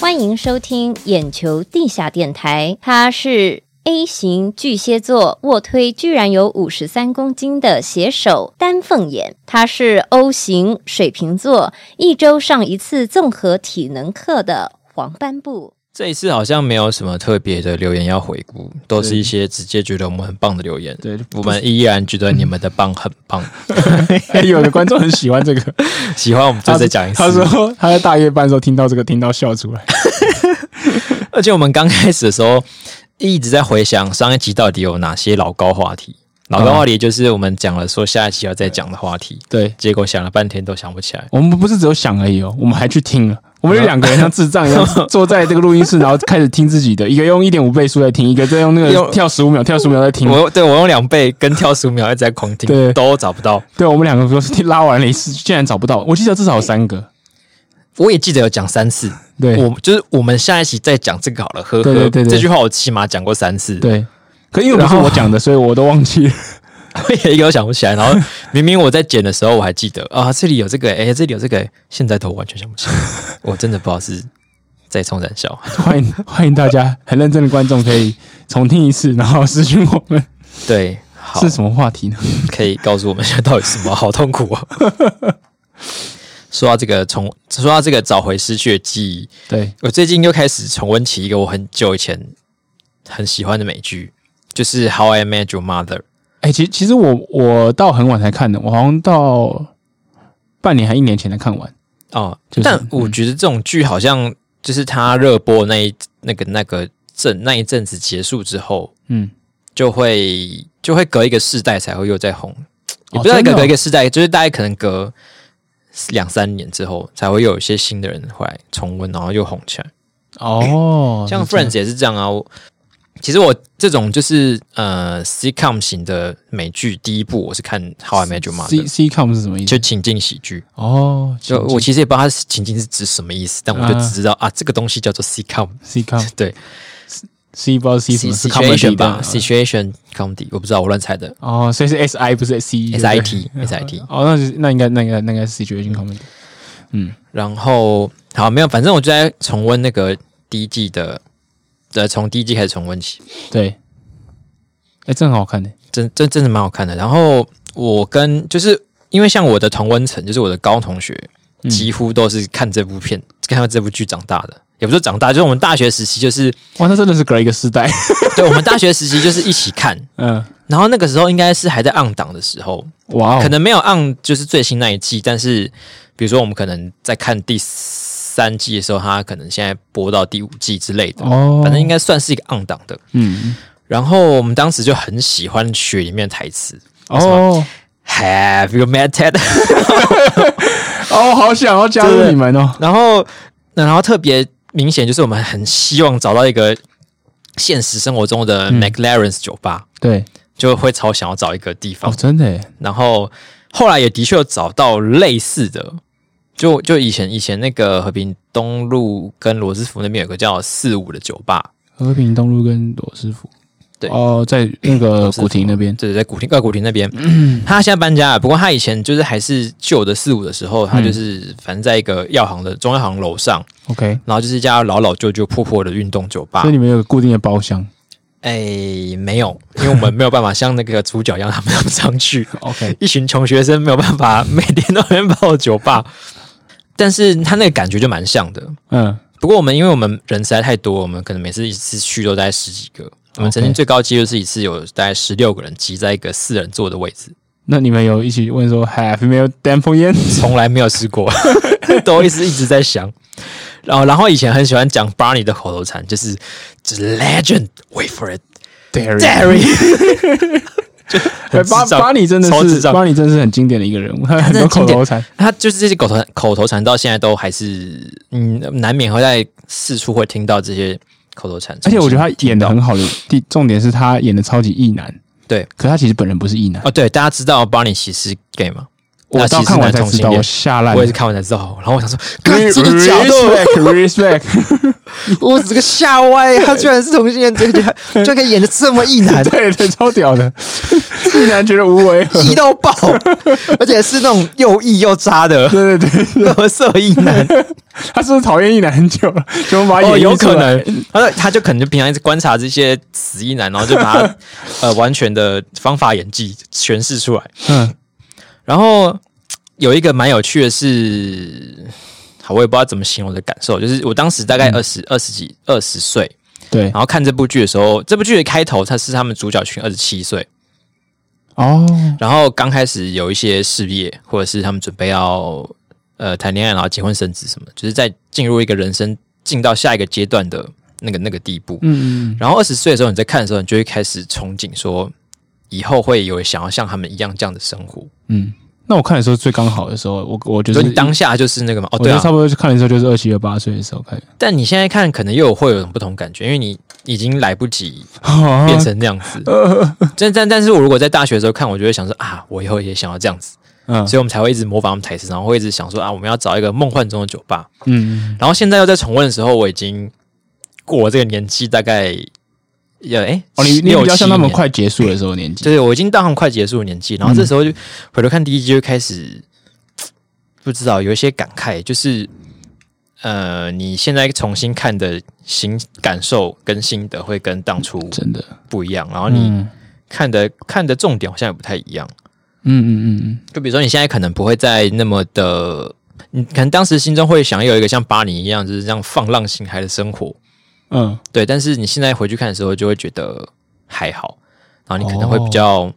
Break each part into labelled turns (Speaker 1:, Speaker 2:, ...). Speaker 1: 欢迎收听眼球地下电台，他是 A 型巨蟹座，卧推居然有五十三公斤的写手丹凤眼；他是 O 型水瓶座，一周上一次综合体能课的黄斑部。
Speaker 2: 这一次好像没有什么特别的留言要回顾，都是
Speaker 3: 对
Speaker 2: 一些直接觉得我们很棒的留言。
Speaker 3: 对
Speaker 2: 我们依然觉得你们的棒很 棒，
Speaker 3: 哎 有的观众很喜欢 这个，
Speaker 2: 喜欢我们就再讲一次
Speaker 3: 他。说他在大夜班的时候听到这个，听到笑出来。
Speaker 2: 而且我们刚开始的时候一直在回想上一集到底有哪些老高话题，老高话题就是我们讲了说下一期要再讲的话题，
Speaker 3: 对
Speaker 2: 结果想了半天都想不起来。
Speaker 3: 我们不是只有想而已哦，我们还去听了。我们有两个人像智障一 样坐在这个录音室，然后开始听自己的，一个用一点五倍速在听，一个在用那
Speaker 2: 用
Speaker 3: 个跳十五秒、跳十五秒在听。
Speaker 2: 我对我用两倍跟跳十五秒一直在狂听，
Speaker 3: 嗯对
Speaker 2: 都找不到。
Speaker 3: 对我们两个都是听拉完了一次，竟然找不到。我记得至少有三个。
Speaker 2: 我也记得有讲三次，
Speaker 3: 对，
Speaker 2: 我就是我们下一期再讲这个好了，呵呵。
Speaker 3: 对对对对
Speaker 2: 这句话我起码讲过三次，
Speaker 3: 对，可因为不是
Speaker 2: 然后
Speaker 3: 我讲的，所以我都忘 记了。
Speaker 2: 我也一个都想不起来。然后明明我在剪的时候我还记得啊，这里有这个，哎、这里有这个、现在都完全想不起来，我真的不知道是在冲燃笑。
Speaker 3: 欢迎欢迎大家，很认真的观众可以重听一次，然后私讯我们
Speaker 2: 对，好
Speaker 3: 是，什么话题呢？
Speaker 2: 可以告诉我们现在到底是什么？好痛苦哦。 说到这个重，说到这个找回失去的记忆，
Speaker 3: 对，
Speaker 2: 我最近又开始重温起一个我很久以前很喜欢的美剧，就是《How I Met Your Mother》。
Speaker 3: 哎、其其实我我到很晚才看的，我好像到半年还一年前才看完。
Speaker 2: 哦，
Speaker 3: 就是嗯
Speaker 2: 但我觉得这种剧好像就是它热播那一那个那个阵那一阵子结束之后，
Speaker 3: 嗯，
Speaker 2: 就会就会隔一个世代才会又再红，也不
Speaker 3: 哦
Speaker 2: 是一
Speaker 3: 真的
Speaker 2: 个
Speaker 3: 哦
Speaker 2: 隔一个世代，就是大概可能隔两三年之后才会又有一些新的人回来重温，然后又红起来。
Speaker 3: 哦
Speaker 2: 像
Speaker 3: 是这样
Speaker 2: Friends 也是这样啊。我其实我这种就是呃 sitcom 型的美剧，第一部我是看《How I Met Your Mother》
Speaker 3: C C com 是什么意
Speaker 2: 就
Speaker 3: 思？
Speaker 2: 情境喜剧。
Speaker 3: 哦，
Speaker 2: 就
Speaker 3: 情
Speaker 2: 我其实也不知道它是情境是指什么意思，但我就只知道啊这个东西叫做 sitcom，
Speaker 3: C com
Speaker 2: 对
Speaker 3: C 包 C 什么啊是 comedy 啊
Speaker 2: situation 吧
Speaker 3: 的
Speaker 2: ，situation comedy，我不知道，我乱猜的。
Speaker 3: 哦，所以是 S I 不是 C
Speaker 2: S I T S I T，
Speaker 3: 哦，那就是那应该那应该那应该是 situation comedy。
Speaker 2: 然后好没有，反正我就在重温那个第一季的，呃，从第一季开始重温起，
Speaker 3: 对，哎、真的很好看的。
Speaker 2: 真真真的蛮好看的。然后我跟就是因为像我的同温层，就是我的高同学，几乎都是看这部片、看到这部剧长大的，也不是长大，就是我们大学时期，就是
Speaker 3: 哇，那真的是隔一个时代。
Speaker 2: 对我们大学时期就是一起看，
Speaker 3: 嗯，
Speaker 2: 然后那个时候应该是还在暗档的时候，
Speaker 3: 哇哦，
Speaker 2: 可能没有按就是最新那一季，但是比如说我们可能在看第三季的时候，它可能现在播到第五季之类的，
Speaker 3: 哦，
Speaker 2: 反正应该算是一个按档的。
Speaker 3: 嗯，
Speaker 2: 然后我们当时就很喜欢学里面的台词
Speaker 3: 哦
Speaker 2: ，Have you met Ted？
Speaker 3: 哦，好想要加入你们哦。
Speaker 2: 然后然后特别明显就是我们很希望找到一个现实生活中的
Speaker 3: 嗯
Speaker 2: McLaren's 酒吧，
Speaker 3: 对，
Speaker 2: 就会超想要找一个地方
Speaker 3: 哦，。真的耶，
Speaker 2: 然后后来也的确有找到类似的，就就以前以前那个和平东路跟罗斯福那边有个叫四五的酒吧，
Speaker 3: 和平东路跟罗斯福。
Speaker 2: 对
Speaker 3: 哦，在那个
Speaker 2: 罗斯福
Speaker 3: 古亭那边。
Speaker 2: 对，在古亭呃古亭那边，他现在搬家了，不过他以前就是还是旧的四五的时候，他就是、反正在一个药行的中药行楼上，
Speaker 3: OK，
Speaker 2: 然后就是一家老老旧旧破破的运动酒吧
Speaker 3: 所以。你们有个固定的包厢。
Speaker 2: 哎，没有，因为我们没有办法像那个主角一样，他们常去。
Speaker 3: OK，
Speaker 2: 一群穷学生没有办法每天都能泡酒吧，但是他那个感觉就蛮像的。
Speaker 3: 嗯，
Speaker 2: 不过我们因为我们人实在太多，我们可能每次一次去都大概十几个。我们曾经
Speaker 3: OK
Speaker 2: 最高纪录是一次有大概十六个人挤在一个四人座的位置，
Speaker 3: 那你们有一起问说 Have you met Dan f o y a n
Speaker 2: 从来没有试过， 都一直一直在想。然后，然后以前很喜欢讲 Barney 的口头禅，就是 The legend wait for it
Speaker 3: d a r y
Speaker 2: Derry，
Speaker 3: 哎巴
Speaker 2: 智障
Speaker 3: 巴里真的
Speaker 2: 超智
Speaker 3: 是
Speaker 2: 障
Speaker 3: 巴里真的是很经典的一个人物，他有
Speaker 2: 真
Speaker 3: 很
Speaker 2: 的
Speaker 3: 多
Speaker 2: 经
Speaker 3: 口
Speaker 2: 典
Speaker 3: 头禅。
Speaker 2: 他就是这些口头禅口头禅到现在都还是嗯，难免会在四处会听到这些口头禅。
Speaker 3: 而且我觉得他演的
Speaker 2: 重新听到
Speaker 3: 很好的地，重点是他演的超级异男。
Speaker 2: 对，
Speaker 3: 可他其实本人不是异男。
Speaker 2: 哦，对，大家知道 Barney 其实 gay 吗？
Speaker 3: 我
Speaker 2: 那
Speaker 3: 到
Speaker 2: 其实
Speaker 3: 看完
Speaker 2: 男
Speaker 3: 才
Speaker 2: 同
Speaker 3: 知
Speaker 2: 性
Speaker 3: 道，
Speaker 2: 恋
Speaker 3: 我下烂了。
Speaker 2: 我也是看完才知道，然后我想说，干
Speaker 3: Re-
Speaker 2: 真的假的？
Speaker 3: ？Respect，respect。
Speaker 2: 我整个 吓歪，他居然是同性恋，这个居然居然可以演的这么一男，
Speaker 3: 对对，超屌的。 竟然觉得无违和。
Speaker 2: 异到爆，而且是那种又异又渣的
Speaker 3: 对对对，
Speaker 2: 恶色异男。
Speaker 3: 他是不是讨厌一男很久了？就把他演
Speaker 2: 哦，
Speaker 3: 绎
Speaker 2: 有可
Speaker 3: 出来
Speaker 2: 能，他说 他就可能就平常一直观察这些死意男，然后就把 他呃完全的方法演技诠释出来。
Speaker 3: 嗯，
Speaker 2: 然后有一个蛮有趣的是，好，我也不知道怎么形容我的感受，就是我当时大概
Speaker 3: 嗯
Speaker 2: 二十二十几二十岁，
Speaker 3: 对
Speaker 2: 然，后看这部剧的时候，这部剧的开头它是他们主角群二十七岁，
Speaker 3: 哦，
Speaker 2: 然后刚开始有一些事业，或者是他们准备要呃谈恋爱，然后结婚生子什么的，就是在进入一个人生进到下一个阶段的那个那个地步。
Speaker 3: 嗯，
Speaker 2: 然后二十岁的时候，你在看的时候，你就会开始憧憬说，以后会有想要像他们一样这样的生活。
Speaker 3: 嗯，那我看的时候最刚好的时候，我我就
Speaker 2: 所
Speaker 3: 是
Speaker 2: 以你当下就是那个嘛，哦
Speaker 3: 我
Speaker 2: 对
Speaker 3: 就
Speaker 2: 啊
Speaker 3: 差。不多就看的时候就是二七二八岁的时候 看，
Speaker 2: 但你现在看，可能又有会有种不同感觉，因为你已经来不及变成那样 子。但但但是我如果在大学的时候看，我就会想说啊，我以后也想要这样子，
Speaker 3: 嗯
Speaker 2: 所以我们才会一直模仿他们台词，然后会一直想说啊，我们要找一个梦幻中的酒吧。
Speaker 3: 嗯，
Speaker 2: 然后现在又在重温的时候，我已经过了这个年纪，大概呃，哎，
Speaker 3: 哦，你你
Speaker 2: 六
Speaker 3: 比较像他
Speaker 2: 七
Speaker 3: 们
Speaker 2: 年
Speaker 3: 快结束的时候的年纪，
Speaker 2: 就是我已经到他们快结束的年纪，然后这时候
Speaker 3: 嗯
Speaker 2: 就回头看第一集，就开始不知道有一些感慨，就是呃，你现在重新看的心感受跟心得会跟当初
Speaker 3: 真的，
Speaker 2: 不一样，然后你
Speaker 3: 嗯
Speaker 2: 看的、看的重点好像也不太一样。
Speaker 3: 嗯嗯嗯嗯，
Speaker 2: 就比如说你现在可能不会再那么的，你可能当时心中会想要有一个像巴黎一样，就是这样放浪形骸的生活，
Speaker 3: 嗯，
Speaker 2: 对，但是你现在回去看的时候，就会觉得还好，然后你可能会
Speaker 3: 哦
Speaker 2: 比较，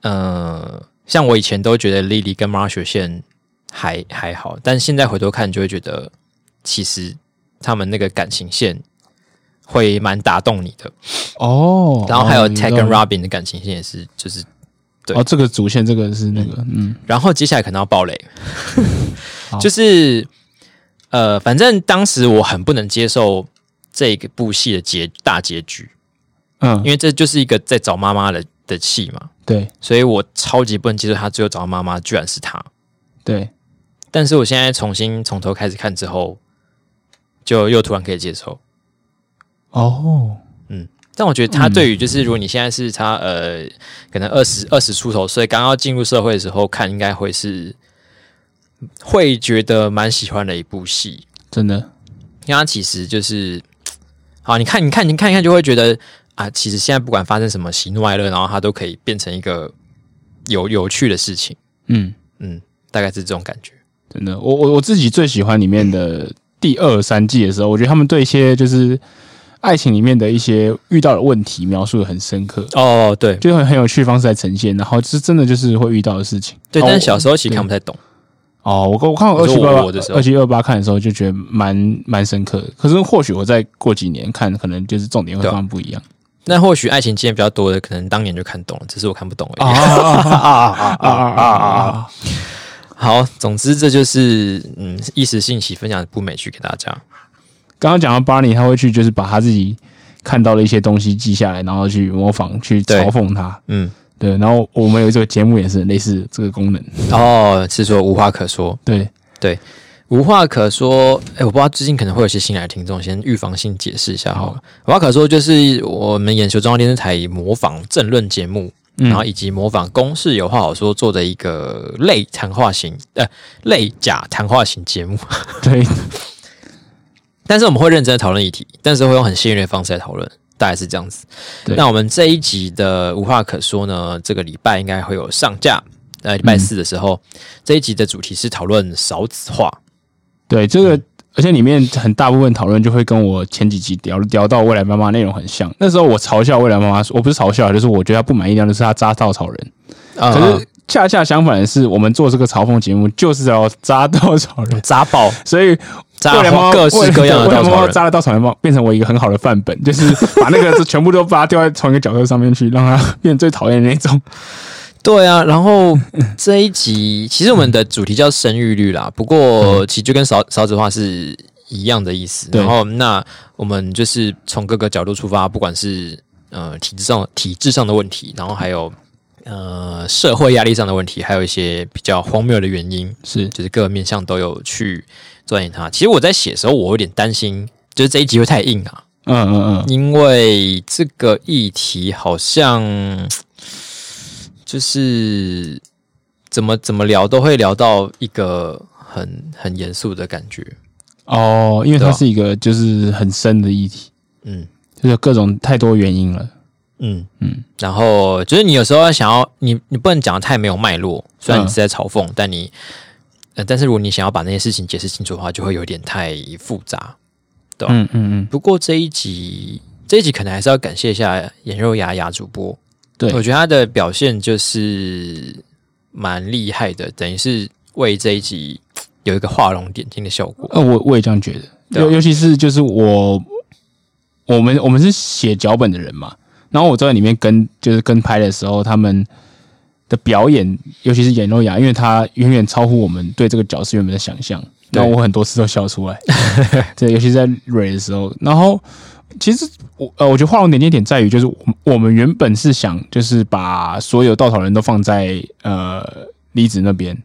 Speaker 2: 呃，像我以前都觉得 Lily 跟 Marshall 线还还好，但现在回头看就会觉得，其实他们那个感情线会蛮打动你的。
Speaker 3: 哦，
Speaker 2: 然后还有
Speaker 3: 哦
Speaker 2: Tag
Speaker 3: 你知道
Speaker 2: and Robin 的感情线也是，就是，对
Speaker 3: 哦，这个主线这个是那个，嗯，
Speaker 2: 然后接下来可能要爆雷
Speaker 3: 好，
Speaker 2: 就是，呃，反正当时我很不能接受这个部戏的结大结局，
Speaker 3: 嗯，
Speaker 2: 因为这就是一个在找妈妈的的戏嘛，
Speaker 3: 对
Speaker 2: 所以我超级不能接受他最后找到妈妈居然是他。
Speaker 3: 对，
Speaker 2: 但是我现在重新从头开始看之后，就又突然可以接受。
Speaker 3: 哦，
Speaker 2: 但我觉得他对于就是如果你现在是他呃可能二十二十出头，所以刚要进入社会的时候看，应该会是会觉得蛮喜欢的一部戏。
Speaker 3: 真的，
Speaker 2: 因为它其实就是，好，你看，你看，你看一看，就会觉得啊，其实现在不管发生什么喜怒哀乐，然后它都可以变成一个有有趣的事情。
Speaker 3: 嗯，
Speaker 2: 嗯，大概是这种感觉。
Speaker 3: 真的，我我我自己最喜欢里面的第二三季的时候，我觉得他们对一些就是爱情里面的一些遇到的问题描述的很深刻，
Speaker 2: 哦，对
Speaker 3: 就很很有趣的方式来呈现，然后是真的就是会遇到的事情。
Speaker 2: 对，
Speaker 3: 哦
Speaker 2: 但是小时候其实看不太懂。
Speaker 3: 哦，我我看我
Speaker 2: 我
Speaker 3: 二
Speaker 2: 说
Speaker 3: 七
Speaker 2: 我的时
Speaker 3: 八
Speaker 2: 候
Speaker 3: 二七二八看的时候就觉得蛮蛮深刻的，可是或许我再过几年看，可能就是重点会
Speaker 2: 对啊
Speaker 3: 放得不一样。
Speaker 2: 那或许爱情经验比较多的，可能当年就看懂了，只是我看不懂而已。
Speaker 3: 啊啊啊啊！
Speaker 2: 好，总之这就是嗯一时兴起分享的部美剧给大家。
Speaker 3: 刚刚讲到巴尼，他会去就是把他自己看到的一些东西记下来，然后去模仿、去
Speaker 2: 对
Speaker 3: 嘲讽他。
Speaker 2: 嗯，
Speaker 3: 对，然后我们有这个节目也是很类似这个功能。
Speaker 2: 哦，是说无话可说，
Speaker 3: 对，
Speaker 2: 无话可说，哎、我不知道最近可能会有些新来的听众，先预防性解释一下好了。
Speaker 3: 嗯
Speaker 2: 无话可说就是我们眼球中央电视台模仿政论节目，
Speaker 3: 嗯
Speaker 2: 然后以及模仿公式有话好说做的一个类谈话型呃类假谈话型节目，
Speaker 3: 对，
Speaker 2: 但是我们会认真的讨论议题，但是会用很犀利的方式来讨论，大概是这样子。
Speaker 3: 对
Speaker 2: 那我们这一集的无话可说呢，这个礼拜应该会有上架，呃，礼拜
Speaker 3: 嗯
Speaker 2: 四的时候，这一集的主题是讨论少子化。
Speaker 3: 对，这个而且里面很大部分讨论就会跟我前几集聊聊到未来妈妈内容很像。那时候我嘲笑未来妈妈，我不是嘲笑，啊就是我觉得她不满意的就是她扎稻草人。
Speaker 2: 可
Speaker 3: 可是恰恰相反的是，我们做这个嘲讽节目就是要扎稻草人，
Speaker 2: 砸爆
Speaker 3: 所以
Speaker 2: 扎
Speaker 3: 未来猫
Speaker 2: 各式各样的稻
Speaker 3: 未来
Speaker 2: 草
Speaker 3: 猫
Speaker 2: 人。
Speaker 3: 扎了稻草人帽，变成我一个很好的范本，就是把那个 就全部都把它丢在同一个角色上面去，让它变成最讨厌的那种。
Speaker 2: 对啊，然后这一集其实我们的主题叫生育率啦，不过其实就跟少少子化是一样的意思。
Speaker 3: 对
Speaker 2: 然后那我们就是从各个角度出发，不管是呃体制上体制上的问题，然后还有呃社会压力上的问题，还有一些比较荒谬的原因，
Speaker 3: 是，
Speaker 2: 就是各个面向都有去钻研它。其实我在写的时候，我有点担心，就是这一集会太硬啊。
Speaker 3: 嗯嗯嗯，
Speaker 2: 因为这个议题好像就是怎么怎么聊都会聊到一个很很严肃的感觉。
Speaker 3: 哦，因为它
Speaker 2: 对啊
Speaker 3: 是一个就是很深的议题，
Speaker 2: 嗯
Speaker 3: 就是有各种太多原因了。
Speaker 2: 嗯
Speaker 3: 嗯
Speaker 2: 嗯。然后就是你有时候想要你你不能讲得太没有脉络，虽然
Speaker 3: 嗯
Speaker 2: 你是在嘲讽，但你呃，但是如果你想要把那些事情解释清楚的话，就会有点太复杂。对啊
Speaker 3: 嗯嗯嗯，
Speaker 2: 不过这一集这一集可能还是要感谢一下眼肉牙牙主播，
Speaker 3: 对
Speaker 2: 我觉得他的表现就是蛮厉害的，等于是为这一集嘖有一个画龙点睛的效果。
Speaker 3: 呃，我我也这样觉得，
Speaker 2: 对啊
Speaker 3: 尤尤其是就是我，我们我们是写脚本的人嘛，然后我在里面跟就是跟拍的时候，他们的表演，尤其是演肉雅，因为他远远超乎我们对这个角色原本的想象，
Speaker 2: 对
Speaker 3: 然后我很多次都笑出来， 对，尤其是在蕊的时候，然后其实我呃，我觉得画龙点睛点在于，就是我们我们原本是想就是把所有稻草人都放在呃离子那边，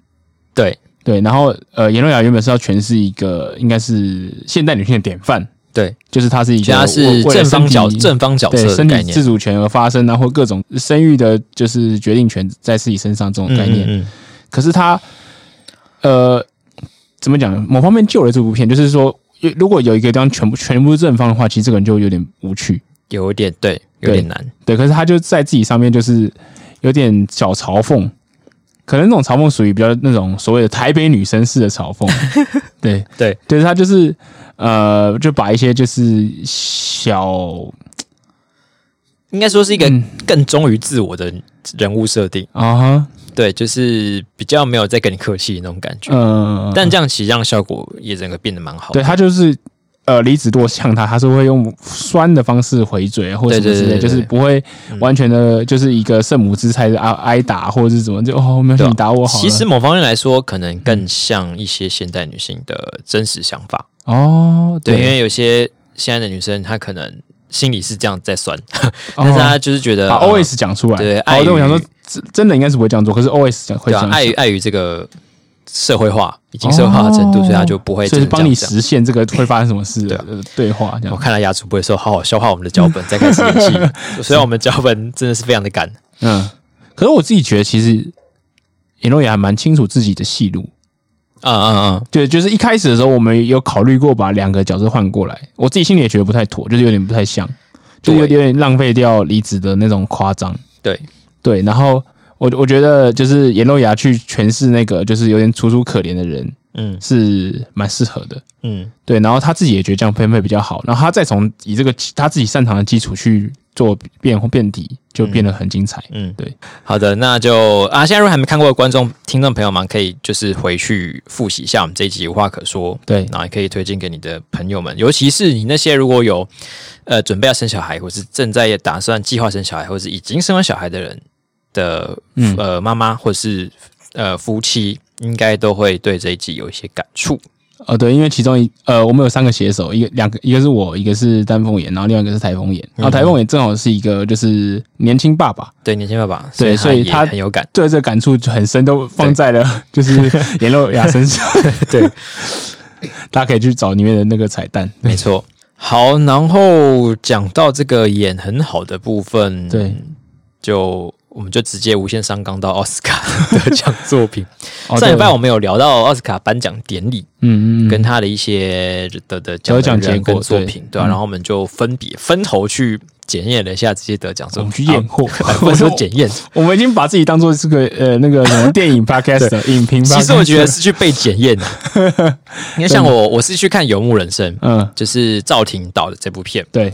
Speaker 2: 对
Speaker 3: 对，然后呃，颜若雅原本是要诠释一个应该是现代女性的典范，
Speaker 2: 对，
Speaker 3: 就是她是一
Speaker 2: 其实
Speaker 3: 个
Speaker 2: 他是
Speaker 3: 为
Speaker 2: 正方角
Speaker 3: 为了身体
Speaker 2: 正方角
Speaker 3: 对
Speaker 2: 色的
Speaker 3: 身
Speaker 2: 概
Speaker 3: 体
Speaker 2: 念
Speaker 3: 自主权而发生啊，或各种生育的，就是决定权在自己身上这种概念。
Speaker 2: 嗯嗯
Speaker 3: 可是她呃，怎么讲？某方面救了这部片，就是说，如果有一个地方全部全部是正方的话，其实这个人就有点无趣。
Speaker 2: 有一点对，有
Speaker 3: 对
Speaker 2: 点难。
Speaker 3: 对，可是他就在自己上面就是有点小嘲讽，可能那种嘲讽属于比较那种所谓的台北女生式的嘲讽， 对
Speaker 2: 对，
Speaker 3: 就是他就是呃，就把一些就是小
Speaker 2: 应该说是一个
Speaker 3: 嗯
Speaker 2: 更忠于自我的人物设定，
Speaker 3: 啊哈，
Speaker 2: 对，就是比较没有在跟你客气那种感觉。
Speaker 3: 嗯、
Speaker 2: 但这样其实让效果也整个变得蛮好的。
Speaker 3: 对他就是呃，离子多呛他，他是会用酸的方式回嘴啊或者什么
Speaker 2: 对对
Speaker 3: 之类，
Speaker 2: 对对
Speaker 3: 就是
Speaker 2: 对嗯
Speaker 3: 不会完全的，就是一个圣母之差的挨挨打或者是怎么就哦，没有事
Speaker 2: 对啊
Speaker 3: 你打我好了，
Speaker 2: 其实某方面来说，可能更像一些现代女性的真实想法。
Speaker 3: 哦，
Speaker 2: 对，
Speaker 3: 对，
Speaker 2: 因为有些现在的女生，她可能心里是这样在算，
Speaker 3: 哦
Speaker 2: 但是她就是觉得、
Speaker 3: 把
Speaker 2: 呃
Speaker 3: always 讲出来。
Speaker 2: 对
Speaker 3: 好
Speaker 2: 碍于
Speaker 3: 但我想说，真真的应该是不会这样做，可是 always 讲会
Speaker 2: 对
Speaker 3: 这
Speaker 2: 啊
Speaker 3: 样，
Speaker 2: 碍于碍于这个社会化已经社会化的
Speaker 3: 哦
Speaker 2: 程度，所以她就不会
Speaker 3: 所
Speaker 2: 真的
Speaker 3: 以是
Speaker 2: 这
Speaker 3: 帮
Speaker 2: 样
Speaker 3: 你
Speaker 2: 想。
Speaker 3: 实现这个会发生什么事
Speaker 2: 对
Speaker 3: 的
Speaker 2: 啊
Speaker 3: 呃对话这
Speaker 2: 我
Speaker 3: 样。
Speaker 2: 看来牙主播的时候，好好消化我们的脚本，再开始演 戏。虽然我们脚本真的是非常的赶，
Speaker 3: 嗯，可是我自己觉得其实。尹诺也还蛮清楚自己的戏路，
Speaker 2: 嗯嗯嗯，
Speaker 3: 对，就是一开始的时候，我们有考虑过把两个角色换过来，我自己心里也觉得不太妥，就是有点不太像，就是有
Speaker 2: 对
Speaker 3: 点浪费掉离子的那种夸张。
Speaker 2: 对
Speaker 3: 对，然后我我觉得就是颜若雅去诠释那个就是有点楚楚可怜的人
Speaker 2: 嗯
Speaker 3: 是蛮适合的，
Speaker 2: 嗯，
Speaker 3: 对，然后他自己也觉得这样分配比较好，然后他再从以这个他自己擅长的基础去做变变体，就变得很精彩。
Speaker 2: 嗯，
Speaker 3: 对，
Speaker 2: 好的，那就啊，现在如果还没看过的观众、听众朋友们，可以就是回去复习一下我们这一集无话可说，
Speaker 3: 对
Speaker 2: 然后也可以推荐给你的朋友们，尤其是你那些如果有呃准备要生小孩，或是正在打算计划生小孩，或是已经生完小孩的人的、
Speaker 3: 嗯
Speaker 2: 呃妈妈或是呃夫妻，应该都会对这一集有一些感触。
Speaker 3: 呃，对，因为其中一呃，我们有三个写手，一个两个，一个是我，一个是丹凤眼，然后另外一个是台风眼。然后
Speaker 2: 嗯
Speaker 3: 台风眼正好是一个就是年轻爸爸，
Speaker 2: 对年轻爸爸，
Speaker 3: 对所以
Speaker 2: 也
Speaker 3: 他
Speaker 2: 很有感。
Speaker 3: 对这个感触就很深，都放在了就是 颜若雅身上。
Speaker 2: 对，
Speaker 3: 大家可以去找里面的那个彩蛋。
Speaker 2: 没错。好，然后讲到这个演很好的部分，
Speaker 3: 对，
Speaker 2: 就我们就直接无限上纲到奥斯 卡得奖作品。
Speaker 3: 哦
Speaker 2: 上礼拜
Speaker 3: 对
Speaker 2: 我们有聊到奥斯卡颁奖典礼、
Speaker 3: 嗯嗯嗯
Speaker 2: 跟他的一些的的
Speaker 3: 得
Speaker 2: 奖
Speaker 3: 奖
Speaker 2: 的人
Speaker 3: 结果
Speaker 2: 跟作
Speaker 3: 对
Speaker 2: 品，对啊，
Speaker 3: 嗯
Speaker 2: 然后我们就分别分头去检验了一下这些得奖
Speaker 3: 我
Speaker 2: 作
Speaker 3: 们
Speaker 2: 品，
Speaker 3: 去验货，
Speaker 2: 啊， 不
Speaker 3: 我
Speaker 2: 是 说
Speaker 3: 说
Speaker 2: 检验。
Speaker 3: 我们已经把自己当做是个呃那个什么电 影 podcast 的影评 podcast。
Speaker 2: 其实我觉得是去被检 验的。你看，像我，我是去看《游牧人生》，
Speaker 3: 嗯，
Speaker 2: 就是赵婷导的这部片。
Speaker 3: 对，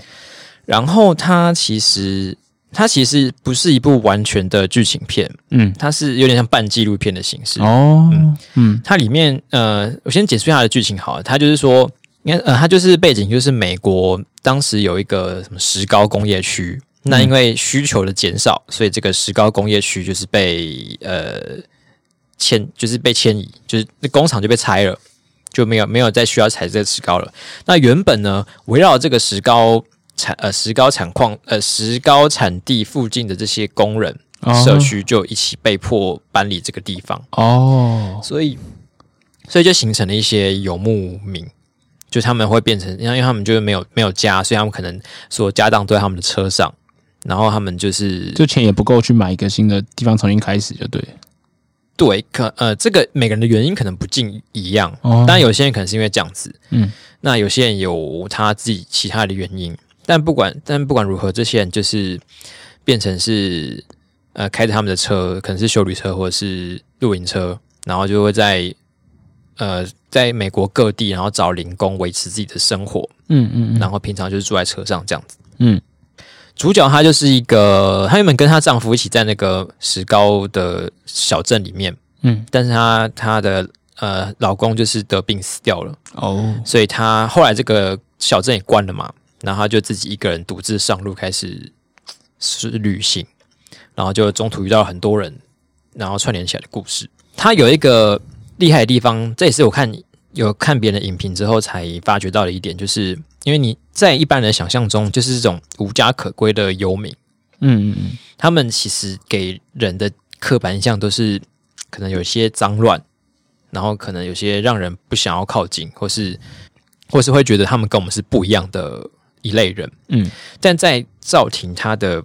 Speaker 2: 然后它其实它其实不是一部完全的剧情片，
Speaker 3: 嗯，
Speaker 2: 它是有点像半纪录片的形式。
Speaker 3: 哦，嗯
Speaker 2: 它里面呃，我先解释一下它的剧情好了。它就是说，应该呃，它就是背景就是美国当时有一个什么石膏工业区，那因为需求的减少，所以这个石膏工业区就是被呃迁，就是被迁移，就是那工厂就被拆了。就没有没有再需要采这个石膏了。那原本呢，围绕这个石膏产呃石膏产矿呃石膏产地附近的这些工人
Speaker 3: 哦
Speaker 2: 社区，就一起被迫搬离这个地方。
Speaker 3: 哦，
Speaker 2: 所以，所以就形成了一些游牧民，就他们会变成，因为因为他们就是没有没有家，所以他们可能所有家当都在他们的车上，然后他们就是
Speaker 3: 就钱也不够去买一个新的地方重新开始，就对了。
Speaker 2: 对，可呃，这个每个人的原因可能不尽一样，
Speaker 3: 哦
Speaker 2: 当然有些人可能是因为这样子，
Speaker 3: 嗯，
Speaker 2: 那有些人有他自己其他的原因，但不管但不管如何，这些人就是变成是呃开着他们的车，可能是修旅车或者是露营车，然后就会在呃在美国各地，然后找零工维持自己的生活，
Speaker 3: 嗯嗯嗯
Speaker 2: 然后平常就是住在车上这样子。
Speaker 3: 嗯，
Speaker 2: 主角她就是一个，她原本跟她丈夫一起在那个石膏的小镇里面，
Speaker 3: 嗯，
Speaker 2: 但是她她的呃老公就是得病死掉了，
Speaker 3: 哦，
Speaker 2: 所以她后来这个小镇也关了嘛，然后她就自己一个人独自上路开始是旅行，然后就中途遇到了很多人，然后串联起来的故事。她有一个厉害的地方，这也是我看有看别人的影评之后才发觉到的一点，就是因为你在一般人的想象中，就是这种无家可归的游民，
Speaker 3: 嗯嗯嗯，
Speaker 2: 他们其实给人的刻板印象都是可能有些脏乱，然后可能有些让人不想要靠近，或是或是会觉得他们跟我们是不一样的一类人。
Speaker 3: 嗯，
Speaker 2: 但在赵婷她的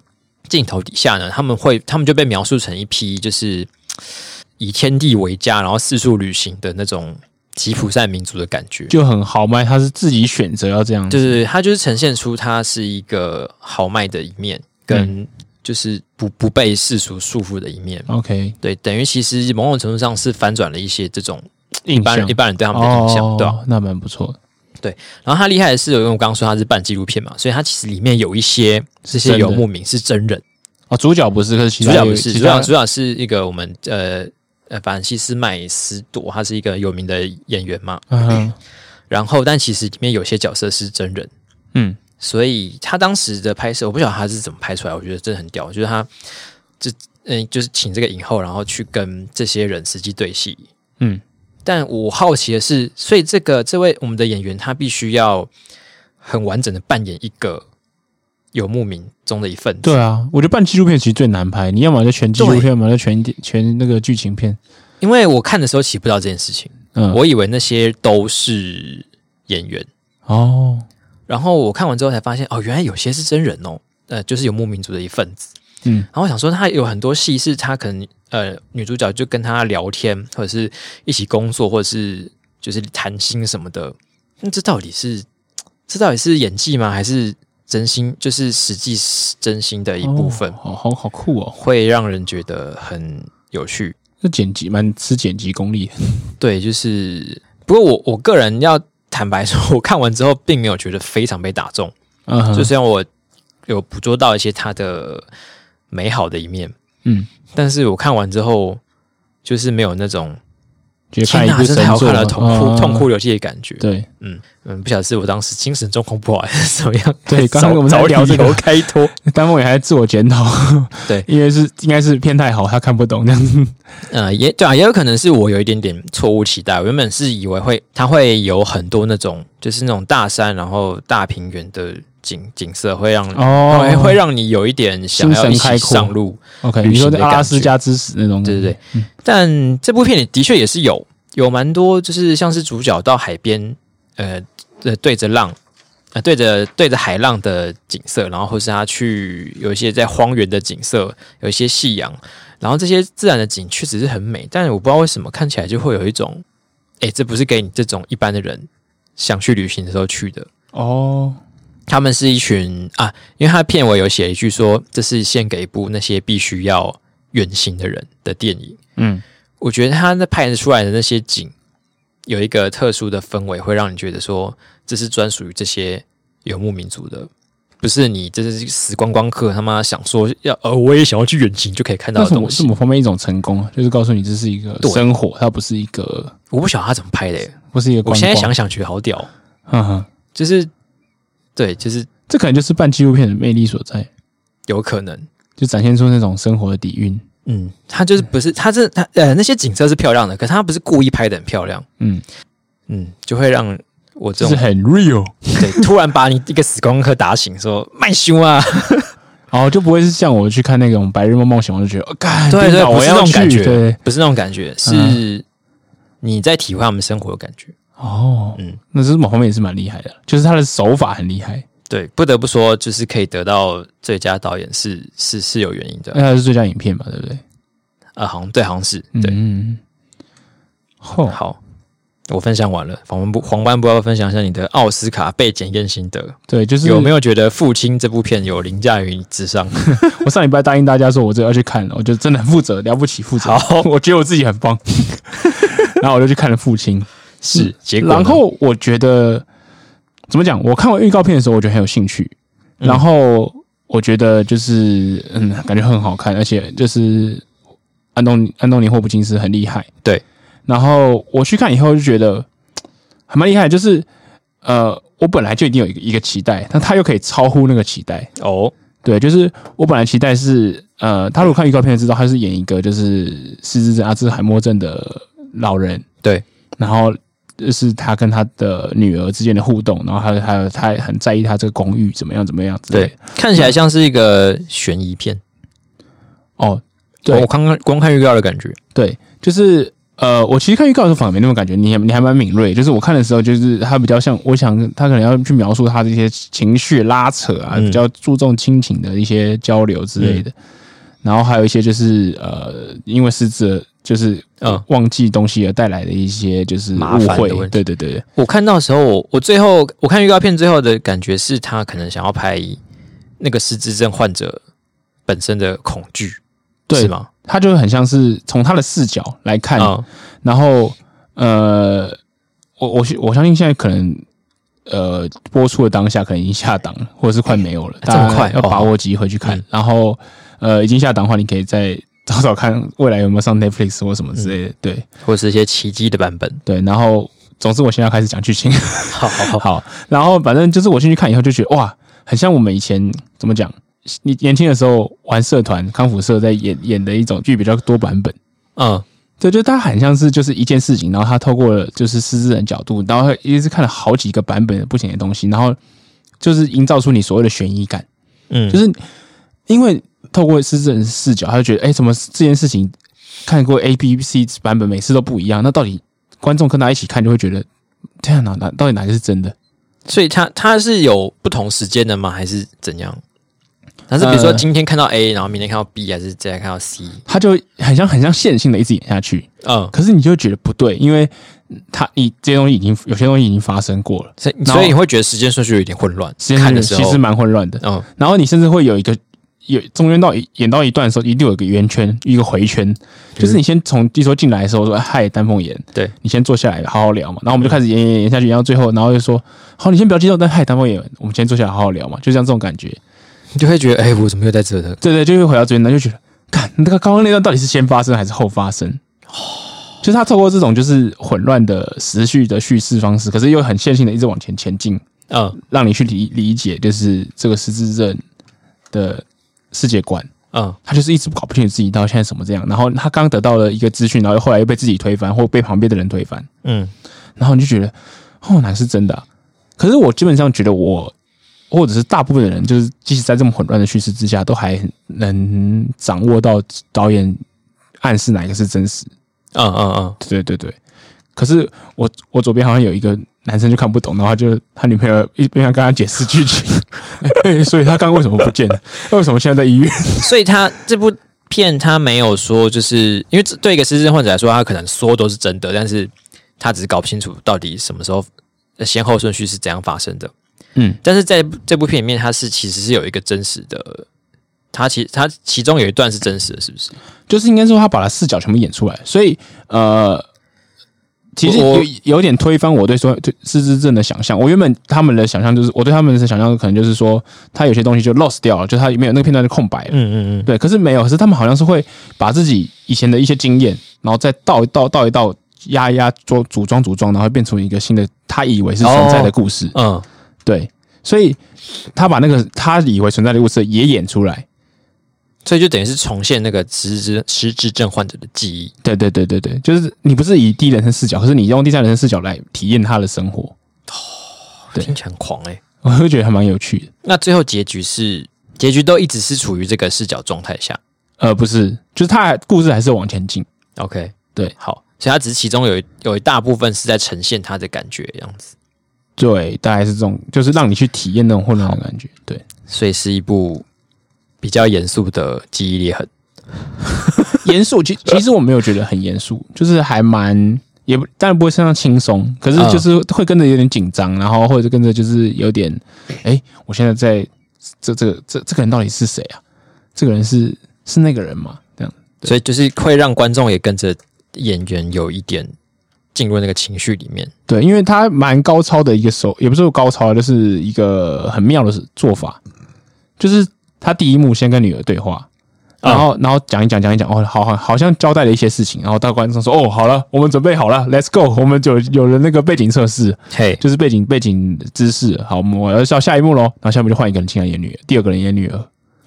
Speaker 2: 镜头底下呢，他们会他们就被描述成一批就是以天地为家，然后四处旅行的那种吉普赛民族的感觉。
Speaker 3: 就很豪迈，他是自己选择要这样子。
Speaker 2: 对对对，他就是呈现出他是一个豪迈的一面，跟就是不不被世俗束缚的一面。
Speaker 3: OK，
Speaker 2: 对，等于其实某种程度上是翻转了一些这种
Speaker 3: 一
Speaker 2: 一般人一般人对他们的印象，对吧、啊
Speaker 3: 哦，那蛮不错的。
Speaker 2: 然后他厉害的是，因为我刚刚说他是半纪录片嘛，所以他其实里面有一些这些
Speaker 3: 真的
Speaker 2: 游牧民是真人，
Speaker 3: 哦，主角不是，可是其
Speaker 2: 主
Speaker 3: 他
Speaker 2: 角
Speaker 3: 有
Speaker 2: 不是
Speaker 3: 其
Speaker 2: 主
Speaker 3: 他
Speaker 2: 角，主角是一个我们呃呃法兰西斯麦斯朵，他是一个有名的演员嘛。
Speaker 3: 嗯哼
Speaker 2: 然后，但其实里面有些角色是真人，
Speaker 3: 嗯
Speaker 2: 所以他当时的拍摄，我不晓得他是怎么拍出来，我觉得真的很屌，就是他这嗯，就是请这个影后，然后去跟这些人实际对戏。
Speaker 3: 嗯，
Speaker 2: 但我好奇的是，所以这个这位我们的演员，他必须要很完整的扮演一个游牧民中的一份子。
Speaker 3: 对啊，我觉得办纪录片其实最难拍，你要么就全纪录片，要么就全全那个剧情片。
Speaker 2: 因为我看的时候其实不知道这件事情，
Speaker 3: 嗯，
Speaker 2: 我以为那些都是演员，
Speaker 3: 哦，
Speaker 2: 然后我看完之后才发现，哦，原来有些是真人哦，呃，就是游牧民族的一份子。
Speaker 3: 嗯
Speaker 2: 然后我想说，他有很多戏是他可能呃，女主角就跟他聊天，或者是一起工作，或者是就是谈心什么的。那这到底是这到底是演技吗？还是真心就是实际是真心的一部分，
Speaker 3: 哦好好好酷哦，
Speaker 2: 会让人觉得很有趣。
Speaker 3: 这剪辑蛮吃剪辑功力的。
Speaker 2: 对，就是不过我我个人要坦白说，我看完之后并没有觉得非常被打中。
Speaker 3: 嗯哼，
Speaker 2: 就虽然我有捕捉到一些他的美好的一面，
Speaker 3: 嗯，
Speaker 2: 但是我看完之后就是没有那种
Speaker 3: 觉得看
Speaker 2: 天
Speaker 3: 一
Speaker 2: 哪，
Speaker 3: 部
Speaker 2: 真的
Speaker 3: 神
Speaker 2: 好
Speaker 3: 作
Speaker 2: 看
Speaker 3: 嘛
Speaker 2: 到痛哭、
Speaker 3: 嗯
Speaker 2: 痛哭流涕的感觉。
Speaker 3: 对，
Speaker 2: 嗯嗯，不晓得是我当时精神状况不好还是 怎么样。
Speaker 3: 对刚刚我们在
Speaker 2: 早
Speaker 3: 聊这
Speaker 2: 早
Speaker 3: 个嗯
Speaker 2: 理由开脱，
Speaker 3: 丹凤也还自我检讨，
Speaker 2: 对
Speaker 3: 因为是应该是片太好，他看不懂这样子。
Speaker 2: 呃，也对啊，也有可能是我有一点点错误期待。我原本是以为会它会有很多那种就是那种大山，然后大平原的景景色，会让
Speaker 3: 哦
Speaker 2: 会会让你有一点想要
Speaker 3: 心
Speaker 2: 一
Speaker 3: 神开
Speaker 2: 起
Speaker 3: 阔
Speaker 2: 上路。
Speaker 3: OK，
Speaker 2: 旅
Speaker 3: 你
Speaker 2: 行
Speaker 3: 说
Speaker 2: 的
Speaker 3: 那阿
Speaker 2: 感
Speaker 3: 拉斯
Speaker 2: 觉
Speaker 3: 加之死那种，
Speaker 2: 对对对，但这部片里的确也是有有蛮多，就是像是主角到海边，呃呃，对着浪，呃对着对着海浪的景色，然后或是他去有一些在荒原的景色，有一些夕阳，然后这些自然的景确实是很美，但我不知道为什么看起来就会有一种，哎，这不是给你这种一般的人想去旅行的时候去的。
Speaker 3: 哦，
Speaker 2: 他们是一群啊，因为他片尾有写一句说，这是献给一部那些必须要远行的人的电影。
Speaker 3: 嗯，
Speaker 2: 我觉得他那拍出来的那些景，有一个特殊的氛围，会让你觉得说这是专属于这些游牧民族的，不是你这是死观光客他妈想说要呃我也想要去远行就可以看到
Speaker 3: 那
Speaker 2: 的
Speaker 3: 是某
Speaker 2: 东
Speaker 3: 是
Speaker 2: 西。
Speaker 3: 某方面一种成功啊，就是告诉你这是一个
Speaker 2: 对
Speaker 3: 生活，它不是一个
Speaker 2: 我不晓得他怎么拍的耶，
Speaker 3: 不是一个观
Speaker 2: 我
Speaker 3: 光。
Speaker 2: 现在想想觉得好屌哦，
Speaker 3: 哼哼，
Speaker 2: 就是对，就是
Speaker 3: 这可能就是办纪录片的魅力所在，
Speaker 2: 有可能。
Speaker 3: 就展现出那种生活的底蕴。
Speaker 2: 嗯，他就是不是他这他呃那些景色是漂亮的，可是他不是故意拍的很漂亮，
Speaker 3: 嗯，
Speaker 2: 嗯，就会让我这
Speaker 3: 就是
Speaker 2: 种
Speaker 3: 很 real，
Speaker 2: 对突然把你一个死观光客打醒，说卖凶啊，
Speaker 3: 然哦后就不会是像我去看那种《白日梦梦想》，我就觉得，哦，干，
Speaker 2: 对
Speaker 3: 冰
Speaker 2: 对，
Speaker 3: 岛
Speaker 2: 不
Speaker 3: 我
Speaker 2: 是
Speaker 3: 要
Speaker 2: 那种
Speaker 3: 去，
Speaker 2: 感觉，嗯
Speaker 3: 对，
Speaker 2: 不是那种感觉，是你在体会他们生活的感觉。
Speaker 3: 哦，
Speaker 2: 嗯
Speaker 3: 那这是某方面也是蛮厉害的，就是他的手法很厉害，
Speaker 2: 对，不得不说，就是可以得到最佳导演是是是有原因的
Speaker 3: 那。它是最佳影片嘛，对不对？
Speaker 2: 啊，好像对，好像是对。
Speaker 3: 嗯嗯，哦嚯、
Speaker 2: 好，我分享完了。黄斑部黄斑部要不要分享一下你的奥斯卡被检验心得，
Speaker 3: 对，就是
Speaker 2: 有没有觉得《父亲》这部片有凌驾于你之 上？
Speaker 3: 我上礼拜答应大家说，我这个要去看了，我觉得真的很负责，了不起，负责。
Speaker 2: 好
Speaker 3: 我觉得我自己很棒，然后我就去看了《父亲》，
Speaker 2: 是，结果呢
Speaker 3: 嗯然后我觉得怎么讲？我看完预告片的时候，我觉得很有兴趣，
Speaker 2: 嗯
Speaker 3: 然后我觉得就是嗯，感觉很好看，而且就是安东尼安东尼霍普金斯很厉害，
Speaker 2: 对。
Speaker 3: 然后我去看以后就觉得嗯还蛮厉害，就是呃，我本来就已经有一个一个期待，但他又可以超乎那个期待，
Speaker 2: 哦，
Speaker 3: 对，就是我本来期待是，呃，他如果看预告片就知道他是演一个就是失智症阿兹海默症的老人，
Speaker 2: 对，
Speaker 3: 然后呃就是他跟他的女儿之间的互动，然后还有还有他很在意他这个公寓怎么样怎么样之类的
Speaker 2: 对，看起来像是一个悬疑片。
Speaker 3: 哦，对
Speaker 2: 我刚刚光看预告的感觉，
Speaker 3: 对，就是呃，我其实看预告的时候反而没那么感觉，你还你还蛮敏锐。就是我看的时候，就是他比较像，我想他可能要去描述他的一些情绪拉扯啊，
Speaker 2: 嗯
Speaker 3: 比较注重亲情的一些交流之类的。然后还有一些就是呃，因为失智了就是呃
Speaker 2: 嗯
Speaker 3: 忘记东西而带来的一些就是
Speaker 2: 麻
Speaker 3: 误
Speaker 2: 烦的
Speaker 3: 会，
Speaker 2: 问题
Speaker 3: 对对对对，
Speaker 2: 我看到的时候，我我最后我看预告片最后的感觉是他可能想要拍那个失智症患者本身的恐惧，
Speaker 3: 对
Speaker 2: 是吗？
Speaker 3: 他就很像是从他的视角来看，
Speaker 2: 嗯
Speaker 3: 然后呃，我我我相信现在可能呃播出的当下可能已经下档了，或者是快没有了，
Speaker 2: 哎这么快哦嗯
Speaker 3: 大家要把握机会去看。然后呃，已经下档的话，你可以再找找看未来有没有上 Netflix 或什么之
Speaker 2: 嗯
Speaker 3: 类的。对
Speaker 2: 或是一些奇迹的版 本。
Speaker 3: 对，然后总之我现在要开始讲剧 情。
Speaker 2: 好好好，
Speaker 3: 好，然后反正就是我进去看以后就觉得哇，很像我们以前怎么讲，你年轻的时候玩社团康复社在演演的一种剧比较多版本。
Speaker 2: 嗯，
Speaker 3: 对，就它很像是就是一件事情，然后他透过了就是失智人角度，然后一直看了好几个版本的不同的东西，然后就是营造出你所谓的悬疑感，
Speaker 2: 嗯，
Speaker 3: 就是因为透过失智人视角，他就觉得哎，诶怎么这件事情看过 A、B、C 版本每次都不一样，那到底观众跟他一起看就会觉得天啊，哪哪到底哪个是真的？
Speaker 2: 所以它它是有不同时间的吗？还是怎样？但是比如说
Speaker 3: 呃
Speaker 2: 今天看到 A，然后明天看到 B，还是再看到 C？
Speaker 3: 他就很像很像线性的一直演下去，
Speaker 2: 嗯，
Speaker 3: 可是你就觉得不对，因为他你这些东西已经有些东西已经发生过了，
Speaker 2: 所以
Speaker 3: 然后
Speaker 2: 所以你会觉得时间顺序有点混乱
Speaker 3: 时，
Speaker 2: 看的
Speaker 3: 间
Speaker 2: 时
Speaker 3: 其
Speaker 2: 候
Speaker 3: 实，蛮混乱的。
Speaker 2: 嗯
Speaker 3: 然后你甚至会有一个有中间到一演到一段的时候，一定有一个圆圈，一个回圈，就是你先从地说进来的时候说嗨丹凤眼，
Speaker 2: 对
Speaker 3: 你先坐下来好好聊嘛，然后我们就开始演演演演下去，演到最后，然后就说好，你先不要激动，但嗨丹凤眼，我们先坐下来好好聊嘛，就像这种感觉，
Speaker 2: 你就会觉得，哎、我怎么又在这呢？
Speaker 3: 对对，就会回到这边，然后就觉得，看那个刚刚那段到底是先发生还是后发生？就是他透过这种就是混乱的时序的叙事方式，可是又很线性的一直往前前进，
Speaker 2: 嗯
Speaker 3: 让你去理理解就是这个失智症的世界观。
Speaker 2: 嗯，
Speaker 3: 他就是一直搞不清楚自己到现在什么这样，然后他刚得到了一个资讯，然后后来又被自己推翻，或被旁边的人推翻，
Speaker 2: 嗯，
Speaker 3: 然后你就觉得，哦，哪是真的啊、可是我基本上觉得我，或者是大部分的人，就是即使在这么混乱的叙事之下，都还能掌握到导演暗示哪一个是真实。
Speaker 2: 嗯嗯嗯，
Speaker 3: 对对对。可是我我左边好像有一个男生就看不懂，然后他就他女朋友一边要跟他解释剧情， 哎所以他刚刚为什么不见了？为什么现在在医院？
Speaker 2: 所以他这部片他没有说，就是因为这对一个失智症患者来说，他可能说都是真的，但是他只是搞不清楚到底什么时候呃先后顺序是怎样发生的。
Speaker 3: 嗯，
Speaker 2: 但是在这部片里面，它是其实是有一个真实的，它其它其中有一段是真实的，是不是？
Speaker 3: 就是应该说他把他视角全部演出来，所以呃，其实
Speaker 2: 我
Speaker 3: 有有点推翻我对说对失智症的想象。我原本他们的想象就是，我对他们的想象可能就是说，他有些东西就 lost 掉了，就他没有那个片段就空白了。
Speaker 2: 嗯嗯
Speaker 3: 对，可是没有，可是他们好像是会把自己以前的一些经验，然后再倒一倒倒一倒，压一压，做组装组装，然后变成一个新的他以为是存在的故事。
Speaker 2: 嗯
Speaker 3: 对，所以他把那个他以为存在的故事也演出来。
Speaker 2: 所以就等于是重现那个失智失智症患者的记忆。
Speaker 3: 对对对对对，就是你不是以第一人称视角，可是你用第三人称视角来体验他的生活，对
Speaker 2: 听起来很狂哎、
Speaker 3: 我会觉得还蛮有趣的。
Speaker 2: 那最后结局是结局都一直是处于这个视角状态下。
Speaker 3: 呃，不是，就是他还故事还是往前进。
Speaker 2: OK，
Speaker 3: 对
Speaker 2: 好，所以它只是其中有一有一大部分是在呈现他的感觉样子。
Speaker 3: 对，大概是这种，就是让你去体验那种混乱的感觉。对，
Speaker 2: 所以是一部比较严肃的记忆力很
Speaker 3: 严肃，其其实我没有觉得很严肃，就是还蛮也不，当然不会像轻松，可是
Speaker 2: 嗯
Speaker 3: 就是会跟着有点紧张，然后或者跟着就是有点，哎、我现在在这这个这这个人到底是谁啊？这个人是是那个人吗？这样
Speaker 2: 所以就是会让观众也跟着演员有一点进入那个情绪里面。
Speaker 3: 对，因为他蛮高超的一个手，也不是说高超，啊就是一个很妙的做法，就是他第一幕先跟女儿对话。
Speaker 2: 嗯
Speaker 3: 然后，然后讲一讲，讲一讲，哦，好好，好像交代了一些事情。然后大观众说：“哦，好了，我们准备好了，Let's go，我们就有了那个背景测试，
Speaker 2: 嘿，
Speaker 3: 就是背景背景知识。好，我们我要到下一幕喽。然后下面就换一个人进来演女儿，第二个人演
Speaker 2: 哎
Speaker 3: 女儿，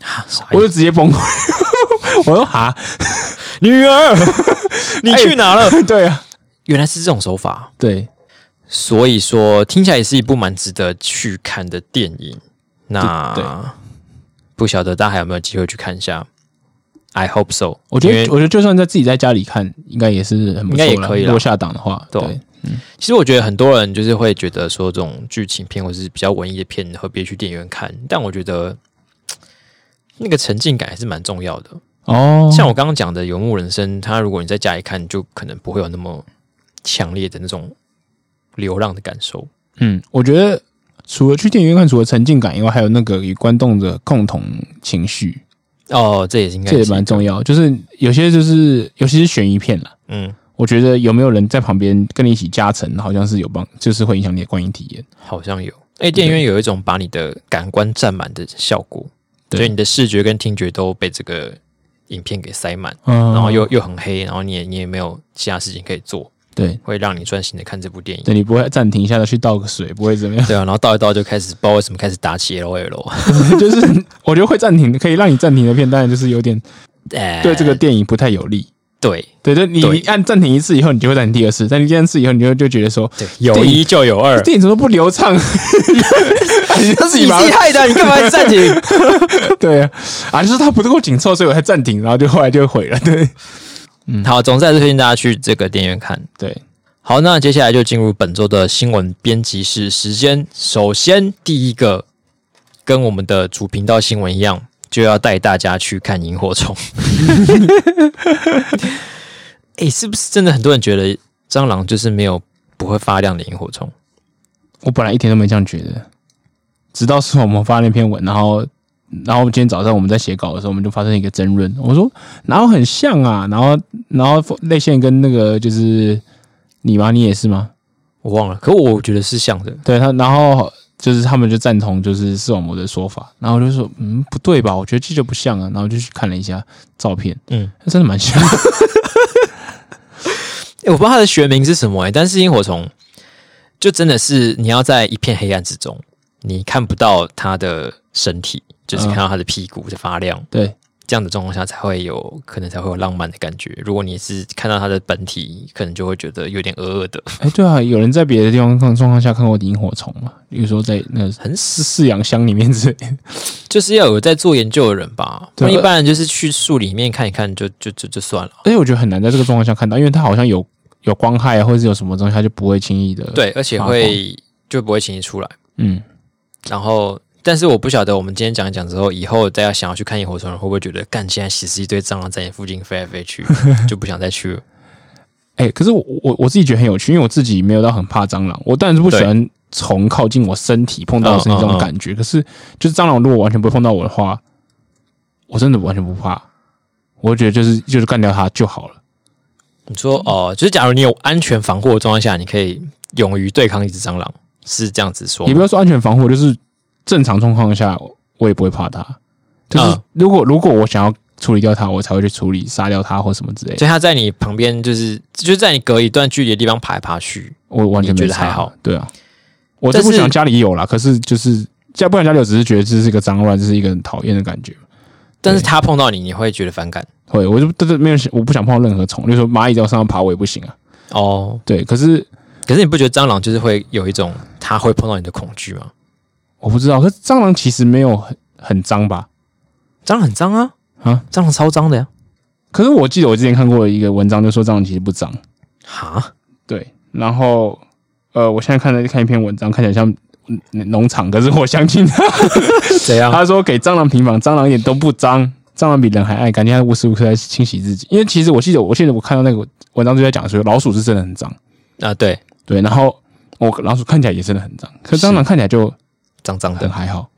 Speaker 2: 啊傻
Speaker 3: 我
Speaker 2: 眼
Speaker 3: 就直接崩溃。 我说哈，
Speaker 2: 女儿， 你去哪了？
Speaker 3: 对啊，
Speaker 2: 哎原来是这种手法，
Speaker 3: 对，
Speaker 2: 所以说听起来也是一部蛮值得去看的电影。
Speaker 3: 对
Speaker 2: 那不晓得大家还有没有机会去看一下？I hope so。
Speaker 3: 我觉得
Speaker 2: 因为
Speaker 3: 我觉得就算在自己在家里看，应该也是很不错啦
Speaker 2: 应该也可以啦
Speaker 3: 如果下档的话，
Speaker 2: 对
Speaker 3: 对，
Speaker 2: 其实我觉得很多人就是会觉得说这种剧情片或是比较文艺的片，何必去电影院看？但我觉得嘖那个沉浸感还是蛮重要的。
Speaker 3: 哦，
Speaker 2: 像我刚刚讲的《游牧人生》，它如果你在家里看，就可能不会有那么强烈的那种流浪的感受。
Speaker 3: 嗯，我觉得除了去电影院看，除了沉浸感以外，还有那个与观众的共同情绪，
Speaker 2: 哦，这也是应该
Speaker 3: 这也
Speaker 2: 是
Speaker 3: 蛮重要。就是有些就是尤其是悬疑片啦，
Speaker 2: 嗯，
Speaker 3: 我觉得有没有人在旁边跟你一起加成，好像是有帮，就是会影响你的观影体验。
Speaker 2: 好像有。哎，电影院有一种把你的感官占满的效果，
Speaker 3: 对
Speaker 2: 所以你的视觉跟听觉都被这个影片给塞满，
Speaker 3: 嗯
Speaker 2: 然后又又很黑，然后你也你也没有其他事情可以做，
Speaker 3: 对，
Speaker 2: 会让你专心的看这部电影。
Speaker 3: 对你不会暂停一下再去倒个水，不会怎么样。
Speaker 2: 对啊，然后到一到就开始不知道为什么开始打起 L O L，
Speaker 3: 就是我觉得会暂停，可以让你暂停的片，当然就是有点
Speaker 2: 哎，
Speaker 3: 对这个电影不太有利。
Speaker 2: 对
Speaker 3: 对，就你
Speaker 2: 对
Speaker 3: 你按暂停一次以后，你就会暂停第二次，暂停第二次以后，你就就觉得说，
Speaker 2: 对，
Speaker 3: 哎
Speaker 2: 有一就有二，
Speaker 3: 电影怎么不流畅？ 你就自己啊把它
Speaker 2: 害 的，你干 嘛暂停？
Speaker 3: 对啊，啊，就是他不够紧凑，所以我才暂停，然后就后来 就毁了。对
Speaker 2: 嗯好，总之还是推荐大家去这个电影院看。
Speaker 3: 对，
Speaker 2: 好，那接下来就进入本周的新闻编辑室时间。首先，第一个跟我们的主频道新闻一样，就要带大家去看萤火虫。 哎、是不是真的很多人觉得蟑螂就是没有不会发亮的萤火虫？
Speaker 3: 我本来一点都没这样觉得，直到是我们发那篇文，然后然后今天早上我们在写稿的时候，我们就发生一个争论。我说哪有很像啊？然后然后内线跟那个就是你吗？你也是吗？
Speaker 2: 我忘了，可我觉得是像的。
Speaker 3: 对他，然后就是他们就赞同就是视网膜的说法，然后我就说嗯不对吧？我觉得这就不像啊，然后就去看了一下照片，
Speaker 2: 嗯，
Speaker 3: 真的蛮像。
Speaker 2: 欸，我不知道它的学名是什么、欸，但是萤火虫就真的是你要在一片黑暗之中，你看不到它的身体，就是
Speaker 3: 嗯
Speaker 2: 看到它的屁股在发亮，
Speaker 3: 对，
Speaker 2: 这样的状况下才会有可能才会有浪漫的感觉。如果你是看到它的本体，可能就会觉得有点恶恶的，
Speaker 3: 哎，对啊，有人在别的地方看状况下看过萤火虫吗？比如说在那个
Speaker 2: 很
Speaker 3: 饲饲养箱里面之类的。
Speaker 2: 就是要有在做研究的人吧，不
Speaker 3: 对
Speaker 2: 然一般人就是去树里面看一看就就就就算了。
Speaker 3: 哎而且我觉得很难在这个状况下看到，因为它好像有有光害啊，或者是有什么东西，它就不会轻易的。，
Speaker 2: 对，而且
Speaker 3: 发
Speaker 2: 会就不会轻易出来。
Speaker 3: 嗯，
Speaker 2: 然后，但是我不晓得我们今天讲一讲之后，以后大家想要去看萤火虫的人会不会觉得，干，现在其实一堆蟑螂在你附近飞来飞去， 就不想再去了。
Speaker 3: 哎，可是我我我自己觉得很有趣，因为我自己没有到很怕蟑螂，我当然是不喜欢虫靠近我身体碰到我身体
Speaker 2: 嗯
Speaker 3: 这种感觉。可是就是蟑螂如果完全不会碰到我的话，我真的完全不怕，我觉得就是就是干掉它就好了。
Speaker 2: 你说哦、就是假如你有安全防护的状况下，你可以勇于对抗一只蟑螂，是这样子说
Speaker 3: 也
Speaker 2: 吗
Speaker 3: 不？要说安全防护，就是正常状况下，我也不会怕它。就是
Speaker 2: 嗯
Speaker 3: 如果、如果我想要处理掉它，我才会去处理杀掉它或什么之类的。
Speaker 2: 所以它在你旁边，就是就在你隔一段距离的地方爬来爬去。
Speaker 3: 我完全
Speaker 2: 你觉
Speaker 3: 没
Speaker 2: 得
Speaker 3: 差
Speaker 2: 还好，
Speaker 3: 对啊。我
Speaker 2: 但
Speaker 3: 是
Speaker 2: 是
Speaker 3: 不想家里有啦，可是就是家不想家里有，只是觉得这是一个脏乱，这是一个很讨厌的感觉。
Speaker 2: 但是它碰到你，你会觉得反感
Speaker 3: 会，我就对对没有，我不想碰到任何虫，就是说蚂蚁在我身上爬我也不行啊。
Speaker 2: 哦。
Speaker 3: 对，可是
Speaker 2: 可是你不觉得蟑螂就是会有一种它会碰到你的恐惧吗？
Speaker 3: 我不知道，可是蟑螂其实没有很很脏吧？
Speaker 2: 蟑螂很脏啊，
Speaker 3: 啊，
Speaker 2: 蟑螂超脏的呀、
Speaker 3: 可是我记得我之前看过一个文章，就说蟑螂其实不脏。
Speaker 2: 哈，
Speaker 3: 对，然后呃，我现在看了看一篇文章，看起来像嗯农场，可是我相信他。
Speaker 2: 怎样？
Speaker 3: 他说给蟑螂平反，蟑螂一点都不脏，蟑螂比人还爱，感觉它无时无刻在清洗自己。因为其实我记得，我记得我看到那个文章就在讲说，老鼠是真的很脏，
Speaker 2: 啊，对，
Speaker 3: 对，然后我老鼠看起来也真的很脏，可是蟑螂看起来就
Speaker 2: 脏脏
Speaker 3: 很
Speaker 2: 的，
Speaker 3: 还好。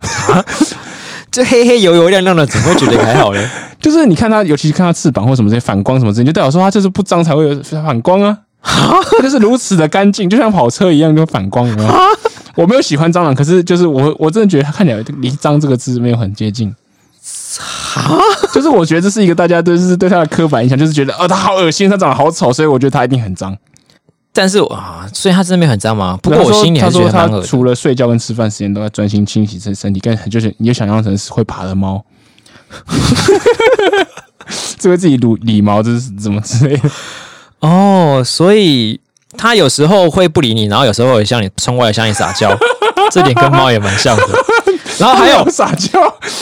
Speaker 2: 这黑黑油油亮亮的，怎么会觉得还好嘞？
Speaker 3: 就是你看它，尤其是看它翅膀或什么这些反光什么之类，就代表说它就是不脏才会有反光啊。它就是如此的干净，就像跑车一样，就反光有没有我没有喜欢蟑啊螂，可是就是我我真的觉得它看起来离“脏”这个字没有很接近。就是我觉得这是一个大家都是对它的刻板印象，就是觉得哦，它好恶心，它长得好丑，所以我觉得它一定很脏。
Speaker 2: 但是我啊，所以他真的没有很脏吗？不过
Speaker 3: 对他
Speaker 2: 我
Speaker 3: 说
Speaker 2: 心里还
Speaker 3: 他
Speaker 2: 是觉
Speaker 3: 说
Speaker 2: 得蛮
Speaker 3: 他
Speaker 2: 恶的
Speaker 3: 除了睡觉跟吃饭时间都在专心清洗身身体，跟就是你就想象成是会爬的猫， 这个自己理理毛，这是怎么之类的？
Speaker 2: 哦，所以他有时候会不理你，然后有时候会向你冲过来向你撒 娇，这点跟猫也蛮像的。然后还有
Speaker 3: 撒娇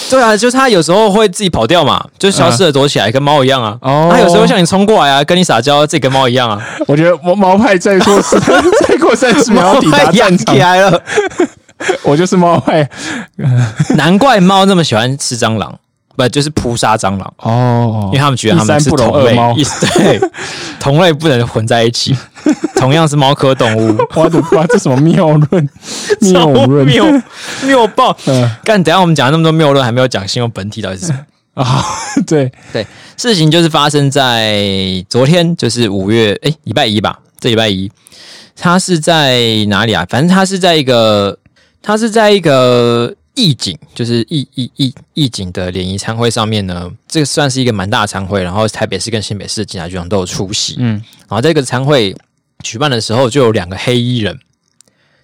Speaker 2: 对啊，就是它有时候会自己跑掉嘛，就消失了躲起来，跟猫一样啊。
Speaker 3: 哦
Speaker 2: 它有时候会向你冲过来啊，跟你撒娇，自己跟猫一样 啊。
Speaker 3: 我觉得毛毛派再过 十再过三十秒抵达
Speaker 2: 猫 养
Speaker 3: 战
Speaker 2: 起
Speaker 3: 场，
Speaker 2: 来了，
Speaker 3: 我就是猫派
Speaker 2: 难怪猫那么喜欢吃蟑螂，不就是扑杀蟑螂，
Speaker 3: 哦
Speaker 2: 因为他们觉得它们
Speaker 3: 一
Speaker 2: 是
Speaker 3: 山不容
Speaker 2: 同
Speaker 3: 二
Speaker 2: 类
Speaker 3: 猫，
Speaker 2: 一 对同类不能混在一 起，同样是猫科动物，
Speaker 3: 我的妈，这什么谬论？谬
Speaker 2: 超
Speaker 3: 论
Speaker 2: 谬谬爆！
Speaker 3: 嗯
Speaker 2: 干，等一下我们讲了那么多谬论，还没有讲新闻本体到底是什么。
Speaker 3: 啊，对，
Speaker 2: 对，事情就是发生在昨天，就是五月哎礼拜一吧，这礼拜一，他是在哪里啊？反正他是在一个，他是在一个义警，就是义义义义警的联谊参会上面呢，这个算是一个蛮大的参会，然后台北市跟新北市的警察局长都有出席，
Speaker 3: 嗯，
Speaker 2: 然后在这个参会举办的时候，就有两个黑衣人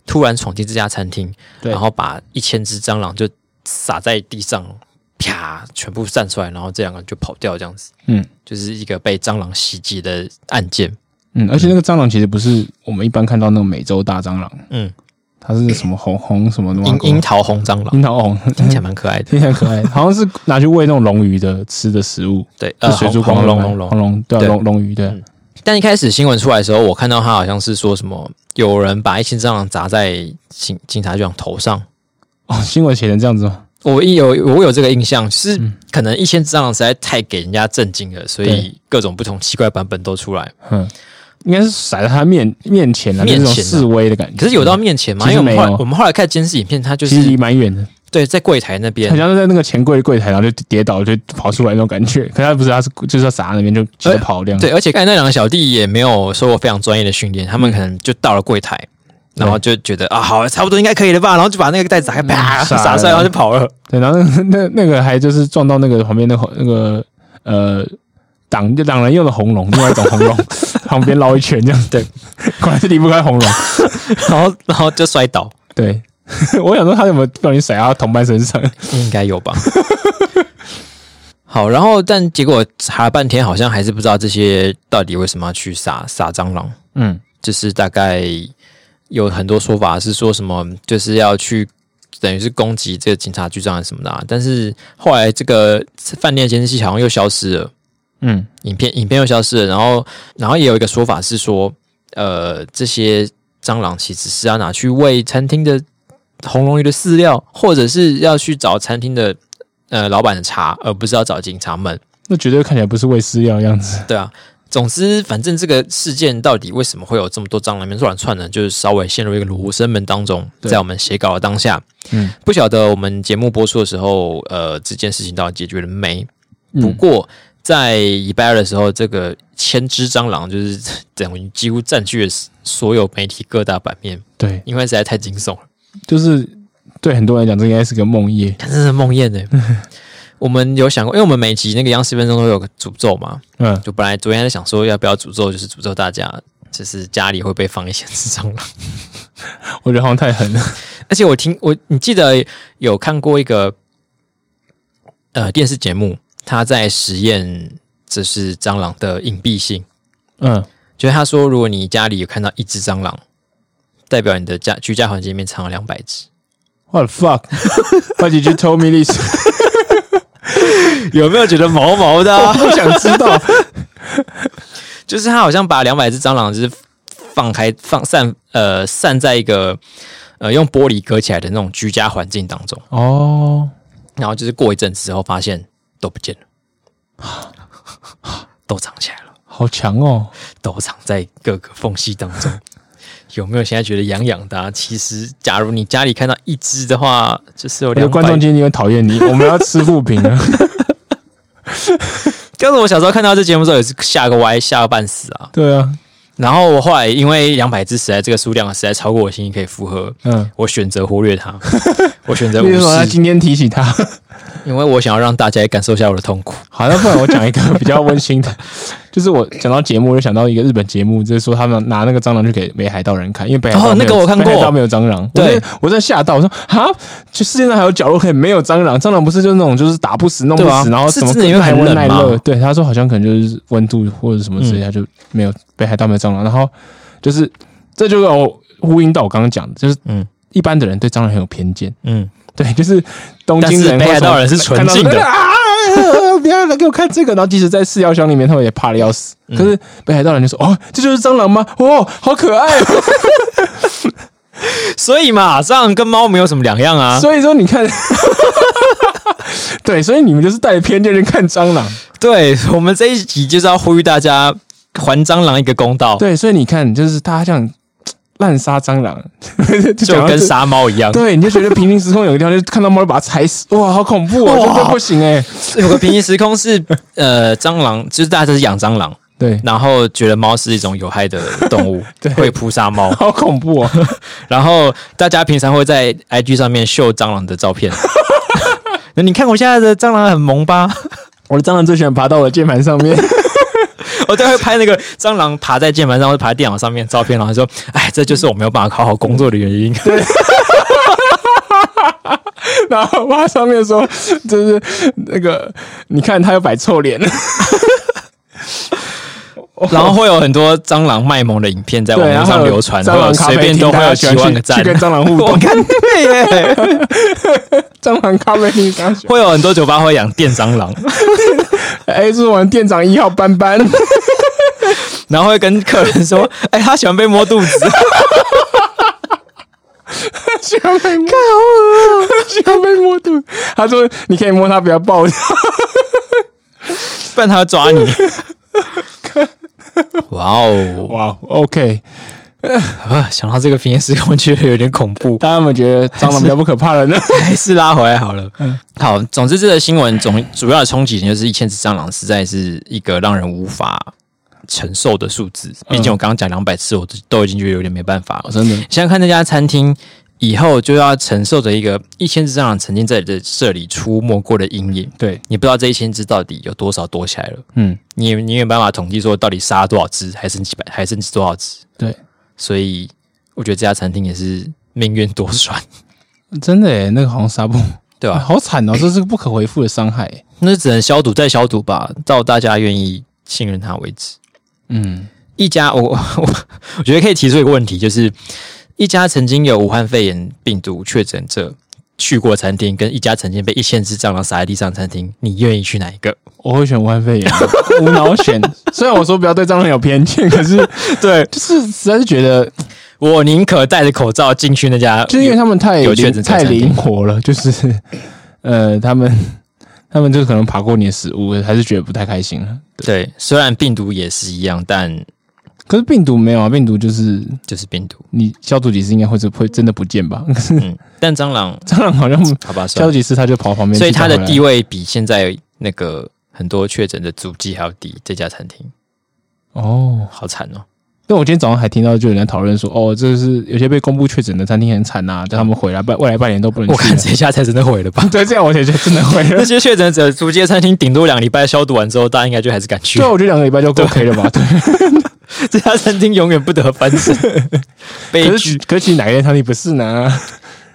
Speaker 2: 突然闯进这家餐厅，
Speaker 3: 对
Speaker 2: 然后把一千只蟑螂就撒在地上，啪，全部散出来，然后这两个人就跑掉，这样子。
Speaker 3: 嗯，
Speaker 2: 就是一个被蟑螂袭击的案件。
Speaker 3: 嗯，而且那个蟑螂其实不是我们一般看到那个美洲大蟑螂，
Speaker 2: 嗯，
Speaker 3: 它是什么红红什么的吗
Speaker 2: 樱樱桃红蟑螂
Speaker 3: 樱桃红，
Speaker 2: 听起来蛮可爱的。
Speaker 3: 听起来可 爱，好像是拿去喂那种龙鱼的吃的食物，
Speaker 2: 对，
Speaker 3: 就
Speaker 2: 呃，
Speaker 3: 水
Speaker 2: 红
Speaker 3: 族馆
Speaker 2: 红
Speaker 3: 会
Speaker 2: 龙
Speaker 3: 卖
Speaker 2: 红龙
Speaker 3: 红。龙对啊
Speaker 2: 对嗯
Speaker 3: 龙龙鱼对啊，
Speaker 2: 但一开始新闻出来的时候，我看到他好像是说什么有人把一千蟑螂砸在警警察局长头上。
Speaker 3: 哦，新闻写成这样子吗？
Speaker 2: 我一有我有这个印象，是
Speaker 3: 嗯
Speaker 2: 可能一千只蟑螂实在太给人家震惊了，所以各种不同奇怪版本都出来。
Speaker 3: 嗯应该是甩在他面面前了，就
Speaker 2: 面
Speaker 3: 是
Speaker 2: 前啊
Speaker 3: 那种示威的感觉。
Speaker 2: 可是有到面前吗？
Speaker 3: 其
Speaker 2: 因
Speaker 3: 实
Speaker 2: 为我们后来
Speaker 3: 没有
Speaker 2: 我们后来看监视影片，它就
Speaker 3: 其实离
Speaker 2: 是
Speaker 3: 蛮远的，
Speaker 2: 对在柜台那
Speaker 3: 很
Speaker 2: 边，
Speaker 3: 像是在那个钱柜的柜台，然后就跌倒就跑出来那种感觉。可是他不是，他是就是要撒在那边就急着跑这样。
Speaker 2: 对，而且刚才那两个小弟也没有受过非常专业的训练，他们可能就到了柜台，
Speaker 3: 嗯
Speaker 2: 然后就觉得啊好，差不多应该可以了吧，然后就把那个袋子打开，啪
Speaker 3: 嗯傻了
Speaker 2: 撒出来，然后就跑了。
Speaker 3: 对，然后那个那那个还就是撞到那个旁边那个那个呃挡就挡人用的红龙，另外一种红 龙旁边绕一圈这样。对，果然是离不开 红龙。
Speaker 2: 然后然后就摔倒，
Speaker 3: 对， 我想说他有没有不小心甩到他同伴身上？
Speaker 2: 应该有吧。 好，然后但结果查了半天，好像还是不知道这些到底为什么要去撒撒蟑螂。
Speaker 3: 嗯，
Speaker 2: 就是大概有很多说法是说什么，就是要去等于是攻击这个警察局长什么的、啊，但是后来这个饭店监视器好像又消失了，
Speaker 3: 嗯，
Speaker 2: 影片影片又消失了，然后然后也有一个说法是说，呃，这些蟑螂其实是要拿去喂餐厅的红龙鱼的饲料，或者是要去找餐厅的呃老板的茶，而不是要找警察们。
Speaker 3: 那绝对看起来不是喂饲料的样子。
Speaker 2: 对啊，总之，反正这个事件到底为什么会有这么多蟑螂面乱窜呢？就是稍微陷入一个罗生门当中，
Speaker 3: 对
Speaker 2: 在我们写稿的当下，
Speaker 3: 嗯，
Speaker 2: 不晓得我们节目播出的时候，呃，这件事情到底解决了没？
Speaker 3: 嗯
Speaker 2: 不过。在礼拜二的时候，这个千只蟑螂就是 等于几乎占据了所有媒体各大版面，
Speaker 3: 对，
Speaker 2: 因为实在太惊悚了，
Speaker 3: 就是对很多人来讲，这应该是个梦夜。
Speaker 2: 看真是梦魇呢。欸我们有想过，因为我们每集那个央视分钟都有个诅咒嘛，
Speaker 3: 嗯，
Speaker 2: 就本来昨天在想说要不要诅咒，就是诅咒大家，就是家里会被放一些只蟑螂。
Speaker 3: 我觉得好像太狠了。
Speaker 2: 而且我听我你记得有看过一个呃电视节目，他在实验就是蟑螂的隐蔽性，
Speaker 3: 嗯，
Speaker 2: 就是他说如果你家里有看到一只蟑螂，代表你的家居家环境里面藏了两百只。
Speaker 3: What the fuck? Why did you tell me this？
Speaker 2: 有没有觉得毛
Speaker 3: 啊
Speaker 2: 毛的、
Speaker 3: 我不想知道。
Speaker 2: 就是他好像把两百只蟑螂就是放开放散呃散在一个呃用玻璃隔起来的那种居家环境当中，
Speaker 3: 哦，
Speaker 2: 然后就是过一阵子之后发现都不见了， 都藏起来了，
Speaker 3: 好强哦！
Speaker 2: 都藏在各个缝隙当中。有没有现在觉得痒痒的、啊？其实，假如你家里看到一只的话，就是有
Speaker 3: 我觉得
Speaker 2: 两
Speaker 3: 观
Speaker 2: 百
Speaker 3: 众今天很讨厌你，我们要吃负评 了。
Speaker 2: 刚才我小时候看到这节目的时候，也是吓个歪，吓个半死啊。
Speaker 3: 对啊，
Speaker 2: 然后我后来因为两百只实在这个数量实在超过我心里可以负荷，
Speaker 3: 嗯，
Speaker 2: 我选择忽略 它，我选择无
Speaker 3: 为什么他
Speaker 2: 视，
Speaker 3: 今天提起他？
Speaker 2: 因为我想要让大家也感受一下我的痛苦。
Speaker 3: 好，那不然我讲一个比较温馨的， 就是我讲到节目，我就想到一个日本节目，就是说他们拿那个蟑螂去给北海道人看，因为北海道没有、
Speaker 2: 哦那个我看过
Speaker 3: 北海道没有蟑螂。我
Speaker 2: 对
Speaker 3: 在，我在吓到，我说啊，就世界上还有角落可以没有蟑螂？蟑螂不是就是那种就是打不死、弄不
Speaker 2: 对啊
Speaker 3: 死，然后
Speaker 2: 是
Speaker 3: 什么
Speaker 2: 真的因为
Speaker 3: 耐
Speaker 2: 很
Speaker 3: 温
Speaker 2: 冷
Speaker 3: 耐
Speaker 2: 嘛
Speaker 3: 热？对，他说好像可能就是温度或者什么之类，
Speaker 2: 嗯
Speaker 3: 他就没有北海道没有蟑螂。然后就是这就让我呼应到我刚刚讲的，就是
Speaker 2: 嗯
Speaker 3: 一般的人对蟑螂很有偏见。
Speaker 2: 嗯，
Speaker 3: 对，就是东
Speaker 2: 但
Speaker 3: 京
Speaker 2: 是
Speaker 3: 人
Speaker 2: 北
Speaker 3: 或
Speaker 2: 海
Speaker 3: 什
Speaker 2: 道
Speaker 3: 么
Speaker 2: 人是
Speaker 3: 看
Speaker 2: 纯
Speaker 3: 到
Speaker 2: 净
Speaker 3: 那个
Speaker 2: 的，
Speaker 3: 啊！不要来给我看这个，然后即使在四药箱里面，他们也怕的要死。
Speaker 2: 嗯
Speaker 3: 可是北海道人就说：“哦，这就是蟑螂吗？哦，好可爱、哦。
Speaker 2: 所以嘛，蟑螂跟猫没有什么两样啊。
Speaker 3: 所以说你看，对，所以你们就是带着偏见去看蟑螂。
Speaker 2: 哦对我们这一集就是要呼吁大家还蟑螂一个公道，
Speaker 3: 对，所以你看，就是大家这样滥杀蟑螂， 就讲
Speaker 2: 就
Speaker 3: 到
Speaker 2: 跟
Speaker 3: 这。
Speaker 2: 杀猫一样。
Speaker 3: 对，你就觉得平行时空有一个地方，就看到猫就把它踩死，哇，好恐怖哦，
Speaker 2: 哇
Speaker 3: 这不行哎、
Speaker 2: 有个平行时空是 呃，蟑螂就是大家都是养蟑螂，
Speaker 3: 对，
Speaker 2: 然后觉得猫是一种有害的动物
Speaker 3: 对，
Speaker 2: 会扑杀猫。
Speaker 3: 好恐怖 哦，
Speaker 2: 然后大家平常会在 IG 上面秀蟑螂的照 片。那你看我现在的蟑螂很萌吧？
Speaker 3: 我的蟑螂最喜欢爬到我的键盘上面。
Speaker 2: 我都会拍那个蟑螂爬在键盘上或者爬在电脑上面的照片，然后说：“哎，这就是我没有办法好好工作的原 因。
Speaker 3: 然后他上面说，就是那个，你看他又摆臭脸，”
Speaker 2: 然后会有很多蟑螂卖萌的影片在网
Speaker 3: 对，
Speaker 2: 络
Speaker 3: 然后
Speaker 2: 上流传，
Speaker 3: 蟑
Speaker 2: 会有
Speaker 3: 螂咖
Speaker 2: 随
Speaker 3: 啡
Speaker 2: 便
Speaker 3: 厅
Speaker 2: 都会
Speaker 3: 大
Speaker 2: 有
Speaker 3: 家
Speaker 2: 几
Speaker 3: 喜欢去
Speaker 2: 万个赞
Speaker 3: 去。跟蟑 螂互
Speaker 2: 我
Speaker 3: 动，
Speaker 2: 看对耶，
Speaker 3: 蟑螂咖啡厅大 家喜欢
Speaker 2: 会有很多酒吧会养电蟑螂，
Speaker 3: 哎，这是我们店长一号班班，
Speaker 2: 然后会跟客人说：“哎，他喜欢被摸肚子。”
Speaker 3: 喜欢被摸，
Speaker 2: 哦
Speaker 3: 喜欢被摸肚。他说你可以摸他，不要抱他。
Speaker 2: 不然他要抓 你。 哇哦！
Speaker 3: 哇，OK，
Speaker 2: 啊想到这个平行时空，觉得有点恐怖，
Speaker 3: 大家有没有觉得蟑螂比较不可 怕了呢？
Speaker 2: 还是拉回来好了。好，总之这个新闻总主要的冲击点就是一千只蟑螂实在是一个让人无法承受的数字。毕竟我刚刚讲两百次，我都都已经觉得有点没办法了。
Speaker 3: 真的，
Speaker 2: 想想看，那家餐厅以后就要承受着一个一千只蟑螂曾经在这这里出没过的阴影。
Speaker 3: 对，
Speaker 2: 你不知道这一千只到底有多少多起来了，
Speaker 3: 嗯，
Speaker 2: 你也你也没办法统计说到底杀了多少只，还剩几百，还剩多少只。
Speaker 3: 对，
Speaker 2: 所以我觉得这家餐厅也是命运多舛，真
Speaker 3: 真的诶，那个好像杀不，
Speaker 2: 对啊吧、
Speaker 3: 好惨哦，这是个不可回复的伤害耶。
Speaker 2: 那只能消毒再消毒吧，到大家愿意信任他为止。
Speaker 3: 嗯，
Speaker 2: 一家，我我我我觉得可以提出一个问题，就是一家曾经有武汉肺炎病毒确诊者去过餐厅，跟一家曾经被一千只蟑螂撒在地上的餐厅，你愿意去哪一 个？
Speaker 3: 我会选武汉肺炎， 无脑选。虽然我说不要对蟑螂有偏见，可是
Speaker 2: 对
Speaker 3: 就是实在是觉得，
Speaker 2: 我宁可戴着口罩进去那家，
Speaker 3: 就是因为他们太
Speaker 2: 有确
Speaker 3: 灵
Speaker 2: 诊者
Speaker 3: 太
Speaker 2: 才定
Speaker 3: 灵活了，就是呃，他们他们就可能爬过你的食物，还是觉得不太开心了。
Speaker 2: 对，虽然病毒也是一样，但
Speaker 3: 可是病毒没有啊，病毒就是
Speaker 2: 就是病毒。
Speaker 3: 你消毒几次应该会是会真的不见吧？可是
Speaker 2: 嗯，但蟑螂，
Speaker 3: 蟑螂好像
Speaker 2: 好吧，
Speaker 3: 嗯消
Speaker 2: 算
Speaker 3: 毒
Speaker 2: 了。
Speaker 3: 几次它就跑旁边去
Speaker 2: 啊所以
Speaker 3: 再
Speaker 2: 它
Speaker 3: 回来，
Speaker 2: 的地位比现在那个很多确诊的足迹还要低。这家餐厅
Speaker 3: 哦。
Speaker 2: 好惨哦，
Speaker 3: 但我今天早上还听到就有人在讨论说，哦，这是有些被公布确诊的餐厅很惨啊呐、叫他们回来半未来半年都不能去
Speaker 2: 我
Speaker 3: 了。。
Speaker 2: 看这家才真的毁了吧
Speaker 3: 对，这样我也觉得真的会了
Speaker 2: 那。些确诊者足迹的餐厅，顶多两礼拜消毒完之后，大家应该就还是敢去
Speaker 3: 对啊，。我觉得两个礼拜就 OK 了吧？对，
Speaker 2: 这家餐厅永远不得翻身， 悲
Speaker 3: 可是
Speaker 2: 剧。
Speaker 3: 可是其实哪一天他们不是呢？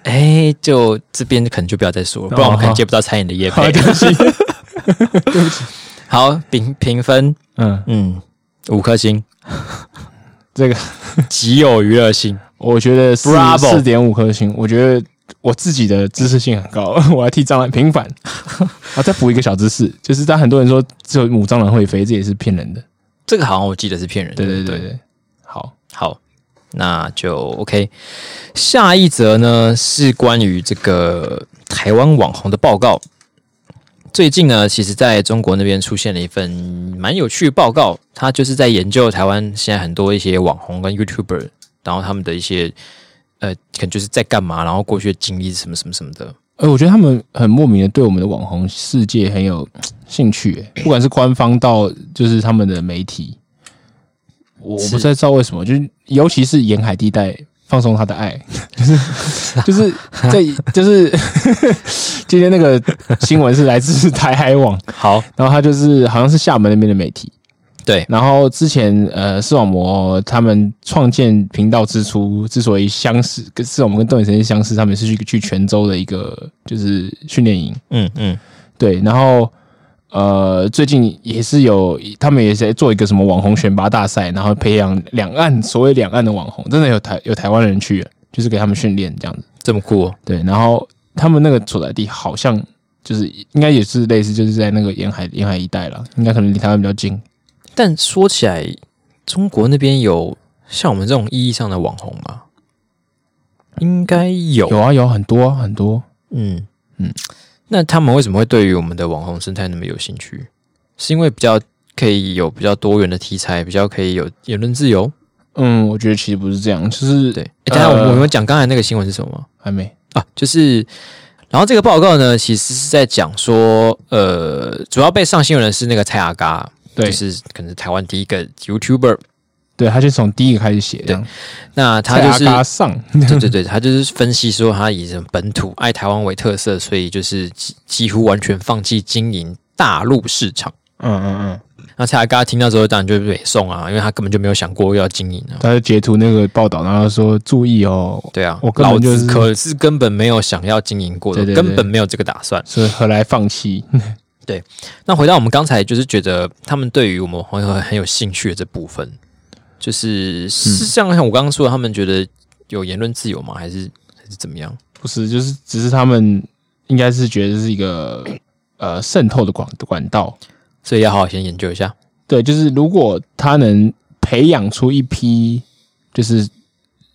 Speaker 2: 哎，就这边可能就不要再说了，不然我们可能接不到餐饮哦的业
Speaker 3: 好，
Speaker 2: 配
Speaker 3: 对。不起，
Speaker 2: 好，评评分，
Speaker 3: 嗯，
Speaker 2: 嗯，五颗星，
Speaker 3: 这个
Speaker 2: 极有娱乐性。
Speaker 3: 我觉得
Speaker 2: Bravo
Speaker 3: 四点五颗星，我觉得我自己的知识性很高， 我要替蟑螂平反。啊，再补一个小知识，就是但很多人说只有母蟑螂会飞，这也是骗人的。
Speaker 2: 这个好像我记得是骗人的。
Speaker 3: 对对对对，好，
Speaker 2: 好，那就 OK。下一则呢是关于这个台湾网红的报告。最近呢，其实在中国那边出现了一份蛮有趣的报告，它就是在研究台湾现在很多一些网红跟 YouTuber，然后他们的一些呃，可能就是在干嘛，然后过去的经历是什么什么什么的。
Speaker 3: 哎、我觉得他们很莫名的对我们的网红世界很有兴趣、 欸，不管是官方到就是他们的媒体，我我
Speaker 2: 是
Speaker 3: 不太知道为什么，就是尤其是沿海地带放松他的爱， 就是就是在就是 今天那个新闻是来自台海网，
Speaker 2: 好，
Speaker 3: 然后他就是好像是厦门那边的媒体，
Speaker 2: 对
Speaker 3: 然后之前呃，视网膜他们创建频道之初，之所以相似，跟视网膜跟动眼神经相似，他们是去去泉州的一个就是训练营，
Speaker 2: 嗯嗯，
Speaker 3: 对，然后呃，最近也是有他们也是在做一个什么网红选拔大赛，然后培养两岸所谓两岸的网红，真的有台有台湾人去了，就是给他们训练这样子，
Speaker 2: 这么酷、哦，
Speaker 3: 对，然后他们那个所在地好像。就是应该也是类似，就是在那个沿海沿海一带了，应该可能离台湾比较近。
Speaker 2: 但说起来，中国那边有像我们这种意义上的网红吗？应该有，
Speaker 3: 有啊，有很多啊很多，
Speaker 2: 嗯嗯。那他们为什么会对于我们的网红生态那么有兴趣？是因为比较可以有比较多元的题材，比较可以有言论自由？
Speaker 3: 嗯，我觉得其实不是这样，就是
Speaker 2: 对。诶等一下我们
Speaker 3: 呃
Speaker 2: 我们有讲刚才那个新闻是什么吗？
Speaker 3: 还没
Speaker 2: 啊，就是，然后这个报告呢，其实是在讲说，呃，主要被上新闻的是那个蔡阿嘎，
Speaker 3: 对、
Speaker 2: 就是可能是台湾第一个 YouTuber，
Speaker 3: 对，他就从第一个开始写，这样
Speaker 2: 那他就是
Speaker 3: 蔡阿嘎上，嗯
Speaker 2: 对对对，他就是分析说，他以什么本土爱台湾为特色，所以就是几几乎完全放弃经营大陆市场。
Speaker 3: 嗯嗯嗯，
Speaker 2: 那蔡阿嘎听到之后，当然就是北宋啊，因为他根本就没有想过要经营啊。
Speaker 3: 他就截图那个报道，然后说注意哦，
Speaker 2: 对啊，
Speaker 3: 我根本就是
Speaker 2: 老子可是根本没有想要经营过的，
Speaker 3: 对对对
Speaker 2: 根本没有这个打算。
Speaker 3: 所以何来放弃？
Speaker 2: 那回到我们刚才，就是觉得他们对于我们很有很有兴趣的这部分，就是
Speaker 3: 嗯
Speaker 2: 是像像我刚刚说的，他们觉得有言论自由吗？还是还是怎么样？
Speaker 3: 不是，就是只是他们应该是觉得是一个呃渗透的管管道，
Speaker 2: 所以要好好先研究一下。
Speaker 3: 对，就是如果他能培养出一批，就是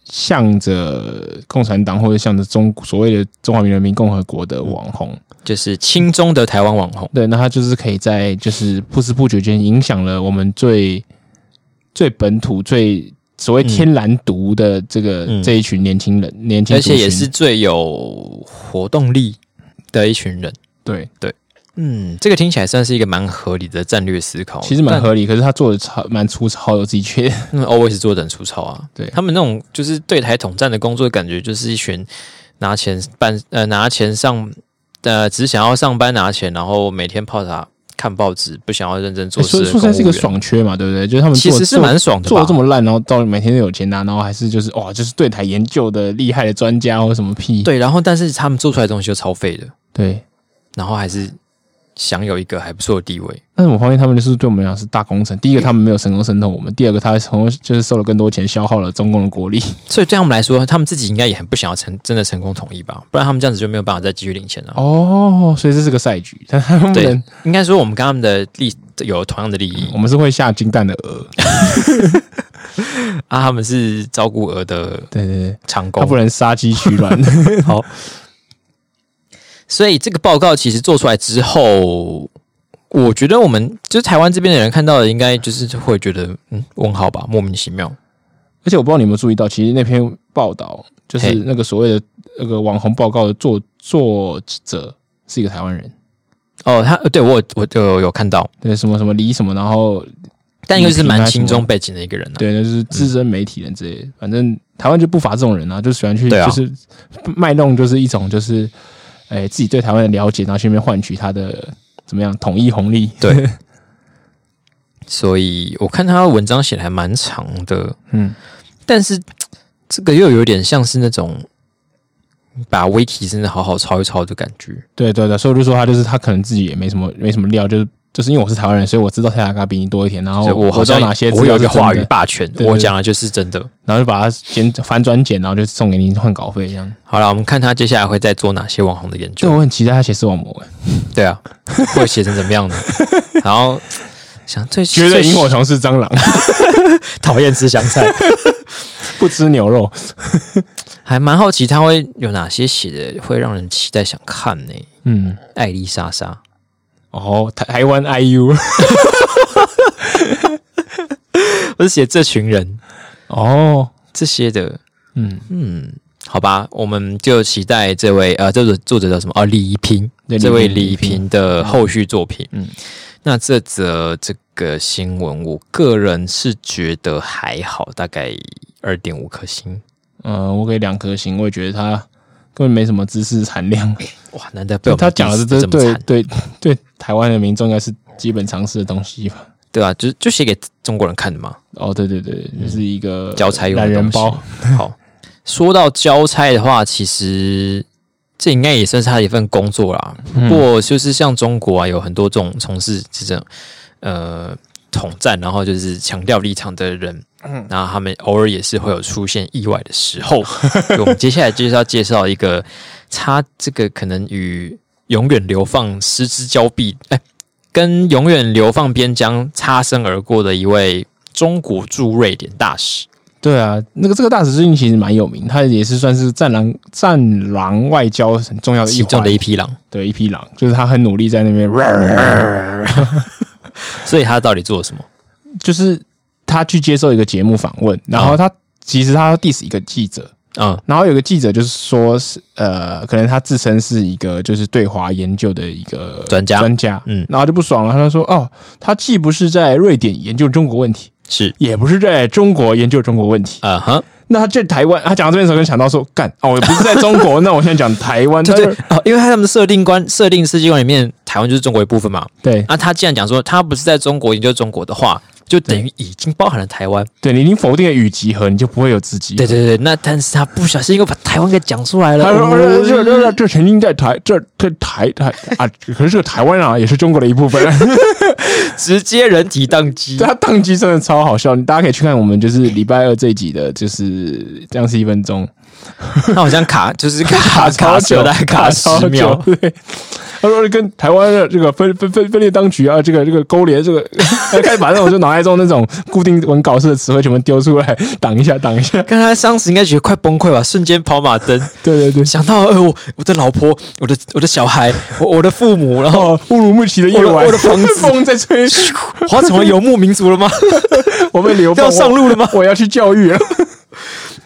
Speaker 3: 向着共产党或者向着中所谓的中华人民共和国的网红。
Speaker 2: 就是亲中的台湾网红，
Speaker 3: 对，那他就是可以在就是不知不觉间影响了我们最最本土、最所谓天然独的这个、
Speaker 2: 嗯
Speaker 3: 这一群年轻人，年轻
Speaker 2: 而
Speaker 3: 族群
Speaker 2: 且也是最有活动力的一群人。
Speaker 3: 对，
Speaker 2: 嗯，这个听起来算是一个蛮合理的战略思考，
Speaker 3: 其实蛮合理。可是他做的超蛮粗糙的，我自己觉得。
Speaker 2: 但。always 做的很粗糙啊，
Speaker 3: 对
Speaker 2: 他们那种就是对台统战的工作，感觉就是一群拿钱办呃拿钱上呃只想要上班拿钱，然后每天泡茶看报纸，不想要认真做事
Speaker 3: 说
Speaker 2: 的公务
Speaker 3: 说出来
Speaker 2: 员。
Speaker 3: 是一个爽缺嘛，对不对？就是他们
Speaker 2: 其
Speaker 3: 做
Speaker 2: 实是蛮爽的吧，
Speaker 3: 做的这么烂，然后到每天都有钱拿，然后还是就是哇，就是对台研究的厉害的专家或什么屁。
Speaker 2: 对，然后但是他们做出来的东西就超废的，
Speaker 3: 对，
Speaker 2: 然后还是享有一个还不错的地位。
Speaker 3: 但是我发现他们就是对我们来讲是大工程。第一个，他们没有成功渗透我们；第二个，他从就是收了更多钱，消耗了中共的国力。
Speaker 2: 所以对他们来说，他们自己应该也很不想要成真的成功统一吧，不然他们这样子就没有办法再继续领钱了。
Speaker 3: 哦，所以这是个赛局，但他们不
Speaker 2: 对
Speaker 3: 能，，
Speaker 2: 应该说我们跟他们的利有同样的利益
Speaker 3: 我们是会下金蛋的鹅，
Speaker 2: 啊，他们是照顾鹅的
Speaker 3: 对对对，
Speaker 2: 长
Speaker 3: 他啊不
Speaker 2: 工。
Speaker 3: 能杀鸡取 卵。
Speaker 2: 好，所以这个报告其实做出来之后，我觉得我们就是台湾这边的人看到的，应该就是会觉得嗯问号吧，莫名其妙。
Speaker 3: 而且我不知道你有没有注意到，其实那篇报道就是
Speaker 2: 嘿
Speaker 3: 那个所谓的那个网红报告的作作者是一个台湾人，
Speaker 2: 哦，他呃对我有我有有看到，
Speaker 3: 对什么什么李什么，然后
Speaker 2: 但又是
Speaker 3: 你评
Speaker 2: 蛮
Speaker 3: 他什
Speaker 2: 轻
Speaker 3: 么
Speaker 2: 中背景的一个人啊。
Speaker 3: 对，那就是资深媒体人之类的，反正台湾就不乏这种人啊，就喜欢去
Speaker 2: 对啊
Speaker 3: 就是卖弄，就是一种就是哎、自己对台湾的了解，然后去那边换取他的怎么样统一红利。
Speaker 2: 对，所以我看他的文章写的还蛮长的，
Speaker 3: 嗯。
Speaker 2: 但是这个又有点像是那种把 wiki 真的好好抄一抄的感觉。
Speaker 3: 对对对，所以我就说他就是他可能自己也没什么没什么料，就是就是因为我是台湾人，所以我知道蔡雅嘎比你多一点，然后
Speaker 2: 就我好
Speaker 3: 哦知道
Speaker 2: 像
Speaker 3: 哪些资
Speaker 2: 我有
Speaker 3: 料
Speaker 2: 一
Speaker 3: 是
Speaker 2: 个话
Speaker 3: 真
Speaker 2: 语
Speaker 3: 的，
Speaker 2: 霸权，
Speaker 3: 对对
Speaker 2: 我讲的就是真的。
Speaker 3: 然后就把它简反转简，然后就送给你换稿费这样。
Speaker 2: 好了，我们看他接下来会再做哪些网红的研
Speaker 3: 对，
Speaker 2: 究。
Speaker 3: 我很期待他写视网膜，欸
Speaker 2: 对啊，会写成怎么样 呢？然后想最
Speaker 3: 绝对
Speaker 2: 最
Speaker 3: 萤火虫是蟑螂，
Speaker 2: 讨厌吃香菜。
Speaker 3: 不吃牛肉，
Speaker 2: 还蛮好奇他会有哪些写的会让人期待想看呢、
Speaker 3: 嗯，
Speaker 2: 艾丽莎莎，
Speaker 3: 哦，台台湾 IU，
Speaker 2: 我是写这群人
Speaker 3: 哦，
Speaker 2: 这些的，
Speaker 3: 嗯，
Speaker 2: 嗯，好吧，我们就期待这位呃，这个作者叫什么？哦，李怡平，
Speaker 3: 对
Speaker 2: 这位
Speaker 3: 李
Speaker 2: 李
Speaker 3: 怡
Speaker 2: 怡
Speaker 3: 平
Speaker 2: 平的后续作品。
Speaker 3: 嗯
Speaker 2: 嗯，那这则这个新闻，我个人是觉得还好，大概二点五颗星。
Speaker 3: 呃，我给两颗星，我也觉得他根本没什么知识含量，
Speaker 2: 哇，难得被我们
Speaker 3: 他讲的
Speaker 2: diss
Speaker 3: 这
Speaker 2: 这么
Speaker 3: 对
Speaker 2: 惨，
Speaker 3: 对对台湾的民众应该是基本常识的东西吧。
Speaker 2: 对啊，就就写给中国人看的嘛，
Speaker 3: 哦，对对对，就是一个
Speaker 2: 嗯交差用
Speaker 3: 懒
Speaker 2: 的
Speaker 3: 人
Speaker 2: 东西
Speaker 3: 包，。
Speaker 2: 好，说到交差的话，其实这应该也算是他的一份工作啦。
Speaker 3: 嗯
Speaker 2: 不过就是像中国啊，有很多这种从事这种呃统战，然后就是强调立场的人。
Speaker 3: 嗯
Speaker 2: 那他们偶尔也是会有出现意外的时 候。所以我们接下来就是要介绍一个，他这个可能与永远流放失之交臂，哎、跟永远流放边疆擦身而过的一位中国驻瑞典大使。
Speaker 3: 对啊，那个这个大使最近其实蛮有名，他也是算是战狼战狼外交很重呃要的一
Speaker 2: 其中
Speaker 3: 环
Speaker 2: 的一匹狼，
Speaker 3: 对一匹狼，就是他很努力在那边，
Speaker 2: 所以他到底做了什么？
Speaker 3: 就是他去接受一个节目访问，然后他、
Speaker 2: 哦
Speaker 3: 其实他要 diss 一个记者，
Speaker 2: 嗯
Speaker 3: 然后有个记者就是说是呃，可能他自称是一个就是对华研究的一个
Speaker 2: 专家
Speaker 3: 专家，
Speaker 2: 嗯
Speaker 3: 然后就不爽了，他就说哦，他既不是在瑞典研究中国问题，
Speaker 2: 是，
Speaker 3: 也不是在中国研究中国问题，
Speaker 2: 啊哈，
Speaker 3: 那他在台湾，他讲到这边的时候，就想到说，干哦，我不是在中国，那我现在讲台湾，
Speaker 2: 对
Speaker 3: 他就
Speaker 2: 对哦，因为他们的设定观、设定世界观里面，台湾就是中国一部分嘛。啊
Speaker 3: 对
Speaker 2: 那他既然讲说他不是在中国研究中国的话，就等于已经包含了台湾。
Speaker 3: 对，你已经否定了语集合，你就不会有自己。
Speaker 2: 对对对，那但是他不小心又把台湾给讲出来了。
Speaker 3: 他说
Speaker 2: 哦
Speaker 3: 这这这这曾经在台这这台台啊，可是这个台湾啊也是中国的一部分。
Speaker 2: 直接人体宕机
Speaker 3: 对。他宕机真的超好笑，你大家可以去看我们就是礼拜二这一集的，就是这样是一分钟，
Speaker 2: 他好像卡，就是卡
Speaker 3: 卡超
Speaker 2: 卡
Speaker 3: 久，
Speaker 2: 大概卡
Speaker 3: 超
Speaker 2: 十
Speaker 3: 久
Speaker 2: 秒。
Speaker 3: 对，他说跟台湾的这个分分分分裂当局啊，这个这个勾连，这个 开始把那种就脑海中那种固定文稿式的词汇全部丢出来，挡一下，挡一下。
Speaker 2: 刚才当时应该觉得快崩溃吧，瞬间跑马灯，
Speaker 3: 对对对，
Speaker 2: 想到呃我我的老婆，我的我的小孩，我我的父母，然后
Speaker 3: 哦，乌鲁木齐的夜晚，
Speaker 2: 我的我的房子
Speaker 3: 风 在吹，
Speaker 2: 华成为游牧民族了吗？
Speaker 3: 我被流放，
Speaker 2: 要上路了吗
Speaker 3: 我？我要去教育了。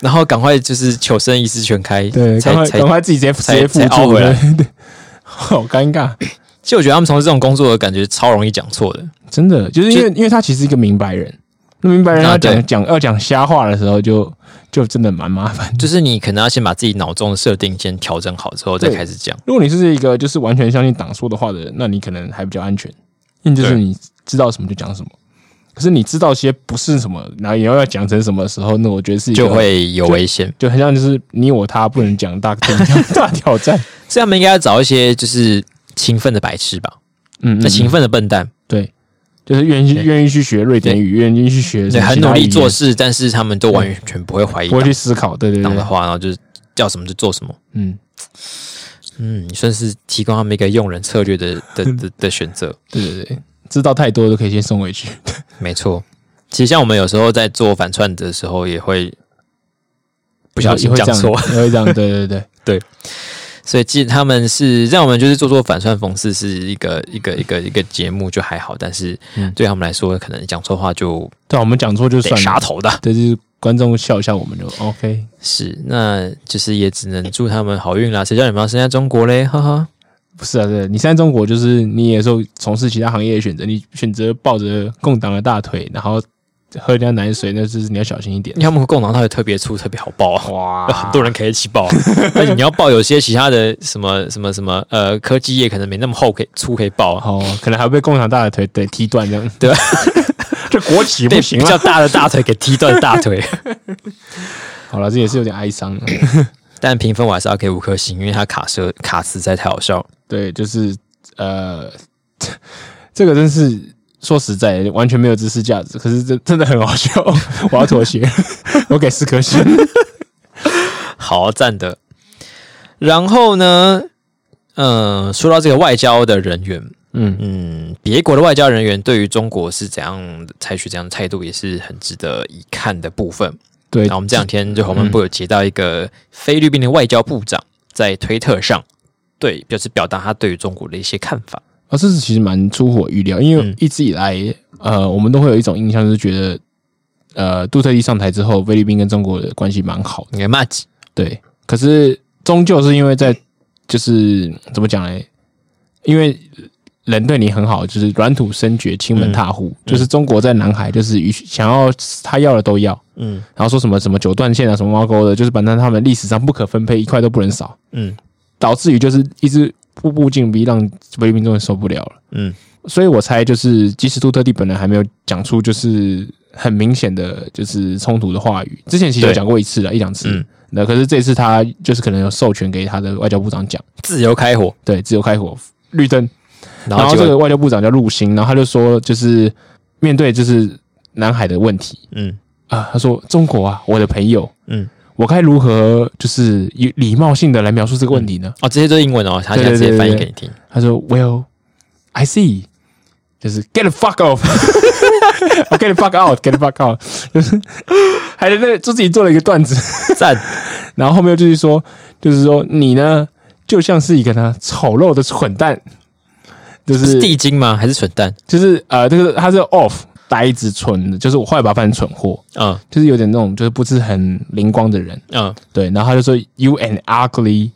Speaker 2: 然后赶快就是求生意识全开，
Speaker 3: 对，赶
Speaker 2: 才
Speaker 3: 快
Speaker 2: 才
Speaker 3: 赶。快自己直接直
Speaker 2: 才
Speaker 3: 接附
Speaker 2: 才凹
Speaker 3: 注
Speaker 2: 回来
Speaker 3: 对对，好尴尬，
Speaker 2: 其实我觉得他们从事这种工作的感觉超容易讲错的，
Speaker 3: 真的，就是因为因为他其实是一个明白人，那明白人
Speaker 2: 啊
Speaker 3: 他讲
Speaker 2: 对
Speaker 3: 讲要讲瞎话的时候就，就真的蛮麻烦。
Speaker 2: 就是你可能要先把自己脑中的设定先调整好之后再
Speaker 3: 对
Speaker 2: 开始讲。
Speaker 3: 如果你是一个就是完全相信党说的话的人，那你可能还比较安全，因为就是
Speaker 2: 对
Speaker 3: 你知道什么就讲什么。可是你知道些不是什么，然后也要讲成什么时候，那我觉得是一个
Speaker 2: 就会有危险，
Speaker 3: 就很像就是你我他不能讲大大挑战。
Speaker 2: 所以他们应该要找一些就是勤奋的白痴吧，
Speaker 3: 嗯，
Speaker 2: 那
Speaker 3: 嗯
Speaker 2: 勤奋的笨蛋，
Speaker 3: 对，就是愿意去
Speaker 2: 对
Speaker 3: 愿意去学瑞典语，愿意去学什
Speaker 2: 对，
Speaker 3: 么
Speaker 2: 很
Speaker 3: 其他
Speaker 2: 努力
Speaker 3: 语言
Speaker 2: 做，事，但是他们都完全不会怀疑
Speaker 3: 不会去思考。对对
Speaker 2: 党的
Speaker 3: 对，
Speaker 2: 话，然后就是叫什么就做什么。
Speaker 3: 嗯，
Speaker 2: 嗯，你算是提供他们一个用人策略的的的的选择。
Speaker 3: 对对对，知道太多都可以先送回去。
Speaker 2: 没错，其实像我们有时候在做反串的时候，也会 不小心
Speaker 3: 也会
Speaker 2: 讲
Speaker 3: 这样
Speaker 2: 错，
Speaker 3: 也会这样。对对对，
Speaker 2: 所以其实他们是让我们就是做做反串讽刺是一个一个一个一个节目就还好，但是
Speaker 3: 嗯
Speaker 2: 对他们来说，可能讲错话就
Speaker 3: 对，我们讲错就
Speaker 2: 得
Speaker 3: 算
Speaker 2: 杀
Speaker 3: 了，
Speaker 2: 头的。
Speaker 3: 对，就是观众笑一下我们就 OK。
Speaker 2: 是，那就是也只能祝他们好运啦。谁叫你们要生在中国嘞？哈哈，
Speaker 3: 不是啊，对你现在中国就是你也受从事其他行业的选择，你选择抱着共党的大腿，然后喝人家奶水，那就是你要小心一点。
Speaker 2: 他们共党他会特别粗，特别好爆啊。
Speaker 3: 哇
Speaker 2: 有 很多人可以一 起爆、啊，但是你要爆有些其他的什么什么什么呃科技业可能没那么厚可以粗可以爆、啊，
Speaker 3: 哦，可能还会被共产大的腿对踢断这样。
Speaker 2: 对，
Speaker 3: 这国企不
Speaker 2: 被
Speaker 3: 行啊
Speaker 2: 比较
Speaker 3: 了。
Speaker 2: 大的大腿给踢断大 腿。
Speaker 3: 好了，这也是有点哀伤。
Speaker 2: 但评分我还是要给五颗星，因为它卡车卡词实在太好笑了。
Speaker 3: 对，就是呃，这个真是说实在的，完全没有知识价值，可是这真的很好笑。 我要妥协，我给四颗星。
Speaker 2: 好赞的。然后呢，嗯、说到这个外交的人员，
Speaker 3: 嗯，
Speaker 2: 嗯，别国的外交人员对于中国是怎样采取怎样的态度，也是很值得一看的部分。
Speaker 3: 对
Speaker 2: 那我们这两天就红门部有接到一个菲律宾的外交部长在推特上，对，就是表达他对于中国的一些看法。
Speaker 3: 啊，这是其实蛮出乎我预料，因为
Speaker 2: 嗯
Speaker 3: 一直以来，呃，我们都会有一种印象，就是觉得，呃，杜特地上台之后，菲律宾跟中国的关系蛮好的，
Speaker 2: 你看骂几？
Speaker 3: 对。可是终究是因为在，就是怎么讲呢？因为人对你很好，就是软土深掘，亲门踏户，就是中国在南海，就是与想要他要的都要，
Speaker 2: 嗯
Speaker 3: 然后说什么什么九段线啊，什么挖沟的，就是反正他们历史上不可分配一块都不能少，
Speaker 2: 嗯
Speaker 3: 导致于就是一直步步紧逼，让菲律宾终于受不了了。
Speaker 2: 嗯
Speaker 3: 所以我猜就是，即使杜特地本人还没有讲出就是很明显的就是冲突的话语，之前其实有
Speaker 2: 对
Speaker 3: 讲过一次了，一两次
Speaker 2: 嗯。
Speaker 3: 那、可是这次他就是可能有授权给他的外交部长讲，
Speaker 2: 自由开火，
Speaker 3: 对，自由开火，绿灯。
Speaker 2: 然
Speaker 3: 然后
Speaker 2: 后
Speaker 3: 这
Speaker 2: 就
Speaker 3: 个外交部长叫陆星，然后他就说，就是面对就是南海的问题
Speaker 2: 嗯
Speaker 3: 啊、他说中国啊，我的朋友，
Speaker 2: 嗯
Speaker 3: 我该如何就是以礼貌性的来描述这个问题呢？
Speaker 2: 哦，这些都是英文哦，他现在直接翻译给你听。
Speaker 3: 他说，Well, I see，就是 get the fuck off，我 get the fuck out，get the fuck out，就是还在那就自己做了一个段子，
Speaker 2: 赞，
Speaker 3: 然后后面就是说，就是说你呢就像是一个呢丑陋的蠢蛋，就是
Speaker 2: 是地精吗？还是蠢蛋？
Speaker 3: 就是呃，这个他是 off 呆子蠢的，就是我后来把他翻成蠢货，
Speaker 2: 嗯
Speaker 3: 就是有点那种就是不是很灵光的人，
Speaker 2: 嗯
Speaker 3: 对，然后他就说 you an ugly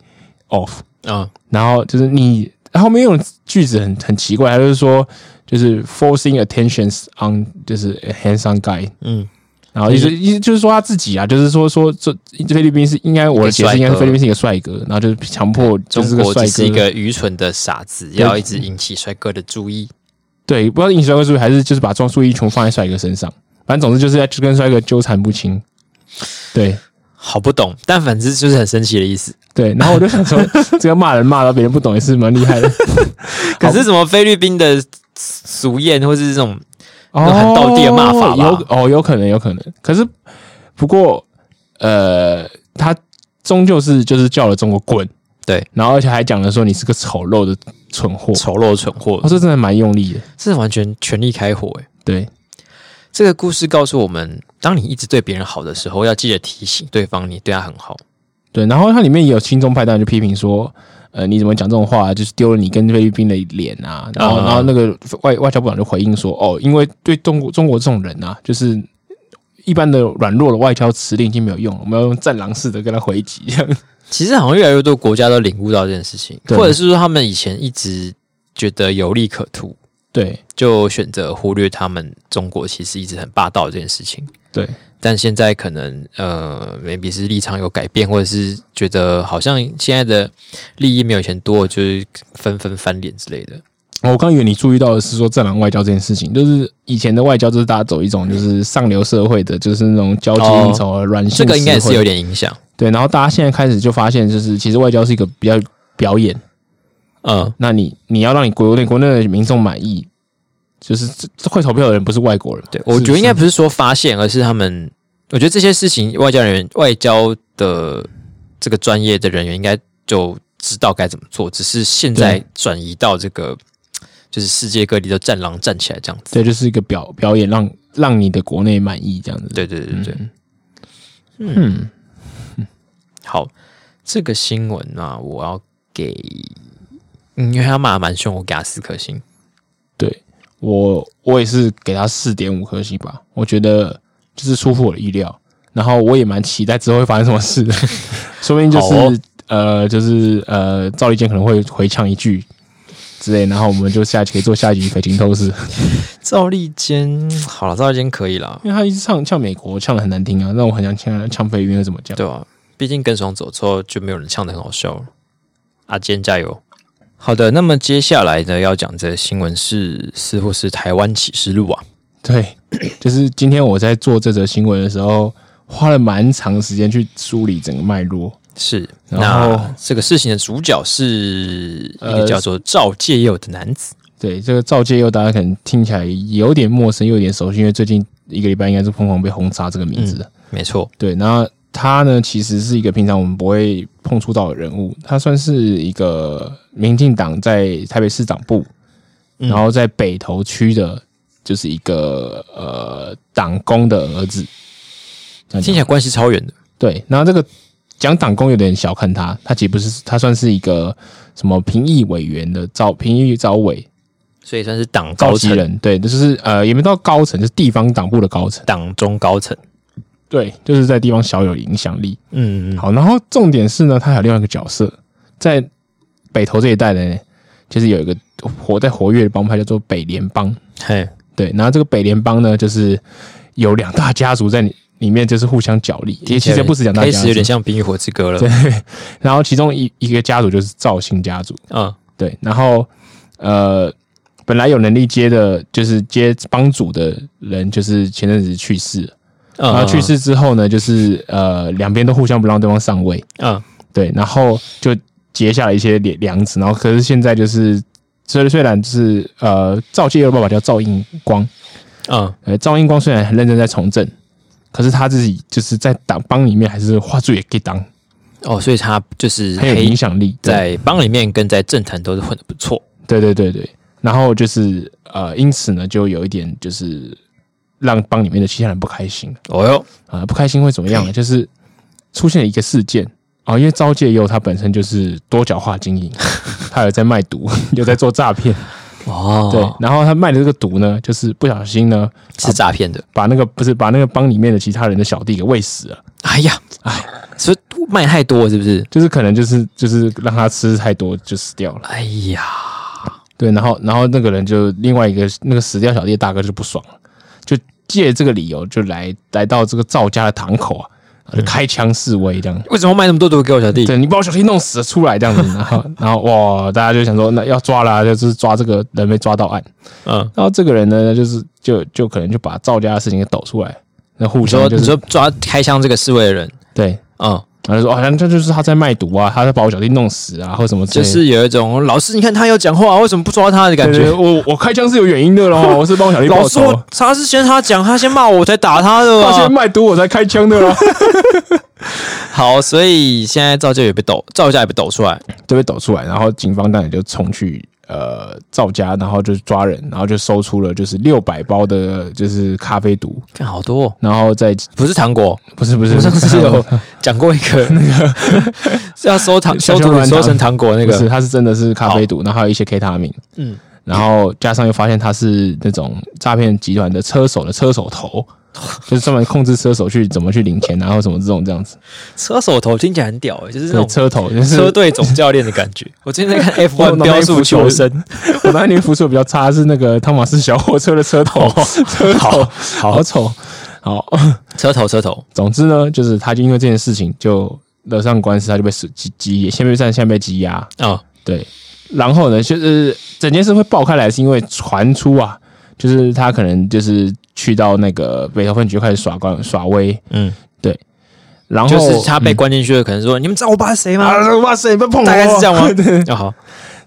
Speaker 3: off。
Speaker 2: 嗯
Speaker 3: 然后就是你后面用句子很很奇怪，他就是说就是 forcing attentions on 就是 hands on guy，
Speaker 2: 嗯，
Speaker 3: 然后就是意思就是说他自己啊，就是说说这菲律宾是应该我的解释应该是菲律宾是一个帅哥，然后就是强迫就
Speaker 2: 中
Speaker 3: 是
Speaker 2: 国
Speaker 3: 帅
Speaker 2: 只是一
Speaker 3: 哥，
Speaker 2: 个愚蠢的傻子，要一直引起帅哥的注意。
Speaker 3: 对，不知道引帅哥是不是还是就是把装注意全部放在帅哥身上，反正总之就是在就跟帅哥纠缠不清，对。
Speaker 2: 好不懂，但反之就是很生气的意思。
Speaker 3: 对，然后我就 想说，这个骂人骂到别人不懂也是蛮厉害的，
Speaker 2: 可是什么菲律宾的俗谚或是这种
Speaker 3: 哦
Speaker 2: 那很道地的骂法吧
Speaker 3: 有哦，有可能，有可能。可是不过，呃，他终究是就是叫了中国滚，
Speaker 2: 对
Speaker 3: 然后而且还讲了说你是个丑陋的蠢货，
Speaker 2: 丑陋蠢货
Speaker 3: 哦，，这真的蛮用力的。
Speaker 2: 这完全全力开火诶、
Speaker 3: 对，
Speaker 2: 这个故事告诉我们，当你一直对别人好的时候，要记得提醒对方你对他很好。
Speaker 3: 对，然后它里面也有亲中派，当然就批评说，呃，你怎么讲这种话，就是丢了你跟菲律宾的脸啊。然后，
Speaker 2: 嗯
Speaker 3: 然后那个外外交部长就回应说，哦，因为对中国中国这种人啊，就是一般的软弱的外交辞令已经没有用了，我们要用战狼式的跟他回击，这样。
Speaker 2: 其实好像越来越多国家都领悟到这件事情，
Speaker 3: 对
Speaker 2: 或者是说他们以前一直觉得有利可图，
Speaker 3: 对
Speaker 2: 就选择忽略他们中国其实一直很霸道的这件事情。
Speaker 3: 对，
Speaker 2: 但现在可能呃，maybe 是立场有改变，或者是觉得好像现在的利益没有以前多，就是纷纷翻脸之类的。
Speaker 3: 哦我刚以为你注意到的是说战狼外交这件事情，就是以前的外交就是大家走一种就是上流社会的，就是那种交际应酬啊、软性
Speaker 2: 哦这个应该也
Speaker 3: 实
Speaker 2: 是
Speaker 3: 惠
Speaker 2: 有点影响。
Speaker 3: 对。然后大家现在开始就发现，就是其实外交是一个比较表演，
Speaker 2: 嗯，
Speaker 3: 那你你要让你国内国内的民众满意，就是这这会投票的人不是外国人嘛，
Speaker 2: 对，我觉得应该
Speaker 3: 是
Speaker 2: 不是说发现，而是他们，我觉得这些事情外交人员、外交的这个专业的人员应该就知道该怎么做，只是现在
Speaker 3: 对
Speaker 2: 转移到这个就是世界各地的战狼站起来这样子。
Speaker 3: 对，就是一个表表演让让你的国内满意这样子。
Speaker 2: 对对对对对。
Speaker 3: 嗯，
Speaker 2: 好，这个新闻啊，我要给，嗯因为他骂得蛮凶，我给他四颗星。
Speaker 3: 对我我也是给他四点五颗星吧，我觉得就是出乎我的意料，然后我也蛮期待之后会发生什么事 的，说不定就是、
Speaker 2: 好哦
Speaker 3: 呃就是呃赵立坚可能会回呛一句之类，然后我们就下集可以做下一集匪情透 视，
Speaker 2: 赵立坚，好了，赵立坚可以啦，
Speaker 3: 因为他一直唱呛美国呛的很难听啊，那我很想呛呛菲律宾又怎么讲？
Speaker 2: 对啊，毕竟跟爽走之后就没有人唱的很好笑了。阿坚加油！好的，那么接下来呢，要讲的新闻是似乎是台湾启示录啊，
Speaker 3: 对， 就是今天我在做这则新闻的时候，花了蛮长时间去梳理整个脉络。
Speaker 2: 是
Speaker 3: 然后
Speaker 2: 那这个事情的主角是一个
Speaker 3: 呃
Speaker 2: 叫做赵介佑的男子，
Speaker 3: 对，这个赵介佑大家可能听起来有点陌生，又有点熟悉，因为最近一个礼拜应该是疯狂被轰炸这个名字的。
Speaker 2: 没错，
Speaker 3: 对，那他呢，其实是一个平常我们不会碰触到的人物，他算是一个民进党在台北市长部，
Speaker 2: 嗯
Speaker 3: 然后在北投区的，就是一个呃党工的儿子。这
Speaker 2: 听
Speaker 3: 样讲
Speaker 2: 起来关系超远的。
Speaker 3: 对，然后这个讲党工有点小看他，他其实不是，他算是一个什么评议委员的招评议招委
Speaker 2: 所以算是党
Speaker 3: 召
Speaker 2: 高
Speaker 3: 集
Speaker 2: 层、
Speaker 3: 人，对，就是呃也没到高层，就是地方党部的高层，
Speaker 2: 党中高层。
Speaker 3: 对，就是在地方小有影响力。
Speaker 2: 嗯，
Speaker 3: 好，然后重点是呢，他还有另外一个角色，在北投这一带呢，就是有一个活在活跃的帮派叫做北联帮，
Speaker 2: 嘿，
Speaker 3: 对，然后这个北联帮呢，就是有两大家族在里里面，就是互相角力，其实其实不止两大
Speaker 2: 开
Speaker 3: 家
Speaker 2: 始
Speaker 3: 族
Speaker 2: 有，点像《冰与火之歌》了。
Speaker 3: 然后其中一一个家族就是赵姓家族，
Speaker 2: 嗯，
Speaker 3: 对，然后呃，本来有能力接的，就是接帮主的人，就是前阵子去世了，
Speaker 2: 嗯
Speaker 3: 然后去，世之后呢，就是呃，两边都互相不让对方上位，
Speaker 2: 嗯
Speaker 3: 对，然后就结下了一些梁梁子，然后可是现在就是。虽虽然就是呃，赵介佑的爸爸叫赵应光，
Speaker 2: 嗯，
Speaker 3: 呃，赵英光虽然很认真在从政，可是他自己就是在党帮里面还是话术也可以当，
Speaker 2: 哦，所以他就是
Speaker 3: 很有
Speaker 2: 黑
Speaker 3: 影响力。对
Speaker 2: 在帮里面跟在政坛都是混的不错。
Speaker 3: 对对对对，然后就是呃，因此呢，就有一点就是让帮里面的其他人不开心
Speaker 2: 哦哟，
Speaker 3: 啊、不开心会怎么样呢？就是出现了一个事件啊、因为招介佑他本身就是多角化经营，他有在卖毒，有在做诈骗，
Speaker 2: 哦，
Speaker 3: 对，然后他卖的这个毒呢，就是不小心呢，
Speaker 2: 是诈骗的。
Speaker 3: 把那个不是把那个帮里面的其他人的小弟给喂死了。
Speaker 2: 哎呀，哎，所以卖太多是不是？
Speaker 3: 就是可能就是就是让他吃太多就死掉了，
Speaker 2: 哎呀，
Speaker 3: 对，然后然后那个人就另外一个那个死掉小弟的大哥就不爽了，就借这个理由就来来到这个赵家的堂口啊，就开枪示威这样，
Speaker 2: 为什么卖那么多毒给我小弟？
Speaker 3: 对你把我小弟弄死了出来这样子，然后然后哇，大家就想说那要抓啦，就是抓这个人没抓到案，
Speaker 2: 嗯，
Speaker 3: 然后这个人呢就是就就可能就把赵家的事情给抖出来，那互
Speaker 2: 你说
Speaker 3: 相就
Speaker 2: 你
Speaker 3: 是
Speaker 2: 说抓开枪这个示威的人，
Speaker 3: 对。
Speaker 2: 嗯，
Speaker 3: 然后就说，好像这就是他在卖毒啊，他在把我小弟弄死啊，或什么之
Speaker 2: 就
Speaker 3: 类的。
Speaker 2: 是有一种老师，你看他要讲话，为什么不抓他的感
Speaker 3: 对对
Speaker 2: 觉？
Speaker 3: 我我开枪是有原因的咯，我是帮我小弟报
Speaker 2: 老师
Speaker 3: 仇啊
Speaker 2: 我，，他是先他讲，他先骂我，我才打他的啊
Speaker 3: 他先
Speaker 2: 吧。
Speaker 3: 卖毒我才开枪的咯，
Speaker 2: 好，所以现在造价也被抖，造价也被抖出来。
Speaker 3: 就被抖出来，然后警方当然就冲去呃赵家，然后就抓人，然后就搜出了就是六百包的就是咖啡毒，
Speaker 2: 看好多、哦，
Speaker 3: 然后再
Speaker 2: 不是糖果。
Speaker 3: 不是不是
Speaker 2: 我上次有讲过一 个那个是要收糖、
Speaker 3: 小
Speaker 2: 收
Speaker 3: 熊
Speaker 2: 毒、
Speaker 3: 软糖
Speaker 2: 收成糖果那
Speaker 3: 不是
Speaker 2: 个，
Speaker 3: 它是真的是咖啡毒，然后还有一些 K 他命，
Speaker 2: 嗯，
Speaker 3: 然后加上又发现他是那种诈骗集团的车手的车手 头。就是专门控制车手去怎么去领钱，然后什么这种这样子，
Speaker 2: 车手头听起来很屌、欸，就是那
Speaker 3: 对
Speaker 2: 种
Speaker 3: 车头就是
Speaker 2: 车队总教练的感觉。我最近在看
Speaker 3: 我
Speaker 2: F1
Speaker 3: 脑袋
Speaker 2: 标速求生，
Speaker 3: 我那年服饰比较差，是那个汤马斯小火车的车头，车 头哦好丑。好，
Speaker 2: 车头车头，
Speaker 3: 总之呢，就是他就因为这件事情就惹上官司，他就被羁羁先被站，先被羁押。
Speaker 2: 啊，
Speaker 3: 对，然后呢，就是整件事会爆开来，是因为传出啊，就是他可能就是去到那个北投分局开始耍官耍威，
Speaker 2: 嗯，
Speaker 3: 然后嗯
Speaker 2: 就是他被关进去了，可能说你们知道我爸是谁吗？
Speaker 3: 啊，哇塞，你被碰 我，？
Speaker 2: 大概是这样吗
Speaker 3: 对
Speaker 2: 啊好，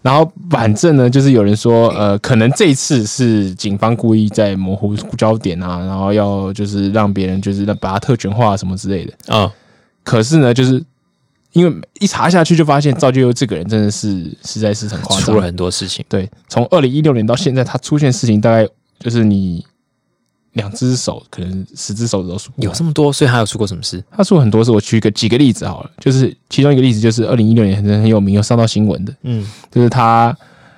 Speaker 3: 然后反正呢，就是有人说，呃，可能这一次是警方故意在模糊焦点啊，然后要就是让别人就是让把它特权化什么之类的。
Speaker 2: 啊，
Speaker 3: 可是呢，就是因为一查下去就发现赵俊佑这个人真的是实在是很夸
Speaker 2: 出了
Speaker 3: 张。
Speaker 2: 很多事情，
Speaker 3: 对，从二零一六年到现在，他出现事情大概就是你两只手，可能十只手指都数不完
Speaker 2: 有这么多，所以他有出过什么事？
Speaker 3: 他出了很多事，我举个几个例子好了，就是其中一个例子就是二零一六年很很有名，有上到新闻的，
Speaker 2: 嗯，
Speaker 3: 就是他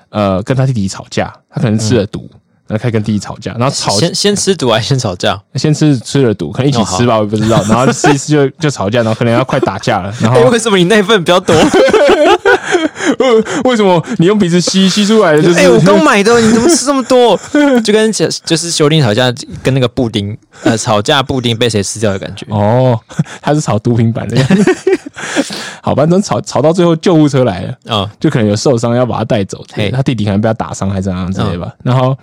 Speaker 3: 呃跟他弟弟吵架，他可能吃了毒，然后开始跟弟弟吵架，然后吵
Speaker 2: 嗯先哦先吃毒还是先吵架？
Speaker 3: 先吃吃了毒，可能一起吃吧，我也不知道，然后吃一吃就就吵架，然后可能要快打架了，然后
Speaker 2: 哎为什么你那份比较多？
Speaker 3: 为什么你用鼻子吸吸出来的就是？
Speaker 2: 哎、我刚买的，你怎么吃这么多？ 就跟小就是修订吵架跟那个布丁，呃，吵架布丁被谁吃掉的感觉。
Speaker 3: 哦， 他是炒毒品版的， 好，反正吵吵到最后救护车来了。
Speaker 2: 啊、
Speaker 3: 就可能有受伤要把他带走之类
Speaker 2: 嘿
Speaker 3: 的，
Speaker 2: 嗯
Speaker 3: 他弟弟可能被他打伤还是怎样之类的吧。然后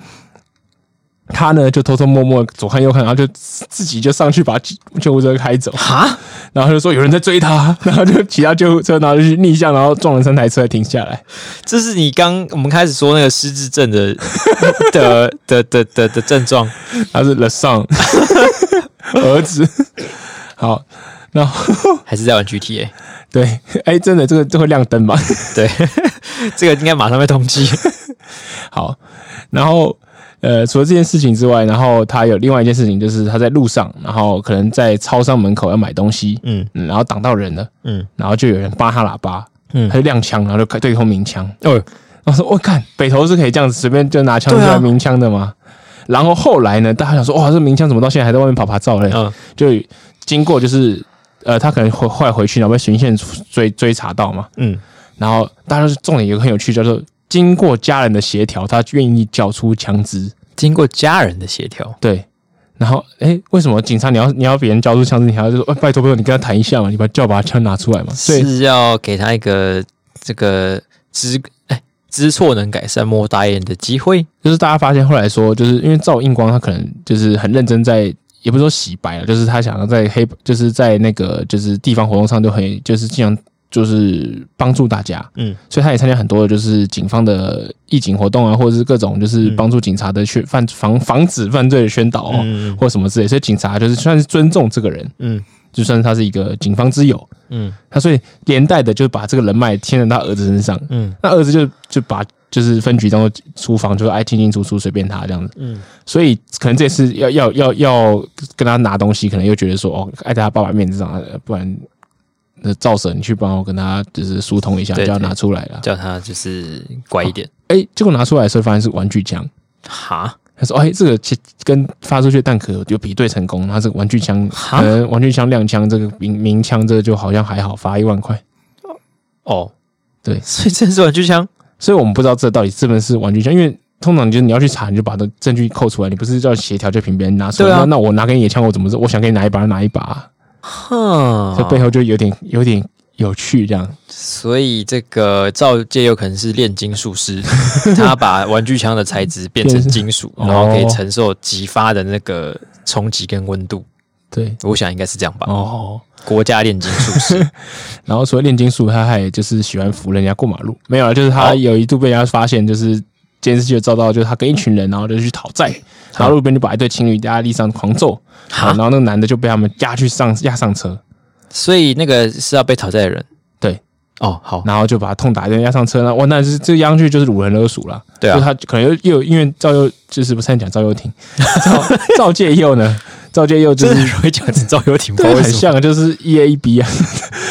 Speaker 3: 他呢就偷偷摸摸左看右看，然后就自己就上去把救救护车开走，
Speaker 2: 哈，
Speaker 3: 然后就说有人在追他， 然后就骑到救护车，然后就去逆向，然后撞了三台车才停下来。
Speaker 2: 这是你刚我们开始说那个失智症的 的的的的的症状。
Speaker 3: 他是 The Son 儿子，好，然后
Speaker 2: 还是在玩 GTA。
Speaker 3: 对，哎、真的这个就会亮灯嘛？
Speaker 2: 对，这个应该马上被通缉。
Speaker 3: 好，然后。呃，除了这件事情之外，然后他有另外一件事情，就是他在路上，然后可能在超商门口要买东西，
Speaker 2: 嗯
Speaker 3: 嗯，然后挡到人了，
Speaker 2: 嗯
Speaker 3: 然后就有人扒他喇叭，
Speaker 2: 嗯
Speaker 3: 他就亮枪，然后就开对空鸣枪。
Speaker 2: 哦，
Speaker 3: 然后说：“我、看北投是可以这样子随便就拿枪出
Speaker 2: 对啊
Speaker 3: 来鸣枪的吗？”然后后来呢，大家想说：“哇，这鸣枪怎么到现在还在外面爬爬照嘞？”
Speaker 2: 嗯
Speaker 3: 就经过就是呃，他可能回后来回去，然后被巡线追追查到嘛。
Speaker 2: 嗯，
Speaker 3: 然后当然是重点有个很有趣，叫做经过家人的协调，他愿意交出枪支。
Speaker 2: 经过家人的协调，
Speaker 3: 对，然后诶，为什么警察你要你要别人交出枪支，你还要就说、哎拜托拜托，你跟他谈一下嘛，你把叫把枪拿出来嘛。所以
Speaker 2: 是要给他一个这个知哎知错能改善莫大焉的机会。
Speaker 3: 就是大家发现后来说，就是因为赵映光他可能就是很认真在。也不是说洗白了，就是他想要在黑，就是在那个就是地方活动上就很，就是尽量就是帮助大家，
Speaker 2: 嗯
Speaker 3: 所以他也参加很多的就是警方的义警活动啊，或者是各种就是帮助警察的宣犯防防止犯罪的宣导哦，
Speaker 2: 嗯
Speaker 3: 或什么之类。所以警察就是算是尊重这个人，
Speaker 2: 嗯
Speaker 3: 就算是他是一个警方之友。
Speaker 2: 嗯
Speaker 3: 他所以连带的就把这个人脉牵到他儿子身上，
Speaker 2: 嗯
Speaker 3: 那儿子就就把就是分局当做厨房，就是爱哎进进出出随便他这样子。
Speaker 2: 嗯，
Speaker 3: 所以可能这次要要要要跟他拿东西，可能又觉得说哦，碍在他爸爸面子上，呃不然。那赵婶，你去帮我跟他就是疏通一下，
Speaker 2: 对
Speaker 3: 就要
Speaker 2: 对
Speaker 3: 拿出来了。
Speaker 2: 叫他就是乖一点。
Speaker 3: 哎、结果拿出来的时候发现是玩具枪。
Speaker 2: 哈，
Speaker 3: 他说：“哎、这个其跟发出去的弹壳有比对成功，他这个玩具枪，
Speaker 2: 哈
Speaker 3: 可能玩具枪、亮枪，这个鸣鸣枪，这个就好像还好，罚一万块。
Speaker 2: 哦，
Speaker 3: 对
Speaker 2: 所以这是玩具枪。
Speaker 3: 所以我们不知道这到底是不是玩具枪，因为通常就是你要去查，你就把这证据扣出来，你不是要协调就凭别人拿出来。
Speaker 2: 对啊
Speaker 3: 那那我拿给你的枪，我怎么知？我想给你拿一把，拿一把啊，
Speaker 2: 哼，
Speaker 3: 这背后就有点有点有趣这样。
Speaker 2: 所以这个赵介有可能是炼金术 师，他把玩具枪的材质变成金属，
Speaker 3: 变
Speaker 2: 然
Speaker 3: 成
Speaker 2: 后可以
Speaker 3: 哦
Speaker 2: 承受激发的那个冲击跟温度。
Speaker 3: 对，
Speaker 2: 我想应该是这样吧。
Speaker 3: 哦，
Speaker 2: 国家炼金术 师，
Speaker 3: 然后除了炼金术，他还就是喜欢扶人家过马路。没有了，啊就是他
Speaker 2: 哦
Speaker 3: 有一度被人家发现，就是监视器就照到，就是他跟一群人，然后就去讨债，然后路边就把一对情侣压在地上狂揍，啊
Speaker 2: 哈
Speaker 3: 然，后那个男的就被他们压去上压上车，
Speaker 2: 所以那个是要被讨债的人。
Speaker 3: 对，
Speaker 2: 哦，好，
Speaker 3: 然后就把他痛打一顿压上车，那哇，那是这压上去就是掳人勒索了。
Speaker 2: 对啊
Speaker 3: 就他可能又又因为赵又就是不是在讲赵 又廷，赵赵介佑呢，赵介佑就
Speaker 2: 真的
Speaker 3: 是
Speaker 2: 容易讲成赵又廷，不知
Speaker 3: 对
Speaker 2: 道为
Speaker 3: 很
Speaker 2: 什么。
Speaker 3: 像，就是一 A 一 B 啊。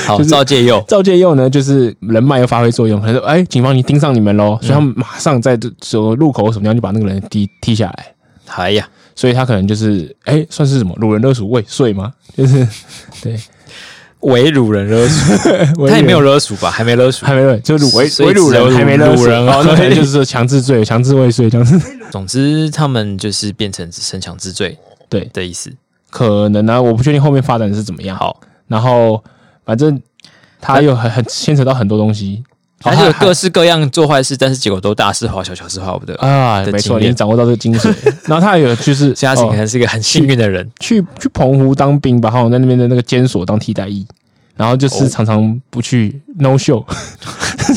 Speaker 2: 好，
Speaker 3: 就是
Speaker 2: 赵介 佑，
Speaker 3: 赵介佑呢，就是人脉又发挥作用，可能说，哎、警方已经盯上你们喽，
Speaker 2: 嗯
Speaker 3: 所以他们马上在这所路口什么样就把那个人踢踢下来，
Speaker 2: 哎呀，
Speaker 3: 所以他可能就是，哎、算是什么掳人勒索未遂吗？ 就是对，
Speaker 2: 围辱人勒 索，他也没有勒索吧？还没勒索
Speaker 3: 还。没勒，就掳
Speaker 2: 所
Speaker 3: 为
Speaker 2: 以
Speaker 3: 为掳
Speaker 2: 只有
Speaker 3: 人
Speaker 2: 掳
Speaker 3: 还没勒
Speaker 2: 掳
Speaker 3: 索，
Speaker 2: 人啊
Speaker 3: 哦，那可能就是强制罪、强制未 遂这样子。
Speaker 2: 总之，他们就是变成只身强之罪
Speaker 3: 对，
Speaker 2: 的意思。
Speaker 3: 可能呢、我不确定后面发展是怎么样。
Speaker 2: 好，
Speaker 3: 然后反正他又很很牵扯到很多东西，哦
Speaker 2: 他就有各
Speaker 3: 个
Speaker 2: 式各样做坏事，但是结果都大事化小，小事化不得。
Speaker 3: 啊，
Speaker 2: 的
Speaker 3: 没
Speaker 2: 经
Speaker 3: 错，
Speaker 2: 验
Speaker 3: 你掌握到这个精髓。 然后他有就是
Speaker 2: 所以他是
Speaker 3: 哦
Speaker 2: 可能是一个很幸运的 人，
Speaker 3: 去去澎湖当兵吧，然后在那边的那个监所当替代役，然后就
Speaker 2: 哦
Speaker 3: 是常常不去 no show，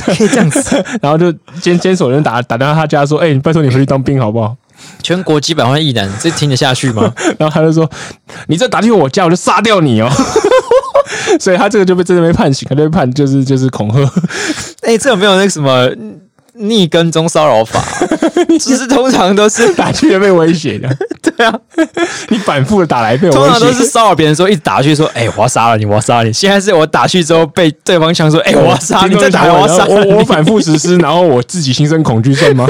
Speaker 2: 可以这样子。
Speaker 3: 然后就监监所人打打电话他家说，哎、你拜托你回去当兵好不好？
Speaker 2: 全国几百万亿男，这听得下去吗？
Speaker 3: 然后他就说，你再打进我家，我就杀掉你哦。 所以他这个就被真的被判刑，他就被判就是就是恐吓，
Speaker 2: 哎、这有没有那个什么逆跟踪骚扰 法、就是通常都是
Speaker 3: 打去就被威胁的。
Speaker 2: 对啊，
Speaker 3: 你反复的打来被我
Speaker 2: 通常都
Speaker 3: 威
Speaker 2: 是
Speaker 3: 胁，
Speaker 2: 骚扰别人说一直打下去说，哎、我要杀了你，我要杀了你。现在是我打去之后被对方呛说，哦哎、我要杀了你，
Speaker 3: 听
Speaker 2: 再
Speaker 3: 众
Speaker 2: 打
Speaker 3: 就
Speaker 2: 我要
Speaker 3: 然后
Speaker 2: 杀了
Speaker 3: 我我
Speaker 2: 你。
Speaker 3: 反复实施，然后我自己心生恐惧症吗？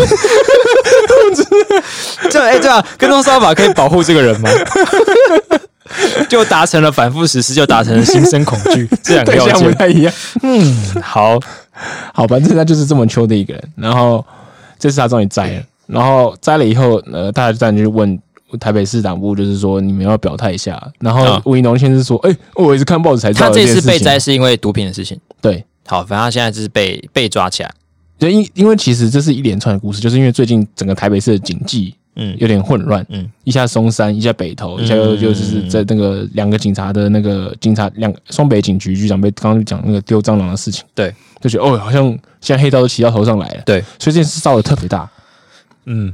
Speaker 2: 这哎、对啊，跟踪骚扰法可以保护这个 人吗？就达成了反复实施，就达成了心生恐惧 这两个
Speaker 3: 对
Speaker 2: 要
Speaker 3: 象不
Speaker 2: 件。
Speaker 3: 太一样。
Speaker 2: 好，
Speaker 3: 好，反正他就是这么秋的一个人。然后这次他终于摘了，然后摘了以后，呃，大家就当然就问台北市党部，就是说你们要不要表态一下。然后
Speaker 2: 啊
Speaker 3: 吴怡农先是说，哎、我也是看报纸才知道
Speaker 2: 他这
Speaker 3: 件
Speaker 2: 次
Speaker 3: 事
Speaker 2: 被
Speaker 3: 情
Speaker 2: 摘，是因为毒品的事情。
Speaker 3: 对。
Speaker 2: 好，反正他现在就是被被抓起来。
Speaker 3: 就因因为其实这是一连串的故事，就是因为最近整个台北市的警纪
Speaker 2: 嗯
Speaker 3: 有点混乱，
Speaker 2: 嗯
Speaker 3: 嗯，一下松山，一下北投，一下又就是在那个两个警察的那个警察两双北警局局长被刚刚讲那个丢蟑螂的事情，
Speaker 2: 对，
Speaker 3: 就觉得哦，好像现在黑道都骑到头上来了，
Speaker 2: 对，
Speaker 3: 所以这件事烧的特别大，
Speaker 2: 嗯，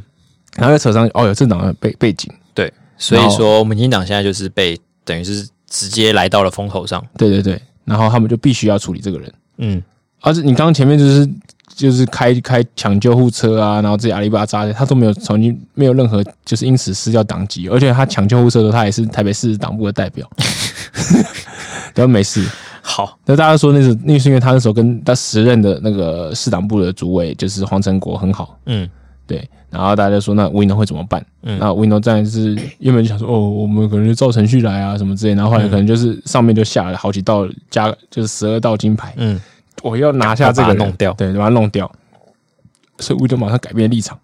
Speaker 3: 然后又扯上哦有政党的背背景，
Speaker 2: 对。所以
Speaker 3: 然后
Speaker 2: 说，民进党现在就是被等于是直接来到了风头上。
Speaker 3: 对对对，然后他们就必须要处理这个人，
Speaker 2: 嗯，
Speaker 3: 而、且你刚刚前面就是就是开开抢救护车啊，然后这些阿里巴巴的，他都没有曾经没有任何就是因此失掉党籍，而且他抢救护车的时候，他也是台北市党部的代表，然后没事。
Speaker 2: 好，
Speaker 3: 那大家说那是那是因为他那时候跟他时任的那个市党部的主委就是黄成国很好，
Speaker 2: 嗯，
Speaker 3: 对，然后大家就说那 Windows 会怎么办？
Speaker 2: 嗯
Speaker 3: 那 Windows 当然是原本就想说哦，我们可能就照程序来啊什么之类，然后后来可能就是
Speaker 2: 嗯
Speaker 3: 上面就下了好几道加就是十二道金牌，
Speaker 2: 嗯，
Speaker 3: 我要拿下这
Speaker 2: 要把它
Speaker 3: 个人
Speaker 2: 弄掉
Speaker 3: 对，把它弄掉。所以 Windows 马上改变立场，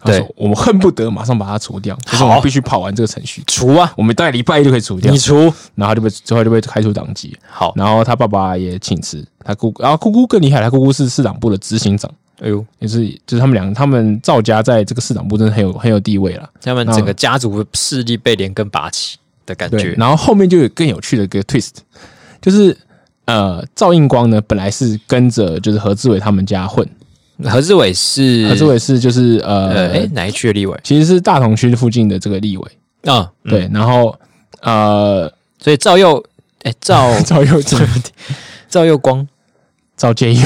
Speaker 3: 他说
Speaker 2: 对
Speaker 3: 我们恨不得马上把它除掉，可是我们
Speaker 2: 好
Speaker 3: 必须跑完这个程序，
Speaker 2: 除啊，
Speaker 3: 我们大概礼拜一就可以除掉
Speaker 2: 你，除，
Speaker 3: 然后他就被最后就被开除党籍。
Speaker 2: 好，
Speaker 3: 然后他爸爸也请辞，他姑，然后姑姑更厉害，他姑姑是市长部的执行长，
Speaker 2: 哎呦，
Speaker 3: 也是就是他们两个，他们赵家在这个市长部真的很有很有地位了。
Speaker 2: 他们整个家族的势力被连根拔起的感
Speaker 3: 对，
Speaker 2: 觉，
Speaker 3: 然后后面就有更有趣的一个 twist，就是呃，赵应光呢本来是跟着就是何志伟他们家混，
Speaker 2: 何志伟是
Speaker 3: 何志，伟是就是
Speaker 2: 呃，嗯哎
Speaker 3: 呃，，
Speaker 2: 哪一区的立委
Speaker 3: 其实是大同区附近的这个立委，
Speaker 2: 啊？嗯，
Speaker 3: 对，然后呃，
Speaker 2: 所以赵佑，哎， 赵
Speaker 3: 赵又廷、
Speaker 2: 赵佑光，
Speaker 3: 赵建佑、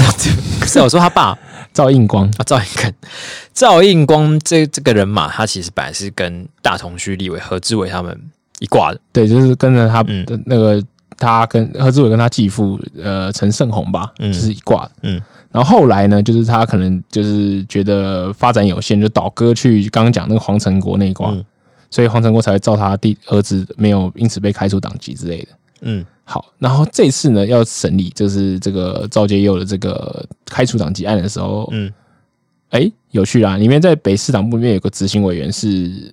Speaker 2: 不是哦我说他爸，
Speaker 3: 赵应光，
Speaker 2: 啊，赵应根，赵应光这这个人马，他其实本来是跟大同区立委何志伟他们一挂的，
Speaker 3: 对，就是跟着他
Speaker 2: 嗯
Speaker 3: 的那个、他跟何志伟跟他继父呃陈胜宏吧，
Speaker 2: 嗯
Speaker 3: 就是一挂的。
Speaker 2: 嗯，
Speaker 3: 然后后来呢，就是他可能就是觉得发展有限，就倒戈去刚刚讲那个黄成国那一挂，
Speaker 2: 嗯
Speaker 3: 所以黄成国才会照他弟儿子没有因此被开除党籍之类的。
Speaker 2: 嗯，
Speaker 3: 好，然后这次呢要审理就是这个赵介佑的这个开除党籍案的时候，
Speaker 2: 嗯，
Speaker 3: 哎、有趣啦，里面在北市党部里面有个执行委员是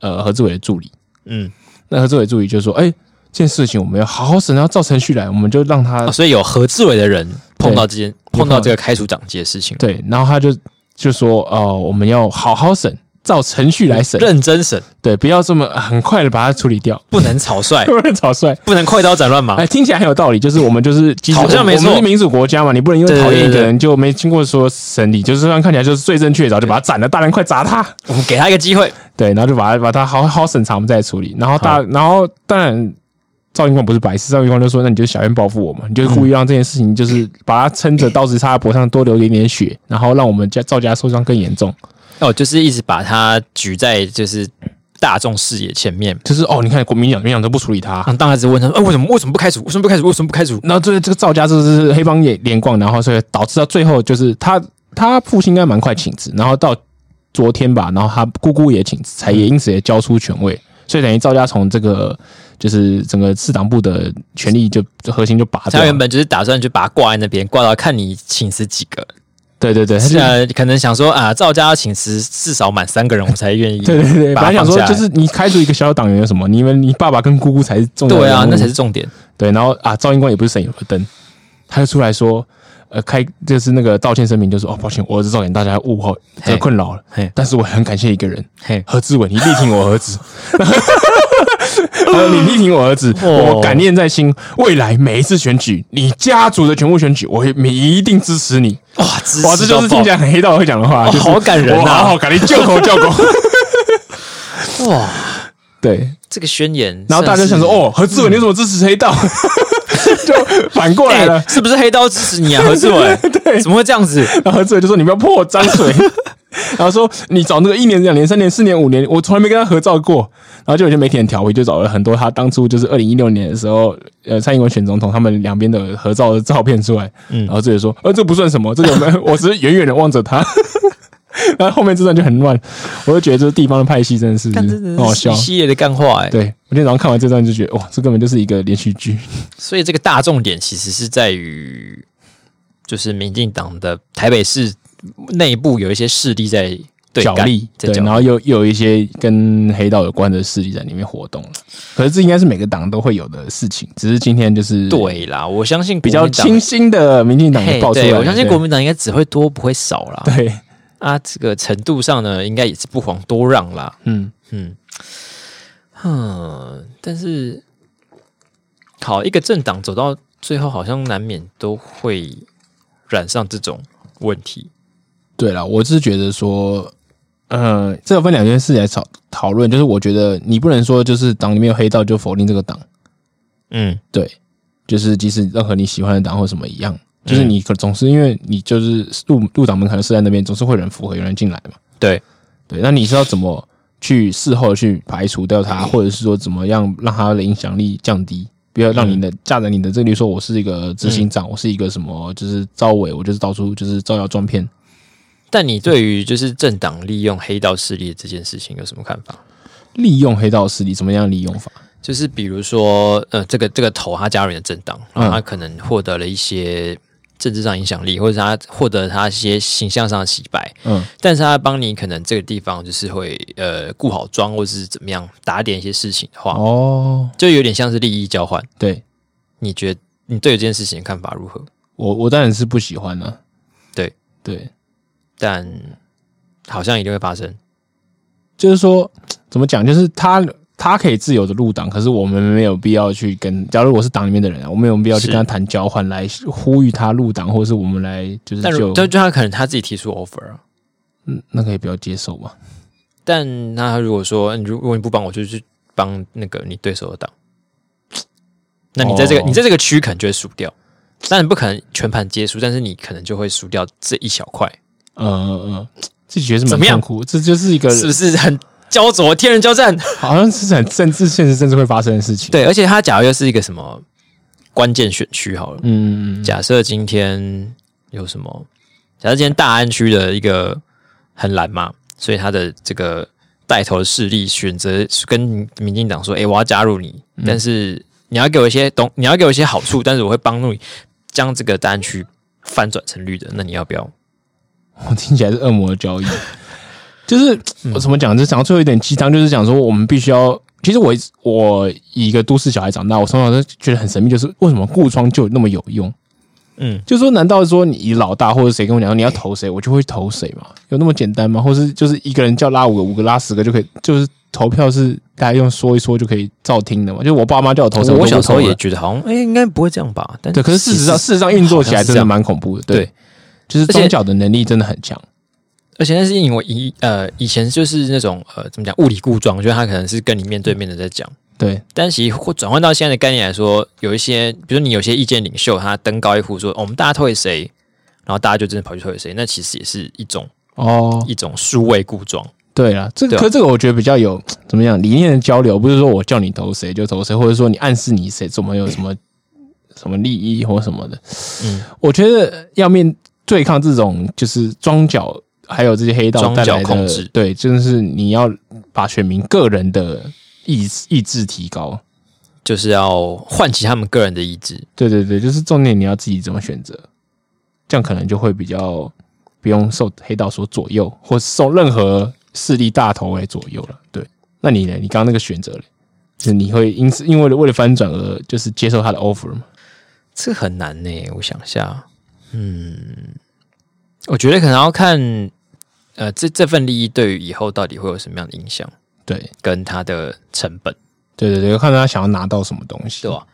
Speaker 3: 呃何志伟的助理，
Speaker 2: 嗯，
Speaker 3: 那何志伟助理就说：“哎、这件事情我们要好好审，要照程序来，我们就让他、
Speaker 2: 啊所以有何志伟的人碰到这件碰到这个开除党籍的事情，，
Speaker 3: 对。”然后他就就说：“哦、我们要好好审，照程序来审，
Speaker 2: 认真审，
Speaker 3: 对，不要这么很快的把它处理掉，
Speaker 2: 不能草 率，
Speaker 3: 不能草率。”
Speaker 2: 不能快刀斩乱麻
Speaker 3: 哎，，听起来很有道理，就是我们就是即使
Speaker 2: 好像
Speaker 3: 我们
Speaker 2: 没错
Speaker 3: 我们是民主国家嘛，你不能因为
Speaker 2: 对对
Speaker 3: 讨厌一
Speaker 2: 对
Speaker 3: 个
Speaker 2: 对
Speaker 3: 人就没经过说审理，就是虽然看起来就是最正确的，然后就把他斩了，大人快砸他。
Speaker 2: 我们给他一个机会，
Speaker 3: 对，然后就把它把它好好审查，我们再来处理。然后大，然后当然，赵英光不是白痴，赵英光就说：“那你就小冤报复我嘛，你就故意让这件事情，就是把它撑着刀子插在脖上，多流一点点血，然后让我们家赵家受伤更严重。
Speaker 2: 哦，就是一直把他举在就是大众视野前面，
Speaker 3: 就是哦，你看国民党、民进党都不处理他。
Speaker 2: 让大家一直问他说，哎，为什么为什么不开除？为什么不开除？为什么不开除？
Speaker 3: 然后这这个赵家就是黑帮也连贯，然后所以导致到最后就是他他父亲应该蛮快请辞，然后到昨天吧，然后他姑姑也请辞，才也因此也交出权位，所以等于赵家从这个就是整个市党部的权力就就核心就拔掉
Speaker 2: 他
Speaker 3: 了
Speaker 2: 原。本就是打算就把他挂在那边，挂到看你请辞几个，
Speaker 3: 对对对，他
Speaker 2: 是
Speaker 3: 就
Speaker 2: 啊，可能想说啊，赵家要请辞至少满三个人，我才愿意
Speaker 3: 对对对，本
Speaker 2: 把
Speaker 3: 来
Speaker 2: 他
Speaker 3: 想
Speaker 2: 放
Speaker 3: 说
Speaker 2: 下来
Speaker 3: 就是你开除一个小党员有什么？你们你爸爸跟姑姑才是重要的
Speaker 2: 对啊
Speaker 3: 人，物
Speaker 2: 那才是重点。
Speaker 3: 对。然后啊，赵英光也不是省油的灯，他就出来说，呃，开就是那个道歉声明，就说哦，抱歉，我儿子造成大家误会，这
Speaker 2: 嘿
Speaker 3: 困扰了
Speaker 2: 嘿，
Speaker 3: 但是我很感谢一个人，
Speaker 2: 嘿，
Speaker 3: 何志伟，你力挺我儿子。 他说：“你力挺我儿子，
Speaker 2: 哦
Speaker 3: 我感念在心。未来每一次选举，你家族的全部选举，我也一定支持你。
Speaker 2: 哇，支持
Speaker 3: 哇，这就
Speaker 2: 到爆
Speaker 3: 是听起来很黑道会讲的话，
Speaker 2: 哦
Speaker 3: 就是
Speaker 2: 好感人啊
Speaker 3: 我好好感你救狗救 狗。
Speaker 2: 哇，
Speaker 3: 对，
Speaker 2: 这个宣言，
Speaker 3: 然后大家就想说，
Speaker 2: 算是，
Speaker 3: 哦，何志伟，你怎么支持黑道？ 就反过来了
Speaker 2: 哎，，是不是黑刀支持你啊，何志伟？ 对，嗯怎么会这样子？
Speaker 3: 然后何志伟就说你不要泼我脏水， 然后说你找那个一年、两年、三年、四年、五年，我从来没跟他合照过。然后就有些媒体很调皮，就找了很多他当初就是二零一六年的时候，呃，蔡英文选总统他们两边的合照的照片出来，嗯，然后志伟说，呃，这不算什么，这个我们我只是远远的望着他。 然后后面这段就很乱，我就觉得这地方的派系真的是
Speaker 2: 看，真
Speaker 3: 很
Speaker 2: 的
Speaker 3: 好
Speaker 2: 是
Speaker 3: 笑
Speaker 2: 一。系列的干话哎。
Speaker 3: 对我今天早上看完这段就觉得，哇，这根本就是一个连续剧。
Speaker 2: 所以这个大重点其实是在于，就是民进党的台北市内部有一些势力在对
Speaker 3: 角
Speaker 2: 干
Speaker 3: 力，
Speaker 2: 在
Speaker 3: 对，
Speaker 2: 角
Speaker 3: 然后又又有一些跟黑道有关的势力在里面活动了。可是这应该是每个党都会有的事情，只是今天就是
Speaker 2: 对啦，我相信
Speaker 3: 比较
Speaker 2: 清
Speaker 3: 清新的民进党就爆出来
Speaker 2: 对，
Speaker 3: 了。
Speaker 2: 我相信
Speaker 3: 对
Speaker 2: 国民党应该只会多不会少啦。
Speaker 3: 对，
Speaker 2: 啊，这个程度上呢，应该也是不遑多让啦。
Speaker 3: 嗯，
Speaker 2: 嗯，哼，但是好一个政党走到最后，好像难免都会染上这种问题。
Speaker 3: 对了，我是觉得说，呃，这分两件事来讨讨论，就是我觉得你不能说就是党里面有黑道就否定这个党，
Speaker 2: 嗯
Speaker 3: 对，就是即使任何你喜欢的党或什么一样，
Speaker 2: 嗯
Speaker 3: 就是你可总是因为你就是入入党门槛就设在那边，总是会有人符合，有人进来嘛。
Speaker 2: 对，
Speaker 3: 对，那你是要怎么去事后去排除掉他，或者是说怎么样让他的影响力降低？不要让你
Speaker 2: 嗯
Speaker 3: 的架着你的这里说，我是一个执行长，我是一个什么，就是招委，我就是到处就是招摇撞骗。
Speaker 2: 但你对于就是政党利用黑道势力这件事情有什么看法？
Speaker 3: 利用黑道势力，怎么样利用法？
Speaker 2: 就是比如说，呃，这个这个头他加入你的政党，然后
Speaker 3: 嗯
Speaker 2: 他可能获得了一些政治上影响力，或者是他获得他一些形象上的洗白，
Speaker 3: 嗯，
Speaker 2: 但是他帮你可能这个地方就是会呃顾好庄，或者是怎么样打点一些事情的话，
Speaker 3: 哦，
Speaker 2: 就有点像是利益交换。
Speaker 3: 对
Speaker 2: 你觉得你对这件事情的看法如何？
Speaker 3: 我我当然是不喜欢了、
Speaker 2: 对
Speaker 3: 对，
Speaker 2: 但好像一定会发生。
Speaker 3: 就是说怎么讲，就是他他可以自由的入党，可是我们没有必要去跟，假如我是党里面的人啊，我们没有必要去
Speaker 2: 是
Speaker 3: 跟他谈交换，来呼吁他入党，或者是我们来就是
Speaker 2: 但
Speaker 3: 就
Speaker 2: 如就就他可能他自己提出 offer 啊，
Speaker 3: 嗯，那可以不要接受嘛？
Speaker 2: 但那他如果说呃你如如果你不帮我，就去帮那个你对手的党，那你在这个、
Speaker 3: 哦
Speaker 2: 你在这个区可能就会输掉，但你不可能全盘皆输，但是你可能就会输掉这一小块，
Speaker 3: 嗯嗯嗯，这觉得是
Speaker 2: 怎
Speaker 3: 蛮
Speaker 2: 么样
Speaker 3: 痛苦，这就是一个
Speaker 2: 是不是很焦灼？天人交战。
Speaker 3: 好像是很政治现实政治会发生的事情。
Speaker 2: 对，而且他假如又是一个什么关键选区好了，
Speaker 3: 嗯，嗯嗯，
Speaker 2: 假设今天有什么？假设今天大安区的一个很蓝嘛，所以他的这个带头的势力选择跟民进党说：“诶，我要加入你，
Speaker 3: 嗯
Speaker 2: 但是你要给我一些东，你要给我一些好处，但是我会帮助你将这个大安区翻转成绿的。那你要不要？
Speaker 3: 我听起来是恶魔的交易。 就是
Speaker 2: 嗯
Speaker 3: 我怎么讲，就讲到最后一点鸡汤，就是讲说我们必须要。其实我一直我以一个都市小孩长大，我从小就觉得很神秘，就是为什么顾窗就那么有用？
Speaker 2: 嗯，
Speaker 3: 就说难道说你老大或者谁跟我讲说你要投谁，我就会投谁吗？有那么简单吗？或是就是一个人叫拉五个，五个拉十个就可以，就是投票是大家用说一说就可以照听的嘛？就是我爸妈叫我投什么，
Speaker 2: 我小
Speaker 3: 就
Speaker 2: 时候
Speaker 3: 投了
Speaker 2: 也觉得好像，诶，应该不会这样吧？但
Speaker 3: 对，可是事实上
Speaker 2: 其
Speaker 3: 事实上运作起
Speaker 2: 好
Speaker 3: 来
Speaker 2: 像是
Speaker 3: 真
Speaker 2: 这
Speaker 3: 的
Speaker 2: 样
Speaker 3: 蛮恐怖的，
Speaker 2: 对
Speaker 3: 对，就是
Speaker 2: 而且
Speaker 3: 宗教的能力真的很强，
Speaker 2: 而且那是因为以呃以前就是那种呃怎么讲物理故障，就是他可能是跟你面对面的在讲。
Speaker 3: 对，
Speaker 2: 但其实或转换到现在的概念来说，有一些，比如你有些意见领袖，他登高一呼说、哦我们大家推谁，然后大家就真的跑去推谁，那其实也是一种
Speaker 3: 哦，
Speaker 2: 一种数位故装。
Speaker 3: 对啊，这个
Speaker 2: 对啊
Speaker 3: 可是这个我觉得比较有怎么讲理念的交流，不是说我叫你投谁就投谁，或者说你暗示你谁怎么有什么什么利益或什么的。
Speaker 2: 嗯，
Speaker 3: 我觉得要面对抗这种就是庄脚，还有这些黑道
Speaker 2: 庄
Speaker 3: 带
Speaker 2: 脚
Speaker 3: 来
Speaker 2: 控
Speaker 3: 的
Speaker 2: 制，
Speaker 3: 对，真的是你要把选民个人的意意志提高。
Speaker 2: 就是要唤起他们个人的意志，
Speaker 3: 对对对，就是重点你要自己怎么选择，这样可能就会比较不用受黑道所左右，或受任何势力大头为左右了。对，那你呢？你刚刚那个选择嘞，就是你会因此因为为了翻转而就是接受他的 offer 吗？
Speaker 2: 这很难呢、我想一下，嗯，我觉得可能要看，呃，这这份利益对于以后到底会有什么样的影响，
Speaker 3: 对
Speaker 2: 跟它的成本。
Speaker 3: 对对对，看他想要拿到什么东西。
Speaker 2: 对啊吧、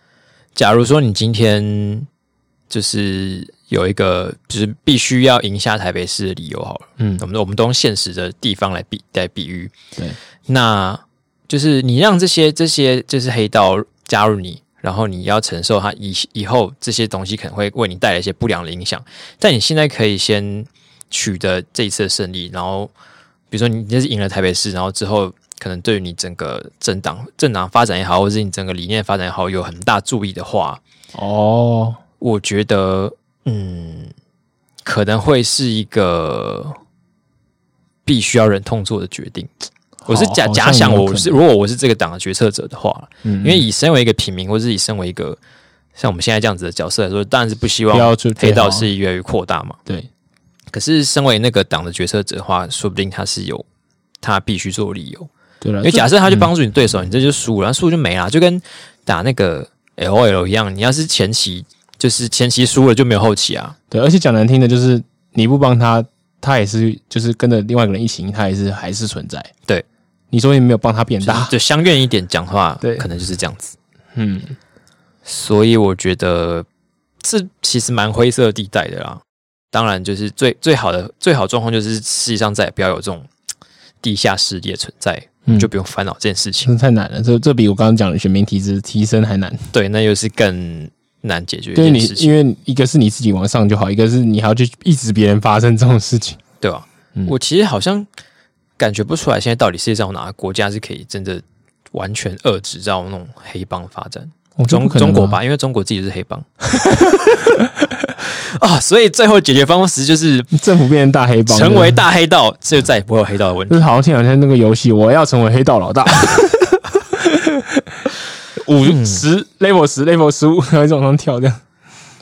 Speaker 2: 假如说你今天就是有一个就是必须要赢下台北市的理由好了，
Speaker 3: 嗯
Speaker 2: 我，们我们都用现实的地方来比来比喻，
Speaker 3: 对，
Speaker 2: 那就是你让这些这些就是黑道加入你。然后你要承受他以以后这些东西可能会为你带来一些不良的影响，但你现在可以先取得这一次的胜利，然后比如说你这是赢了台北市，然后之后可能对于你整个政党政党发展也好，或者是你整个理念发展也好，有很大注意的话，
Speaker 3: 哦，
Speaker 2: 我觉得嗯，可能会是一个必须要忍痛做的决定。我是假
Speaker 3: 好
Speaker 2: 假想我是，
Speaker 3: 好像有可能
Speaker 2: 如果我是这个党的决策者的话，
Speaker 3: 嗯
Speaker 2: 因为以身为一个平民，或是以身为一个像我们现在这样子的角色来说，当然是不希
Speaker 3: 不要
Speaker 2: 望
Speaker 3: 就
Speaker 2: 黑道
Speaker 3: 最好
Speaker 2: 是越来越扩大嘛。
Speaker 3: 对
Speaker 2: 可是，身为那个党的决策者的话，说不定他是有他必须做的理由。
Speaker 3: 对了，
Speaker 2: 因为
Speaker 3: 这嗯
Speaker 2: 假设他去帮助你对手，你这就输了，然后输了就没了，就跟打那个 L O L 一样，你要是前期就是前期输了就没有后期啊。
Speaker 3: 对，而且讲难听的，就是你不帮他，他也是就是跟着另外一个人一起赢，他也是还是存在。
Speaker 2: 对，
Speaker 3: 你说你没有帮他变
Speaker 2: 就是
Speaker 3: 大，
Speaker 2: 就相怨一点讲话，
Speaker 3: 对
Speaker 2: 可能就是这样子。
Speaker 3: 嗯，
Speaker 2: 所以我觉得这其实蛮灰色地带的啦。当然，就是最最好的最好状况就是世界上再也不要有这种嘖地下势力的存在，
Speaker 3: 嗯
Speaker 2: 就不用烦恼这件事情。
Speaker 3: 真的太难了，这这比我刚刚讲的选民提质提升还难。
Speaker 2: 对，那又是更难解决一
Speaker 3: 对
Speaker 2: 件
Speaker 3: 你
Speaker 2: 事，情
Speaker 3: 因，为一个是你自己往上就好，一个是你还要去抑制别人发生这种事情。
Speaker 2: 对吧、
Speaker 3: 嗯
Speaker 2: 我其实好像感觉不出来，现在到底世界上有哪个国家是可以真的完全遏制到那种黑帮发展？
Speaker 3: 哦这
Speaker 2: 中
Speaker 3: 不可能
Speaker 2: 中
Speaker 3: 啊
Speaker 2: 国吧，因为中国自己就是黑帮 啊，所以最后解决方式就是
Speaker 3: 政府变成大黑帮，
Speaker 2: 成为大黑道，就再也不会有黑道的问
Speaker 3: 就
Speaker 2: 题。
Speaker 3: 是好像前两天那个游戏，我要成为黑 道老大，五十 level 十 level 十 五，然后一直嗯往上跳这样。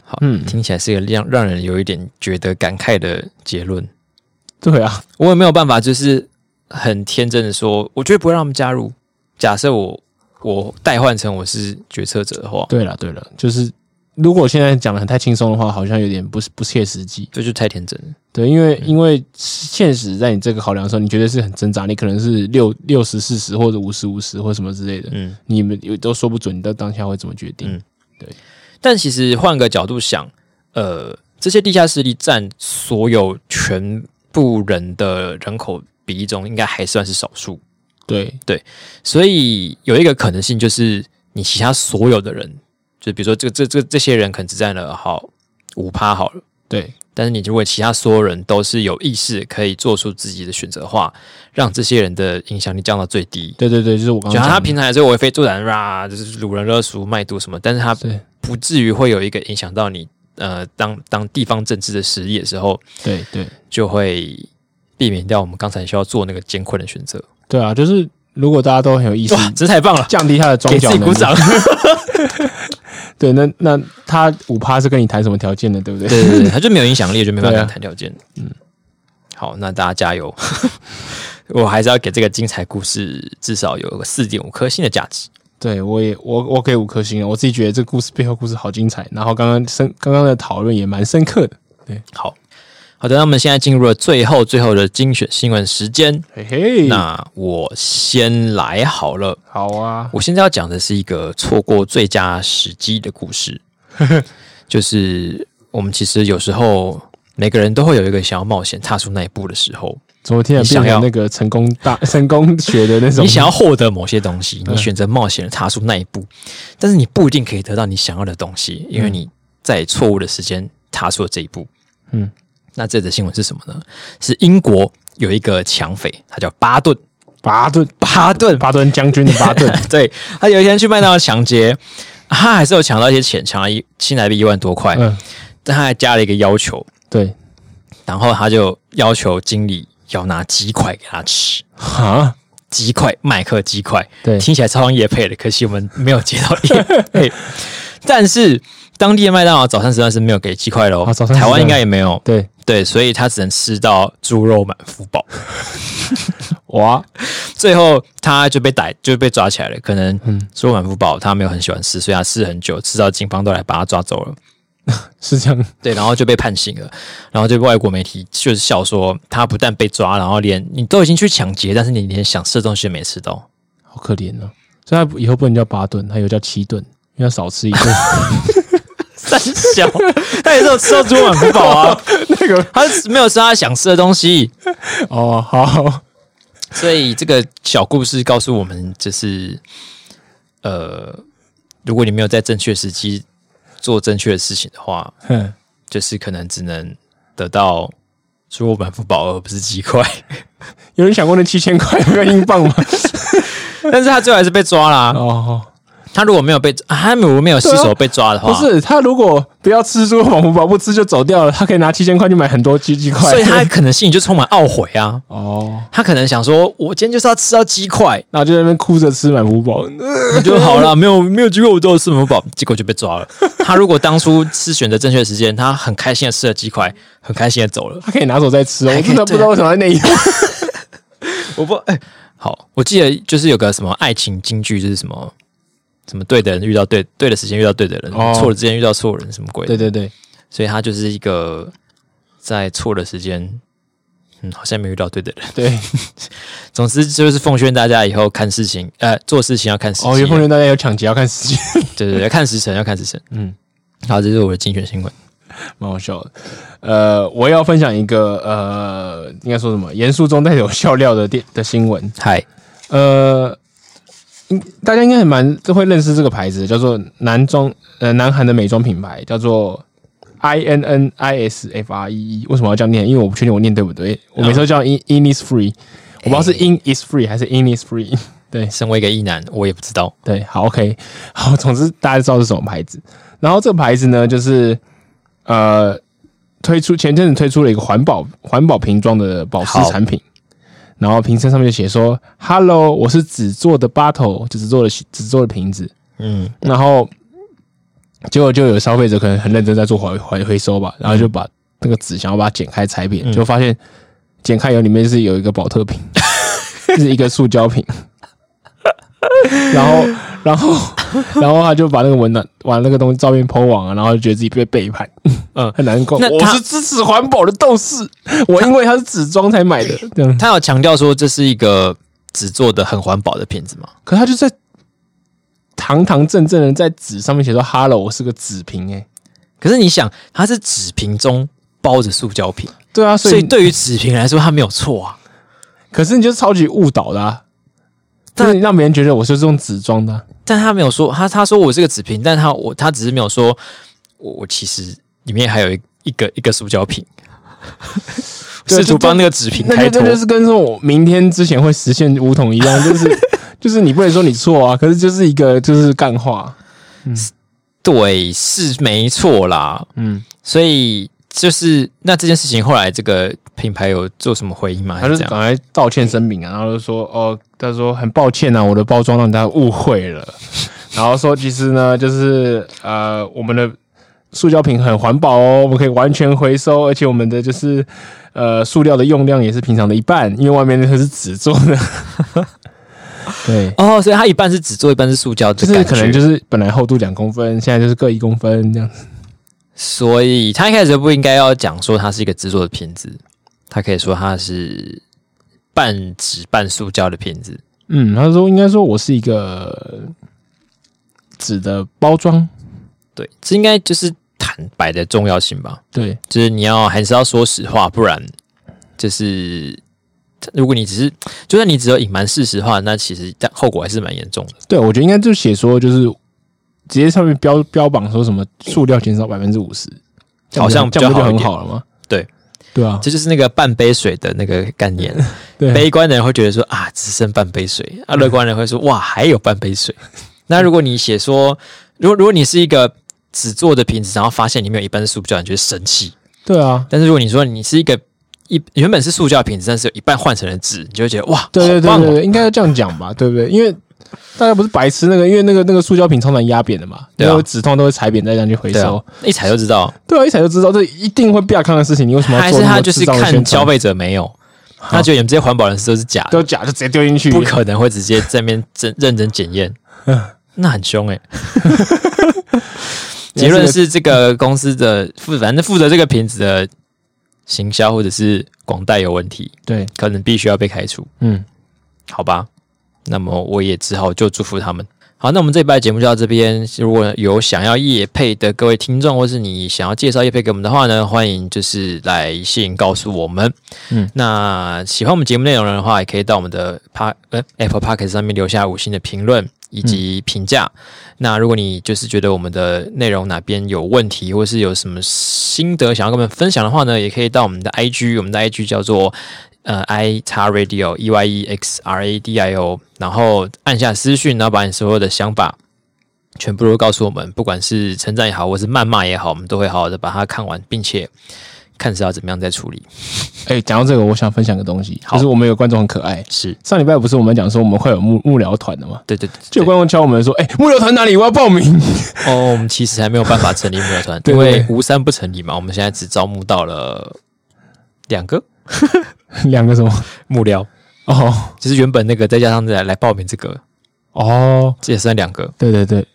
Speaker 2: 好，
Speaker 3: 嗯
Speaker 2: 听起来是一个让让人有一点觉得感慨的结论。
Speaker 3: 对啊，
Speaker 2: 我也没有办法，就是很天真的说，我绝对不会让他们加入。假设我我代换成我是决策者的话，
Speaker 3: 对了对了，就是如果现在讲的太轻松的话，好像有点不是不切实际。
Speaker 2: 这就太天真了。
Speaker 3: 对，因为因为现实在你这个考量的时候，你绝对是很挣扎，你可能是六六十四十或者五十五十或什么之类的，
Speaker 2: 嗯，
Speaker 3: 你们有都说不准，你到当下会怎么决定？
Speaker 2: 嗯但其实换个角度想，呃，这些地下势力占所有全部人的人口比例中，应该还算是少数。
Speaker 3: 对，
Speaker 2: 所以有一个可能性就是，你其他所有的人，就比如说这这这这些人可能只占了好五趴好了。
Speaker 3: 对，
Speaker 2: 但是你如果其他所有人都是有意识可以做出自己的选择的话，让这些人的影响力降到最低。
Speaker 3: 对对对，就是我刚
Speaker 2: 就
Speaker 3: 刚
Speaker 2: 像
Speaker 3: 讲
Speaker 2: 他
Speaker 3: 的
Speaker 2: 平常还是为非作歹，啦，就是掳人勒赎、卖毒什么，但是他
Speaker 3: 对
Speaker 2: 不至于会有一个影响到你，呃，当当地方政治的实力的时候，
Speaker 3: 对对
Speaker 2: 就会避免掉我们刚才需要做那个艰困的选择。
Speaker 3: 对啊，就是如果大家都很有意识，
Speaker 2: 哇，这太棒了，
Speaker 3: 降低他的装
Speaker 2: 给
Speaker 3: 脚
Speaker 2: 自己
Speaker 3: 能
Speaker 2: 鼓
Speaker 3: 力
Speaker 2: 掌。。
Speaker 3: 对，那那他五趴是跟你谈什么条件的，对不对？
Speaker 2: 对对对，他就没有影响力，就没办法
Speaker 3: 对啊
Speaker 2: 跟你谈条件。嗯，好，那大家加油。 我还是要给这个精彩故事至少有个四点五颗星的价值。
Speaker 3: 对我也我我给五颗星了，我自己觉得这故事背后故事好精彩，然后刚刚深刚刚的讨论也蛮深刻的。
Speaker 2: 好，好的，那我们现在进入了最后最后的精选新闻时间。
Speaker 3: 嘿嘿，
Speaker 2: 那我先来好了。
Speaker 3: 好啊，
Speaker 2: 我现在要讲的是一个错过最佳时机的故事，就是我们其实有时候每个人都会有一个想要冒险踏出那一步的时候，
Speaker 3: 昨天
Speaker 2: 你
Speaker 3: 也变
Speaker 2: 想要
Speaker 3: 成那个成功大成功学的那种，
Speaker 2: 你想要获得某些东西，你选择冒险踏出那一步，但是你不一定可以得到你想要的东西，因为你在错误的时间踏出了这一步。
Speaker 3: 嗯，
Speaker 2: 那这则新闻是什么呢？是英国有一个抢匪，他叫巴顿，
Speaker 3: 巴顿
Speaker 2: 巴顿，
Speaker 3: 巴顿将军的 巴顿，
Speaker 2: 对他有一天去麦当劳抢劫，他还是有抢到一些钱，抢了一新台币一万多块，
Speaker 3: 嗯，
Speaker 2: 但他还加了一个要求，
Speaker 3: 对，
Speaker 2: 然后他就要求经理要拿鸡块给他吃，
Speaker 3: 哈，
Speaker 2: 鸡块麦克鸡块，
Speaker 3: 对
Speaker 2: 听起来超像夜配的，可惜我们没有接到夜配。 但是当地的麦当劳早餐时段是没有给鸡块的哦
Speaker 3: 啊早，餐时段
Speaker 2: 台湾应该也没有，
Speaker 3: 对，
Speaker 2: 对，所以他只能吃到猪肉满福宝。
Speaker 3: 哇，
Speaker 2: 最后他就被逮，就被抓起来了。可能说满不饱，他没有很喜欢吃，所以他吃很久，吃到警方都来把他抓走了。
Speaker 3: 是这样，
Speaker 2: 对，然后就被判刑了。然后就外国媒体就是笑说，他不但被抓，然后连你都已经去抢劫，但是你连想吃的东西也没吃到。
Speaker 3: 好可怜哦。所以他以后不能叫巴顿，他有叫七顿，因为要少吃 一顿。
Speaker 2: 三小，他也是有吃到猪满不饱啊，
Speaker 3: 那个
Speaker 2: 他没有吃他想吃的东西。
Speaker 3: 哦，好，
Speaker 2: 所以这个小故事告诉我们，就是呃，如果你没有在正确时机做正确的事情的话，
Speaker 3: 哼，
Speaker 2: 就是可能只能得到猪肉满腹饱，而不是鸡块。
Speaker 3: 有人想过那七千块那个英 镑吗？
Speaker 2: 但是他最后还是被抓啦、
Speaker 3: 哦，
Speaker 2: 他如果没有被，啊他如果没有失手被抓的话，
Speaker 3: 不，是，他如果不要吃猪黄福宝，不吃就走掉了，他可以拿七千块去买很多鸡鸡块。
Speaker 2: 所以 他可能心里就充满懊悔啊。
Speaker 3: 哦，
Speaker 2: 他可能想说，我今天就是要吃到鸡块
Speaker 3: 然后就在那边哭着吃满福宝，呃
Speaker 2: 就好了，没有没有鸡块，我都有吃满腹饱，结果就被抓了。他如果当初是选择正确的时间，他很开心的吃了鸡块，很开心的走了。
Speaker 3: 他可以拿走再吃哦。
Speaker 2: 还
Speaker 3: 我
Speaker 2: 可以
Speaker 3: 真的不知道为什么要那一样。
Speaker 2: 我不，哎、好，我记得就是有个什么爱情金句，就是什么什么对的人遇到对对的时间遇到对的人，
Speaker 3: 哦
Speaker 2: 错的时间遇到错的人，什么鬼的
Speaker 3: 对对对，
Speaker 2: 所以他就是一个在错的时间，嗯，好像没有遇到对的人。
Speaker 3: 对，
Speaker 2: 总之就是奉劝大家以后看事情，呃，做事情要看时机啊，
Speaker 3: 哦，有奉劝大家有抢劫要看时间，
Speaker 2: 对对对，要看时辰，要看时辰。嗯，好，这是我的精选新闻。
Speaker 3: 蛮好笑的。呃，我要分享一个呃，应该说什么严肃中带有笑料的电的新闻。
Speaker 2: 嗨，
Speaker 3: 呃，大家应该也蛮都会认识这个牌子，叫做男装呃南韩的美妆品牌，叫做 I N N I S F R E E。为什么要这样念？因为我不确定我念对不对。我每次都叫 In Innisfree，我不知道是 In is free 还是 Innisfree。对
Speaker 2: 身为一个异男，我也不知道。
Speaker 3: 对，好，OK，好，总之大家知道是什么牌子。然后这个牌子呢，就是呃推出前阵子推出了一个环保环保瓶装的保湿
Speaker 2: 好
Speaker 3: 产品。然后瓶身上面就写说：“Hello，我是纸做的 bottle，就纸做的纸做的瓶子。”
Speaker 2: 嗯，
Speaker 3: 然后结果就有消费者可能很认真在做回回回收吧，
Speaker 2: 嗯
Speaker 3: 然后就把那个纸想要把它剪开裁片，就发现剪开以后里面是有一个保 特瓶，是一个塑胶瓶。 然后，然后，然后他就把那个文档、把那个东西照片抛网啊，然后就觉得自己被背叛，
Speaker 2: 嗯
Speaker 3: 很难过。
Speaker 2: 那
Speaker 3: 我
Speaker 2: 他
Speaker 3: 是支持环保的 斗士，我因为它是纸装才买的，这样。
Speaker 2: 他有强调说这是一个只做的很环保的片子吗？
Speaker 3: 可他就在堂堂正正的在纸上面写说 “hello”，我是个纸瓶、欸，哎，
Speaker 2: 可是你想，它是纸瓶中包着塑胶瓶，
Speaker 3: 对啊，
Speaker 2: 所以对于纸瓶来说，它没有错啊。
Speaker 3: 可是你就是超级误导的、啊，就
Speaker 2: 但
Speaker 3: 是你让别人觉得我是用纸装的啊、
Speaker 2: 但他没有说，他他说我是个纸瓶，但他我他只是没有说，我我其实里面还有一一个一个塑胶瓶，
Speaker 3: 对
Speaker 2: 试图
Speaker 3: 就
Speaker 2: 帮那个纸瓶
Speaker 3: 那
Speaker 2: 开
Speaker 3: 就
Speaker 2: 脱
Speaker 3: 这。就是跟说我明天之前会实现梧桐一样，就是 就是你不能说你错啊，可是就是一个就是干话，
Speaker 2: 对，是没错啦。
Speaker 3: 嗯，
Speaker 2: 所以就是那这件事情后来这个品牌有做什么回应吗？
Speaker 3: 他
Speaker 2: 还
Speaker 3: 就是是
Speaker 2: 这
Speaker 3: 赶
Speaker 2: 样？
Speaker 3: 快道歉声明啊，然后就说哦，他说很抱歉啊，我的包装让大家误会 了，然后说其实呢，就是呃我们的。塑胶瓶很环保哦，我们可以完全回收，而且我们的就是呃塑料的用量也是平常的一半，因为外面那个是纸做的。 对，
Speaker 2: 哦，所以它一半是纸做，一半是塑胶的
Speaker 3: 就
Speaker 2: 感觉，
Speaker 3: 是可能就是本来厚度两公分，现在就是各一公分这样子。
Speaker 2: 所以他一开始就不应该要讲说它是一个制作的瓶子，他可以说它是半纸半塑胶的瓶子。
Speaker 3: 嗯，他说应该说我是一个纸的包装，
Speaker 2: 对，这应该就是坦白的重要性吧，
Speaker 3: 对，
Speaker 2: 就是你要还是要说实话，不然就是如果你只是就算你只有隐瞒事实的话，那其实但后果还是蛮严重的。
Speaker 3: 对我觉得应该就写说就是直接上面标标榜说什么塑料减少百分之五十，这样
Speaker 2: 好
Speaker 3: 不
Speaker 2: 像
Speaker 3: 这样
Speaker 2: 比较
Speaker 3: 不就
Speaker 2: 好一
Speaker 3: 很
Speaker 2: 点
Speaker 3: 好了吗？
Speaker 2: 对，
Speaker 3: 对啊，
Speaker 2: 这就是那个半杯水的那个概念。
Speaker 3: 对
Speaker 2: 悲观的人会觉得说啊，只剩半杯水；啊，乐观的人会说哇，还有半杯水。那如果你写说，如果如果你是一个纸做的瓶子，然后发现里面有一半是塑胶，你就会生气；
Speaker 3: 对啊，
Speaker 2: 但是如果你说你是一个一原本是塑胶的瓶子，但是有一半换成了纸，你就会觉得哇，
Speaker 3: 对对
Speaker 2: 好
Speaker 3: 对
Speaker 2: 棒
Speaker 3: 对
Speaker 2: 哦！
Speaker 3: 对，应该要这样讲吧，对不对？因为大家不是白吃那个，因为那个那个塑胶瓶超难压扁的嘛，
Speaker 2: 对啊
Speaker 3: 因为纸通都会裁扁再这样去回
Speaker 2: 对
Speaker 3: 收
Speaker 2: 啊。，一踩就知道，
Speaker 3: 对啊，一踩就知道这一定会不要康的事情，你为什么要
Speaker 2: 还
Speaker 3: 做
Speaker 2: 是
Speaker 3: 那
Speaker 2: 他
Speaker 3: 么
Speaker 2: 就是
Speaker 3: 智障的宣
Speaker 2: 看
Speaker 3: 传
Speaker 2: 消费者没有，他觉得你们这些环保人士都是假的，
Speaker 3: 都假就直接丢进去，
Speaker 2: 不可能会直接在面真认真检验，
Speaker 3: 嗯
Speaker 2: 那很凶哎、 结论是这个公司的负，反正负责这个瓶子的行销或者是广代有问题，
Speaker 3: 对，
Speaker 2: 可能必须要被开除，
Speaker 3: 嗯，
Speaker 2: 好吧？那么我也只好就祝福他们。好，那我们这一拜节目就到这边。如果有想要夜配的各位听众，或是你想要介绍夜配给我们的话呢，欢迎就是来信告诉我们。
Speaker 3: 嗯，
Speaker 2: 那喜欢我们节目内容的话，也可以到我们的 Pa 呃 Apple p o c k e t 上面留下五星的评论以及评价。那如果你就是觉得我们的内容哪边有问题，或是有什么心得想要跟我们分享的话呢，也可以到我们的 IG，我们的 IG 叫做呃 i x radio e y e x r a d i o，然后按下私讯，然后把你所有的想法全部都告诉我们，不管是称赞也好，或是谩骂也好，我们都会好好的把它看完，并且看是要怎么样再处理。
Speaker 3: 哎、讲到这个，我想分享个东西，
Speaker 2: 好
Speaker 3: 就是我们有观众很可爱。
Speaker 2: 是
Speaker 3: 上礼拜不是我们讲说我们会有幕幕僚团的吗？
Speaker 2: 对 对对
Speaker 3: 就有观众敲我们说，哎、幕僚团哪里？我要报名。
Speaker 2: 对哦，我们其实还没有办法成立幕僚团，
Speaker 3: 对
Speaker 2: 因
Speaker 3: 对
Speaker 2: 为无三不成立嘛，我们现在只招募到了两个
Speaker 3: 两个什么？
Speaker 2: 幕僚，
Speaker 3: 哦
Speaker 2: 就是原本那个再加上来来报名这个，
Speaker 3: 哦，
Speaker 2: 这也算两个，
Speaker 3: 对对对，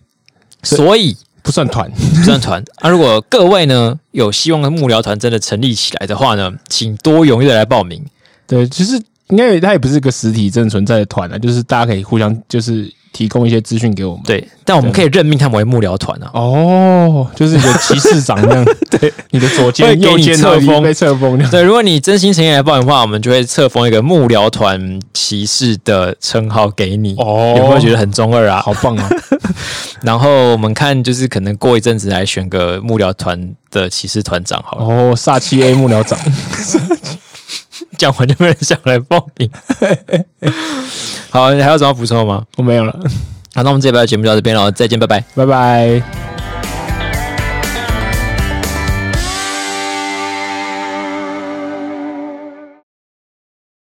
Speaker 2: 所以
Speaker 3: 不算团，
Speaker 2: 不算团。 啊，如果各位呢有希望幕僚团真的成立起来的话呢，请多踊跃地来报名。
Speaker 3: 对，其实应该也它也不是一个实体真的存在的团啊，就是大家可以互相就是提供一些资讯给我们。
Speaker 2: 对，但我们可以任命他们为幕僚团啊。
Speaker 3: 哦，就是你的骑士长这样， 对，你的左
Speaker 2: 会
Speaker 3: 肩、
Speaker 2: 给
Speaker 3: 右
Speaker 2: 你
Speaker 3: 肩
Speaker 2: 册
Speaker 3: 已经
Speaker 2: 封
Speaker 3: 被册封了。
Speaker 2: 对，如果你真心诚意来报名的话，我们就会册封一个幕僚团骑士的称号给你。
Speaker 3: 哦
Speaker 2: 你会不会觉得很中二啊？
Speaker 3: 好棒啊！
Speaker 2: 然后我们看，就是可能过一阵子来选个幕僚团的骑士团长好了，
Speaker 3: 哦，煞气 A 幕僚长，
Speaker 2: 这样我就没人想来报名。好，你还有什么要补充的吗？
Speaker 3: 我没有了，
Speaker 2: 好，那我们这礼拜的节目就到这边了，再见，拜拜。
Speaker 3: 拜拜。